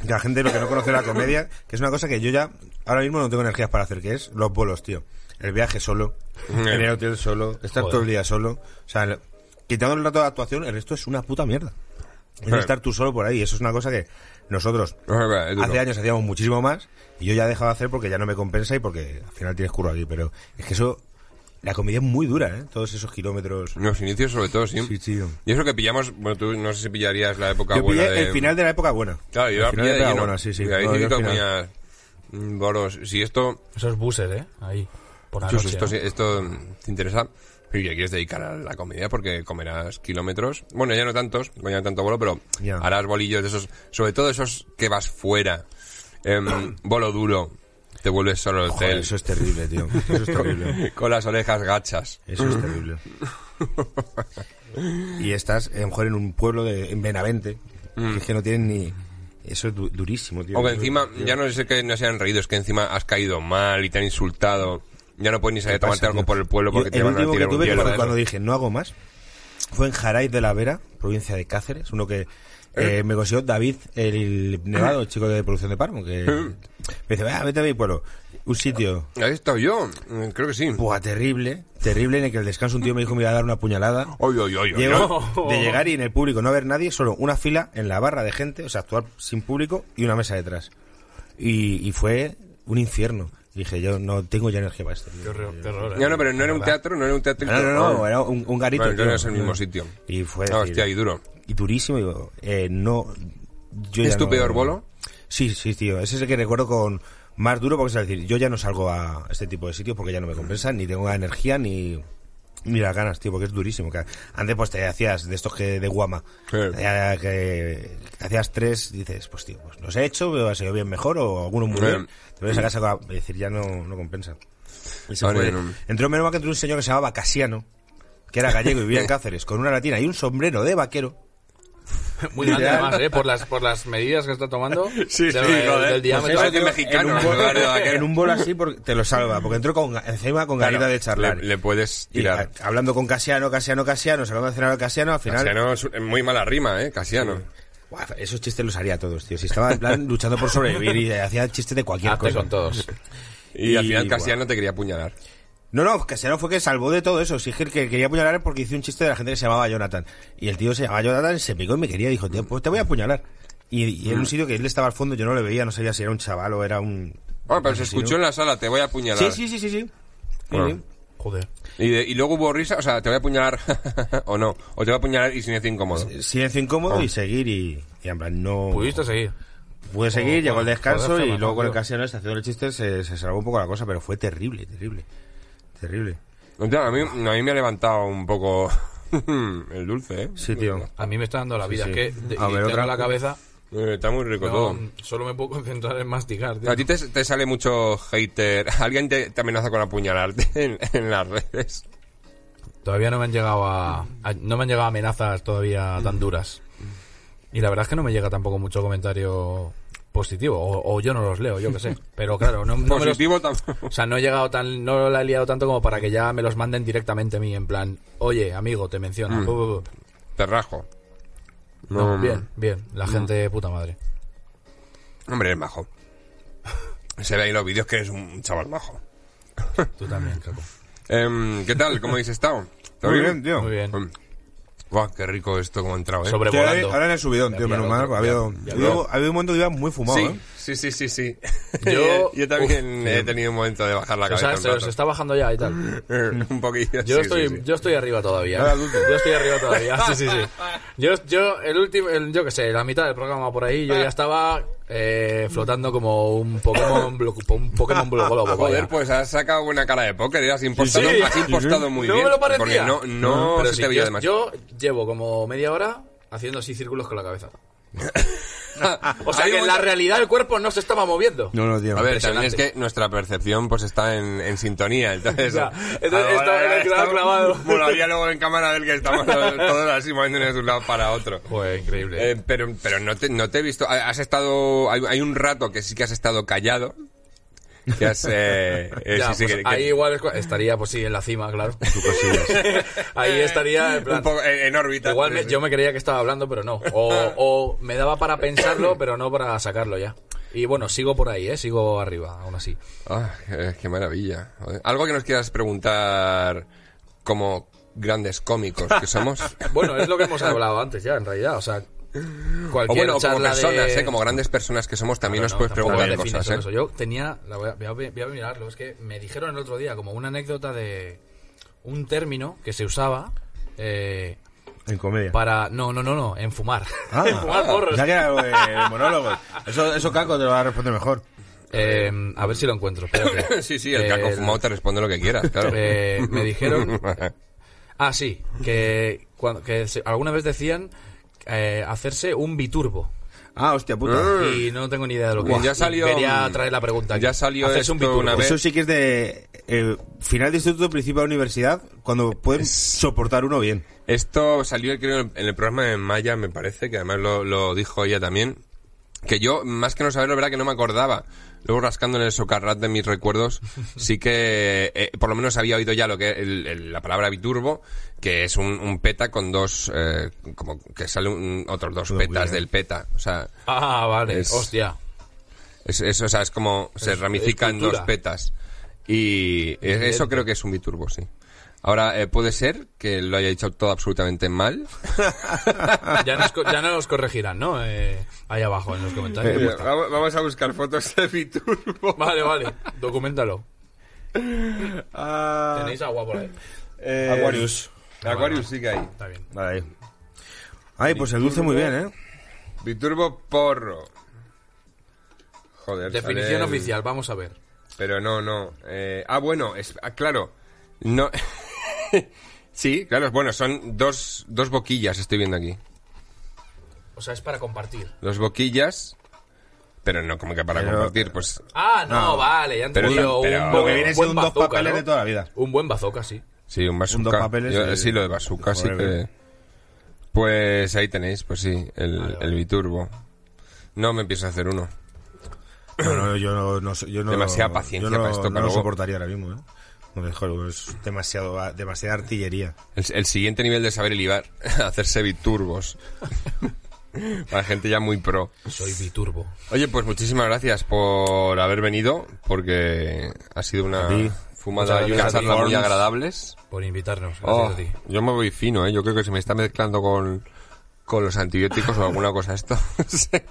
B: Que la gente lo que no conoce la comedia, que es una cosa que yo ya ahora mismo no tengo energías para hacer, que es los bolos, tío. El viaje solo, en el hotel solo, estar todo el día solo. O sea, el- quitando el rato de actuación, el resto es una puta mierda. Es
C: Sí.
B: estar tú solo por ahí. Eso es una cosa que nosotros
C: Es duro.
B: hace años hacíamos muchísimo más y yo ya he dejado de hacer porque ya no me compensa y porque al final tienes curro aquí. Pero es que eso, la comedia es muy dura, ¿eh? Todos esos kilómetros.
C: Los inicios sobre todo, sí.
B: Sí, tío.
C: Y eso que pillamos, bueno, tú no sé si pillarías la época
B: Yo
C: buena
B: pillé
C: de...
B: el final de la época buena.
C: Claro, yo
B: El
C: la
B: final
C: pillé
B: de
C: de
B: la época
C: lleno.
B: buena, sí, sí.
C: Y ahí
B: No, yo
C: sí
B: al
C: que
B: final.
C: comías, mm, bolos. Si esto,
A: Esos buses, ¿eh? Ahí, por la
C: Chus,
A: noche, ¿eh?
C: esto,
A: ¿no?
C: sí- esto, mm, te interesa, y que quieres dedicar a la comida porque comerás kilómetros. Bueno, ya no tantos, no ya tanto bolo, pero
B: Ya.
C: harás bolillos de esos, sobre todo esos que vas fuera, em, bolo duro, te vuelves solo el
B: Joder,
C: hotel,
B: eso es terrible, tío. Eso es terrible.
C: con las orejas gachas.
B: Eso es terrible. Y estás, eh, a lo mejor, en un pueblo de, en Benavente, que es que no tienen ni... Eso es du- durísimo, tío.
C: O que Mm. encima, ya no sé que no se han reído, es que encima has caído mal y te han insultado. Ya no puedes ni salir a
B: Pasa,
C: tomarte algo
B: tío.
C: por el pueblo
B: Yo,
C: porque te
B: el
C: van a
B: último que
C: tirar un ¿eh?
B: tuve, que
C: hielo.
B: fue
C: de
B: cuando
C: eso.
B: dije no hago más fue en Jaray de la Vera, provincia de Cáceres, uno que eh, me consiguió David, el nevado, el chico de producción de Parmo,
C: ¿Eh?
B: que me dice, "Ah, vete a mi pueblo, un sitio
C: Ahí he estado yo, Mm, creo que sí.
B: buah, terrible, terrible, en el que al descanso un tío me dijo me iba a dar una puñalada.
C: Oy, oy, oy, oy, oy.
B: Llegó de llegar y en el público no haber nadie, solo una fila en la barra de gente, o sea, actuar sin público y una mesa detrás. Y, y fue un infierno. Dije, yo no tengo ya energía para esto. tío".
A: Qué horror, qué horror,
C: Ya
A: eh.
C: no, pero no era un teatro, no era un teatro.
B: No, no, no, era un, un garito.
C: Bueno, entonces
B: tío.
C: es el mismo sitio.
B: Y fue.
C: Ah,
B: decir,
C: hostia, y duro.
B: y durísimo. Digo, eh, no. yo
C: ¿Es
B: ya
C: tu
B: no-
C: peor bolo?
B: Sí, sí, tío. Ese es el que recuerdo con más duro porque es decir, yo ya no salgo a este tipo de sitios porque ya no me compensa, ni tengo la energía, ni. Ni las ganas, tío, porque es durísimo. que antes, pues te hacías de estos que de guama.
C: Sí.
B: eh, que te hacías tres, dices, pues tío, pues los he hecho, me ha salido bien mejor o alguno muy
C: Sí.
B: bien. Te ves a casa a es decir, ya no, no compensa. Y se
C: Ahora
B: fue.
C: ya no.
B: Entró menos mal que entró un señor que se llamaba Casiano, que era gallego y vivía en Cáceres, con una latina y un sombrero de vaquero.
A: Muy grande
B: Literal.
A: además, ¿eh? Por las, por las medidas que está tomando.
C: Sí, sí,
A: del,
C: joder.
A: del diámetro.
C: Pues eso, tío,
B: en
C: mexicano,
B: un bolo,
C: en lugar de vaquero.
B: en un bolo así porque te lo salva, porque entró con, encima con
C: Claro,
B: garita de charlar.
C: Le, le puedes
B: y a-
C: tirar.
B: hablando con Casiano, Casiano, Casiano, sacando a cenar a Casiano, al final...
C: Casiano es un- muy mala rima, ¿eh? Casiano.
B: Buah, esos chistes los haría a todos, tío. Si estaba en plan luchando por sobrevivir y hacía chistes de cualquier
A: Hazte
B: cosa.
A: con todos.
C: Y, al final
B: buah.
C: Casiano te quería apuñalar.
B: No, no, Casiano fue que salvó de todo eso. Si es que el que quería apuñalar es porque hice un chiste de la gente que se llamaba Jonathan. Y el tío se llamaba Jonathan, se picó y me quería. Dijo, tío, pues te voy a apuñalar. Y, y en un sitio que él estaba al fondo, yo no le veía, no sabía si era un chaval o era un.
C: Ah, pero se
B: asesino.
C: escuchó en la sala, te voy a apuñalar.
B: Sí, sí, sí, sí. sí. Sí,
C: Ah.
B: sí.
A: Joder.
C: Y, de- y luego hubo risa, o sea, te voy a apuñalar o no. O te voy a apuñalar y silencio incómodo.
B: Silencio incómodo
A: Ah.
B: y seguir y. y en plan, no.
A: Pudiste seguir.
B: Pude seguir,
A: Pues, Joder,
B: llegó el descanso
A: joder,
B: y
A: Fernando,
B: luego con el
A: tío.
B: Casiano este haciendo el chiste se, se salvó un poco la cosa, pero fue terrible, terrible. Terrible.
C: O sea, a, mí, a mí me ha levantado un poco el dulce, ¿eh?
B: Sí, tío.
A: A mí me está dando la vida.
B: Sí, sí.
A: Es que de,
B: A ver,
A: y tengo
B: otra.
A: la cabeza.
C: Eh, Está muy rico
A: no,
C: todo.
A: solo me puedo concentrar en masticar. tío.
C: A ti te, te sale mucho hater. Alguien te, te amenaza con apuñalarte en, en las redes.
A: Todavía no me han llegado a, a- no me han llegado amenazas todavía tan duras. Y la verdad es que no me llega tampoco mucho comentario positivo o, o yo no los leo, yo qué sé. Pero claro, no, no me los-
C: Positivo también.
A: o sea, no he llegado tan no la he liado tanto como para que ya me los manden directamente a mí en plan, "Oye, amigo, te
C: Mm.
A: menciono." Bu, bu, bu.
C: Te rajo.
A: No,
C: Mm.
A: bien, bien, la gente de puta madre.
C: Hombre, eres majo. Se ve ahí en los vídeos que eres un chaval majo.
A: Tú también,
C: Mm.
A: Caco.
C: Em, ¿Qué tal? ¿Cómo habéis estado? ¿Todo
B: Muy bien, tío.
A: Muy bien.
C: Mm. Guau, qué rico esto como ha entrado, ¿eh?
B: Sí, ahora-
A: Sobrevolando.
B: ahora en el subidón, tío,
A: Ya,
B: menos
A: ya,
B: mal.
A: ya,
B: Había,
A: ya,
B: había-
C: ya.
B: había un momento que iba muy fumado,
C: sí,
B: ¿eh?
C: sí, sí, sí, sí.
A: Yo-
C: yo también he tenido un momento de bajar la
A: O sea,
C: cabeza.
A: se
C: un,
A: los
C: rato.
A: está bajando ya y tal.
C: un poquillo.
A: Yo
C: sí,
A: estoy,
C: sí, sí.
A: yo estoy arriba todavía.
B: Nada, adulto.
A: Yo estoy arriba todavía. Sí, sí, sí. Yo, yo el último, el- yo qué sé, la mitad del programa por ahí, yo ya estaba eh, flotando como un Pokémon, blo- un Pokémon blogólogo.
C: Joder,
A: vaya.
C: pues has sacado buena cara de póker, ¿eh? has impostado,
A: Sí, sí.
C: has impostado muy
A: no
C: bien.
A: me lo parecía.
C: Porque no, no
A: Pero
C: se
A: sí,
C: te veía
A: yo,
C: además.
A: yo llevo como media hora haciendo así círculos con la cabeza. O sea
C: Hay
A: que
C: un
A: en la
C: momento-
A: realidad el cuerpo no se estaba moviendo.
B: No, no, tío.
C: A ver, también es que nuestra percepción pues está en, en sintonía, entonces... ah,
A: Ya, entonces
C: ahora
A: está- era quedado clavado.
C: Molaría luego en cámara ver que estamos todos así moviéndonos de un lado para otro.
A: Joder, increíble.
C: Eh, pero pero no, te, no te he visto... Has estado... Hay, hay un rato que sí que has estado callado. Que has... eh, eh,
A: Ya,
C: sí, sí,
A: pues
C: que- que-
A: ahí igual es cua- estaría, pues sí, en la cima, claro. ahí estaría en plan,
C: un poco en, en órbita.
A: Igual me- yo me creía que estaba hablando, pero no. O, o me daba para pensarlo, pero no para sacarlo ya. Y bueno, sigo por ahí, ¿eh? Sigo arriba, aún así.
C: Ah, qué, qué maravilla. Joder. Algo que nos quieras preguntar como grandes cómicos que somos.
A: Bueno, es lo que hemos hablado antes ya, en realidad. O sea,
C: o
A: cualquier
C: bueno, como
A: charla
C: personas,
A: de-
C: ¿eh? como grandes personas que somos, también
A: No,
C: nos
A: no,
C: puedes
A: tampoco
C: preguntar
A: defines
C: cosas.
A: todo
C: ¿eh?
A: eso. Yo tenía, la voy, a, voy a- voy a mirarlo, es que me dijeron el otro día como una anécdota de un término que se usaba eh,
B: En comedia.
A: para... No, no, no, no, en fumar.
B: Ah,
A: en fumar porros.
B: ya que era algo de monólogos. Eso, eso Caco te lo va a responder mejor.
A: Eh, a ver si lo Eh, encuentro. espérate.
C: sí, sí, el caco
A: Eh,
C: fumado te responde lo que quieras, claro.
A: Eh, me dijeron Ah, sí, que, cuando, que se- alguna vez decían eh, hacerse un biturbo.
B: Ah, hostia puta.
C: Ah.
A: Y no tengo ni idea de lo que
C: Buah,
A: es.
C: ya salió-
A: Quería traer la pregunta. aquí.
C: ya salió
A: Hacerse un
C: esto
A: biturbo.
C: una vez.
A: Eso-
C: ver.
B: Eso sí que es de eh, final de instituto, principio de universidad, cuando pueden soportar uno bien.
C: Esto salió, creo, en el programa de Maya, me parece, que además lo, lo dijo ella también. Que yo, más que no saberlo, la verdad que no me acordaba. Luego rascando en el socarrat de mis recuerdos, sí que eh, por lo menos había oído ya lo que el- el- la palabra biturbo, que es un, un peta con dos, eh, como que salen un- otros dos
B: Todo
C: petas
B: cuidado.
C: del peta. O sea,
A: Ah, vale.
C: Es-
A: Hostia.
C: es, es- o sea, es como se
A: Es-
C: ramifican
A: es cultura.
C: dos petas. Y eh, eso creo que es un biturbo, sí. Ahora, eh, puede ser que lo haya dicho todo absolutamente mal.
A: Ya nos, co- ya nos corregirán, ¿no? Eh, ahí abajo en los comentarios.
C: Eh, va- vamos a buscar fotos de Biturbo.
A: Vale, vale. Documentalo. Tenéis agua por ahí.
B: Aquarius.
C: Eh, Aquarius sigue ahí.
A: Está bien.
B: Eh, Vale. Ay, pues el dulce muy bien, ¿eh?
C: Biturbo porro. Joder. sale
A: Definición
C: el-
A: oficial, vamos a ver.
C: Pero no, no. eh, ah, bueno, es, ah, claro. No. sí, claro. Bueno, son dos, dos boquillas, estoy viendo aquí.
A: O sea, es para compartir.
C: Dos boquillas. Pero no como que para
B: Pero-
C: compartir, pues.
A: Ah, no,
B: No.
A: vale, ya he
C: Pero
A: entendido.
C: no, pero-
A: un
C: Lo
B: que
A: buen-
B: viene
A: un buen
B: siendo dos
A: bazooka,
B: papeles
A: ¿no?
B: de toda la vida.
A: Un buen bazooka, sí.
C: Sí, un bazooka.
B: dos papeles
C: Yo-
B: y-
C: sí, lo de bazooka sí
B: Joder.
C: que... Pues ahí tenéis, pues sí, el, el biturbo. No me empiezo a hacer uno.
B: No, no, yo no, no so- yo no-
C: Demasiada paciencia
B: yo no,
C: para esto,
B: no
C: para
B: lo
C: luego.
B: soportaría ahora mismo, ¿eh? No me jodas, pues es demasiado, demasiada artillería.
C: El, el siguiente nivel de saber libar, hacerse biturbos. Para gente ya muy pro.
A: Soy biturbo.
C: Oye, pues muchísimas gracias por haber venido, porque ha sido una
B: A ti.
C: fumada
A: Muchas
C: y una
A: gracias a ti,
C: charla muy
A: Forms.
C: agradables.
A: Por invitarnos. Gracias
C: Oh,
A: a ti.
C: yo me voy fino, ¿eh? Yo creo que se me está mezclando con, con los antibióticos o alguna cosa esto. No sé.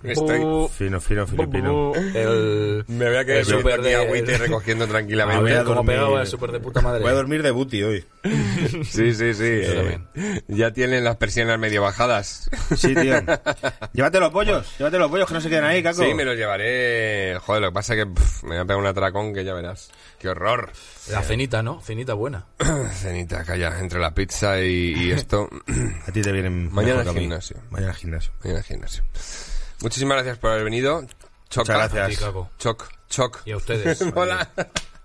C: Me estoy...
A: Bu-
B: Fino, fino,
A: bu-
B: filipino.
A: bu- El...
C: Me voy a quedar
A: El súper
C: aquí
A: de-
C: agüite recogiendo
B: A
C: tranquilamente.
B: ver,
A: el como
B: dormir.
A: pegado es súper de puta madre.
B: Voy a dormir de booty hoy.
C: Sí, sí, sí.
A: Yo
C: eh, ya tienen las persianas medio bajadas.
B: Sí, tío. llévate los pollos, llévate los pollos que no se queden ahí, Caco.
C: Sí, me los llevaré. Joder, lo que pasa es que pf, me voy a pegar un atracón que ya verás. ¡Qué horror!
A: La cenita, ¿no? Cenita buena.
C: Cenita, calla, entre la pizza y, y esto.
B: A ti te vienen
C: Mañana
B: mejor que a
C: al
B: mí.
C: gimnasio.
B: Mañana al gimnasio.
C: Mañana al gimnasio. Muchísimas gracias por haber venido. Choca.
B: Muchas gracias.
A: Sí, Caco.
C: Choc, choc.
A: Y a ustedes.
C: Hola.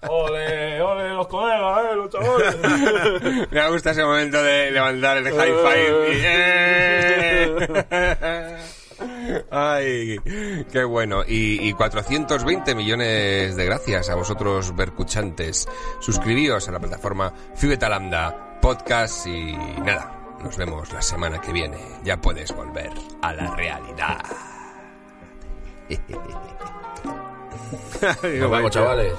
A: ¡Ole, ole, los colegas, eh, los chavales!
C: Me ha gustado ese momento de levantar el high five. y, ¡eh! Ay, qué bueno. Y, y 420 millones de gracias a vosotros, vercuchantes. Suscribíos a la plataforma Fibeta Lambda Podcast y nada, nos vemos la semana que viene. Ya puedes volver a la realidad.
A: Nos vemos, chavales.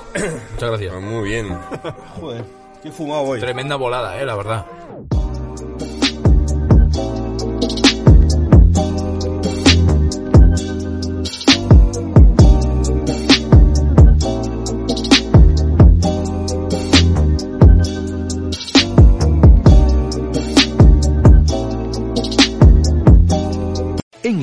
A: Muchas gracias.
C: Muy bien.
B: Joder, qué fumado hoy.
A: Tremenda volada, eh, la verdad.
D: En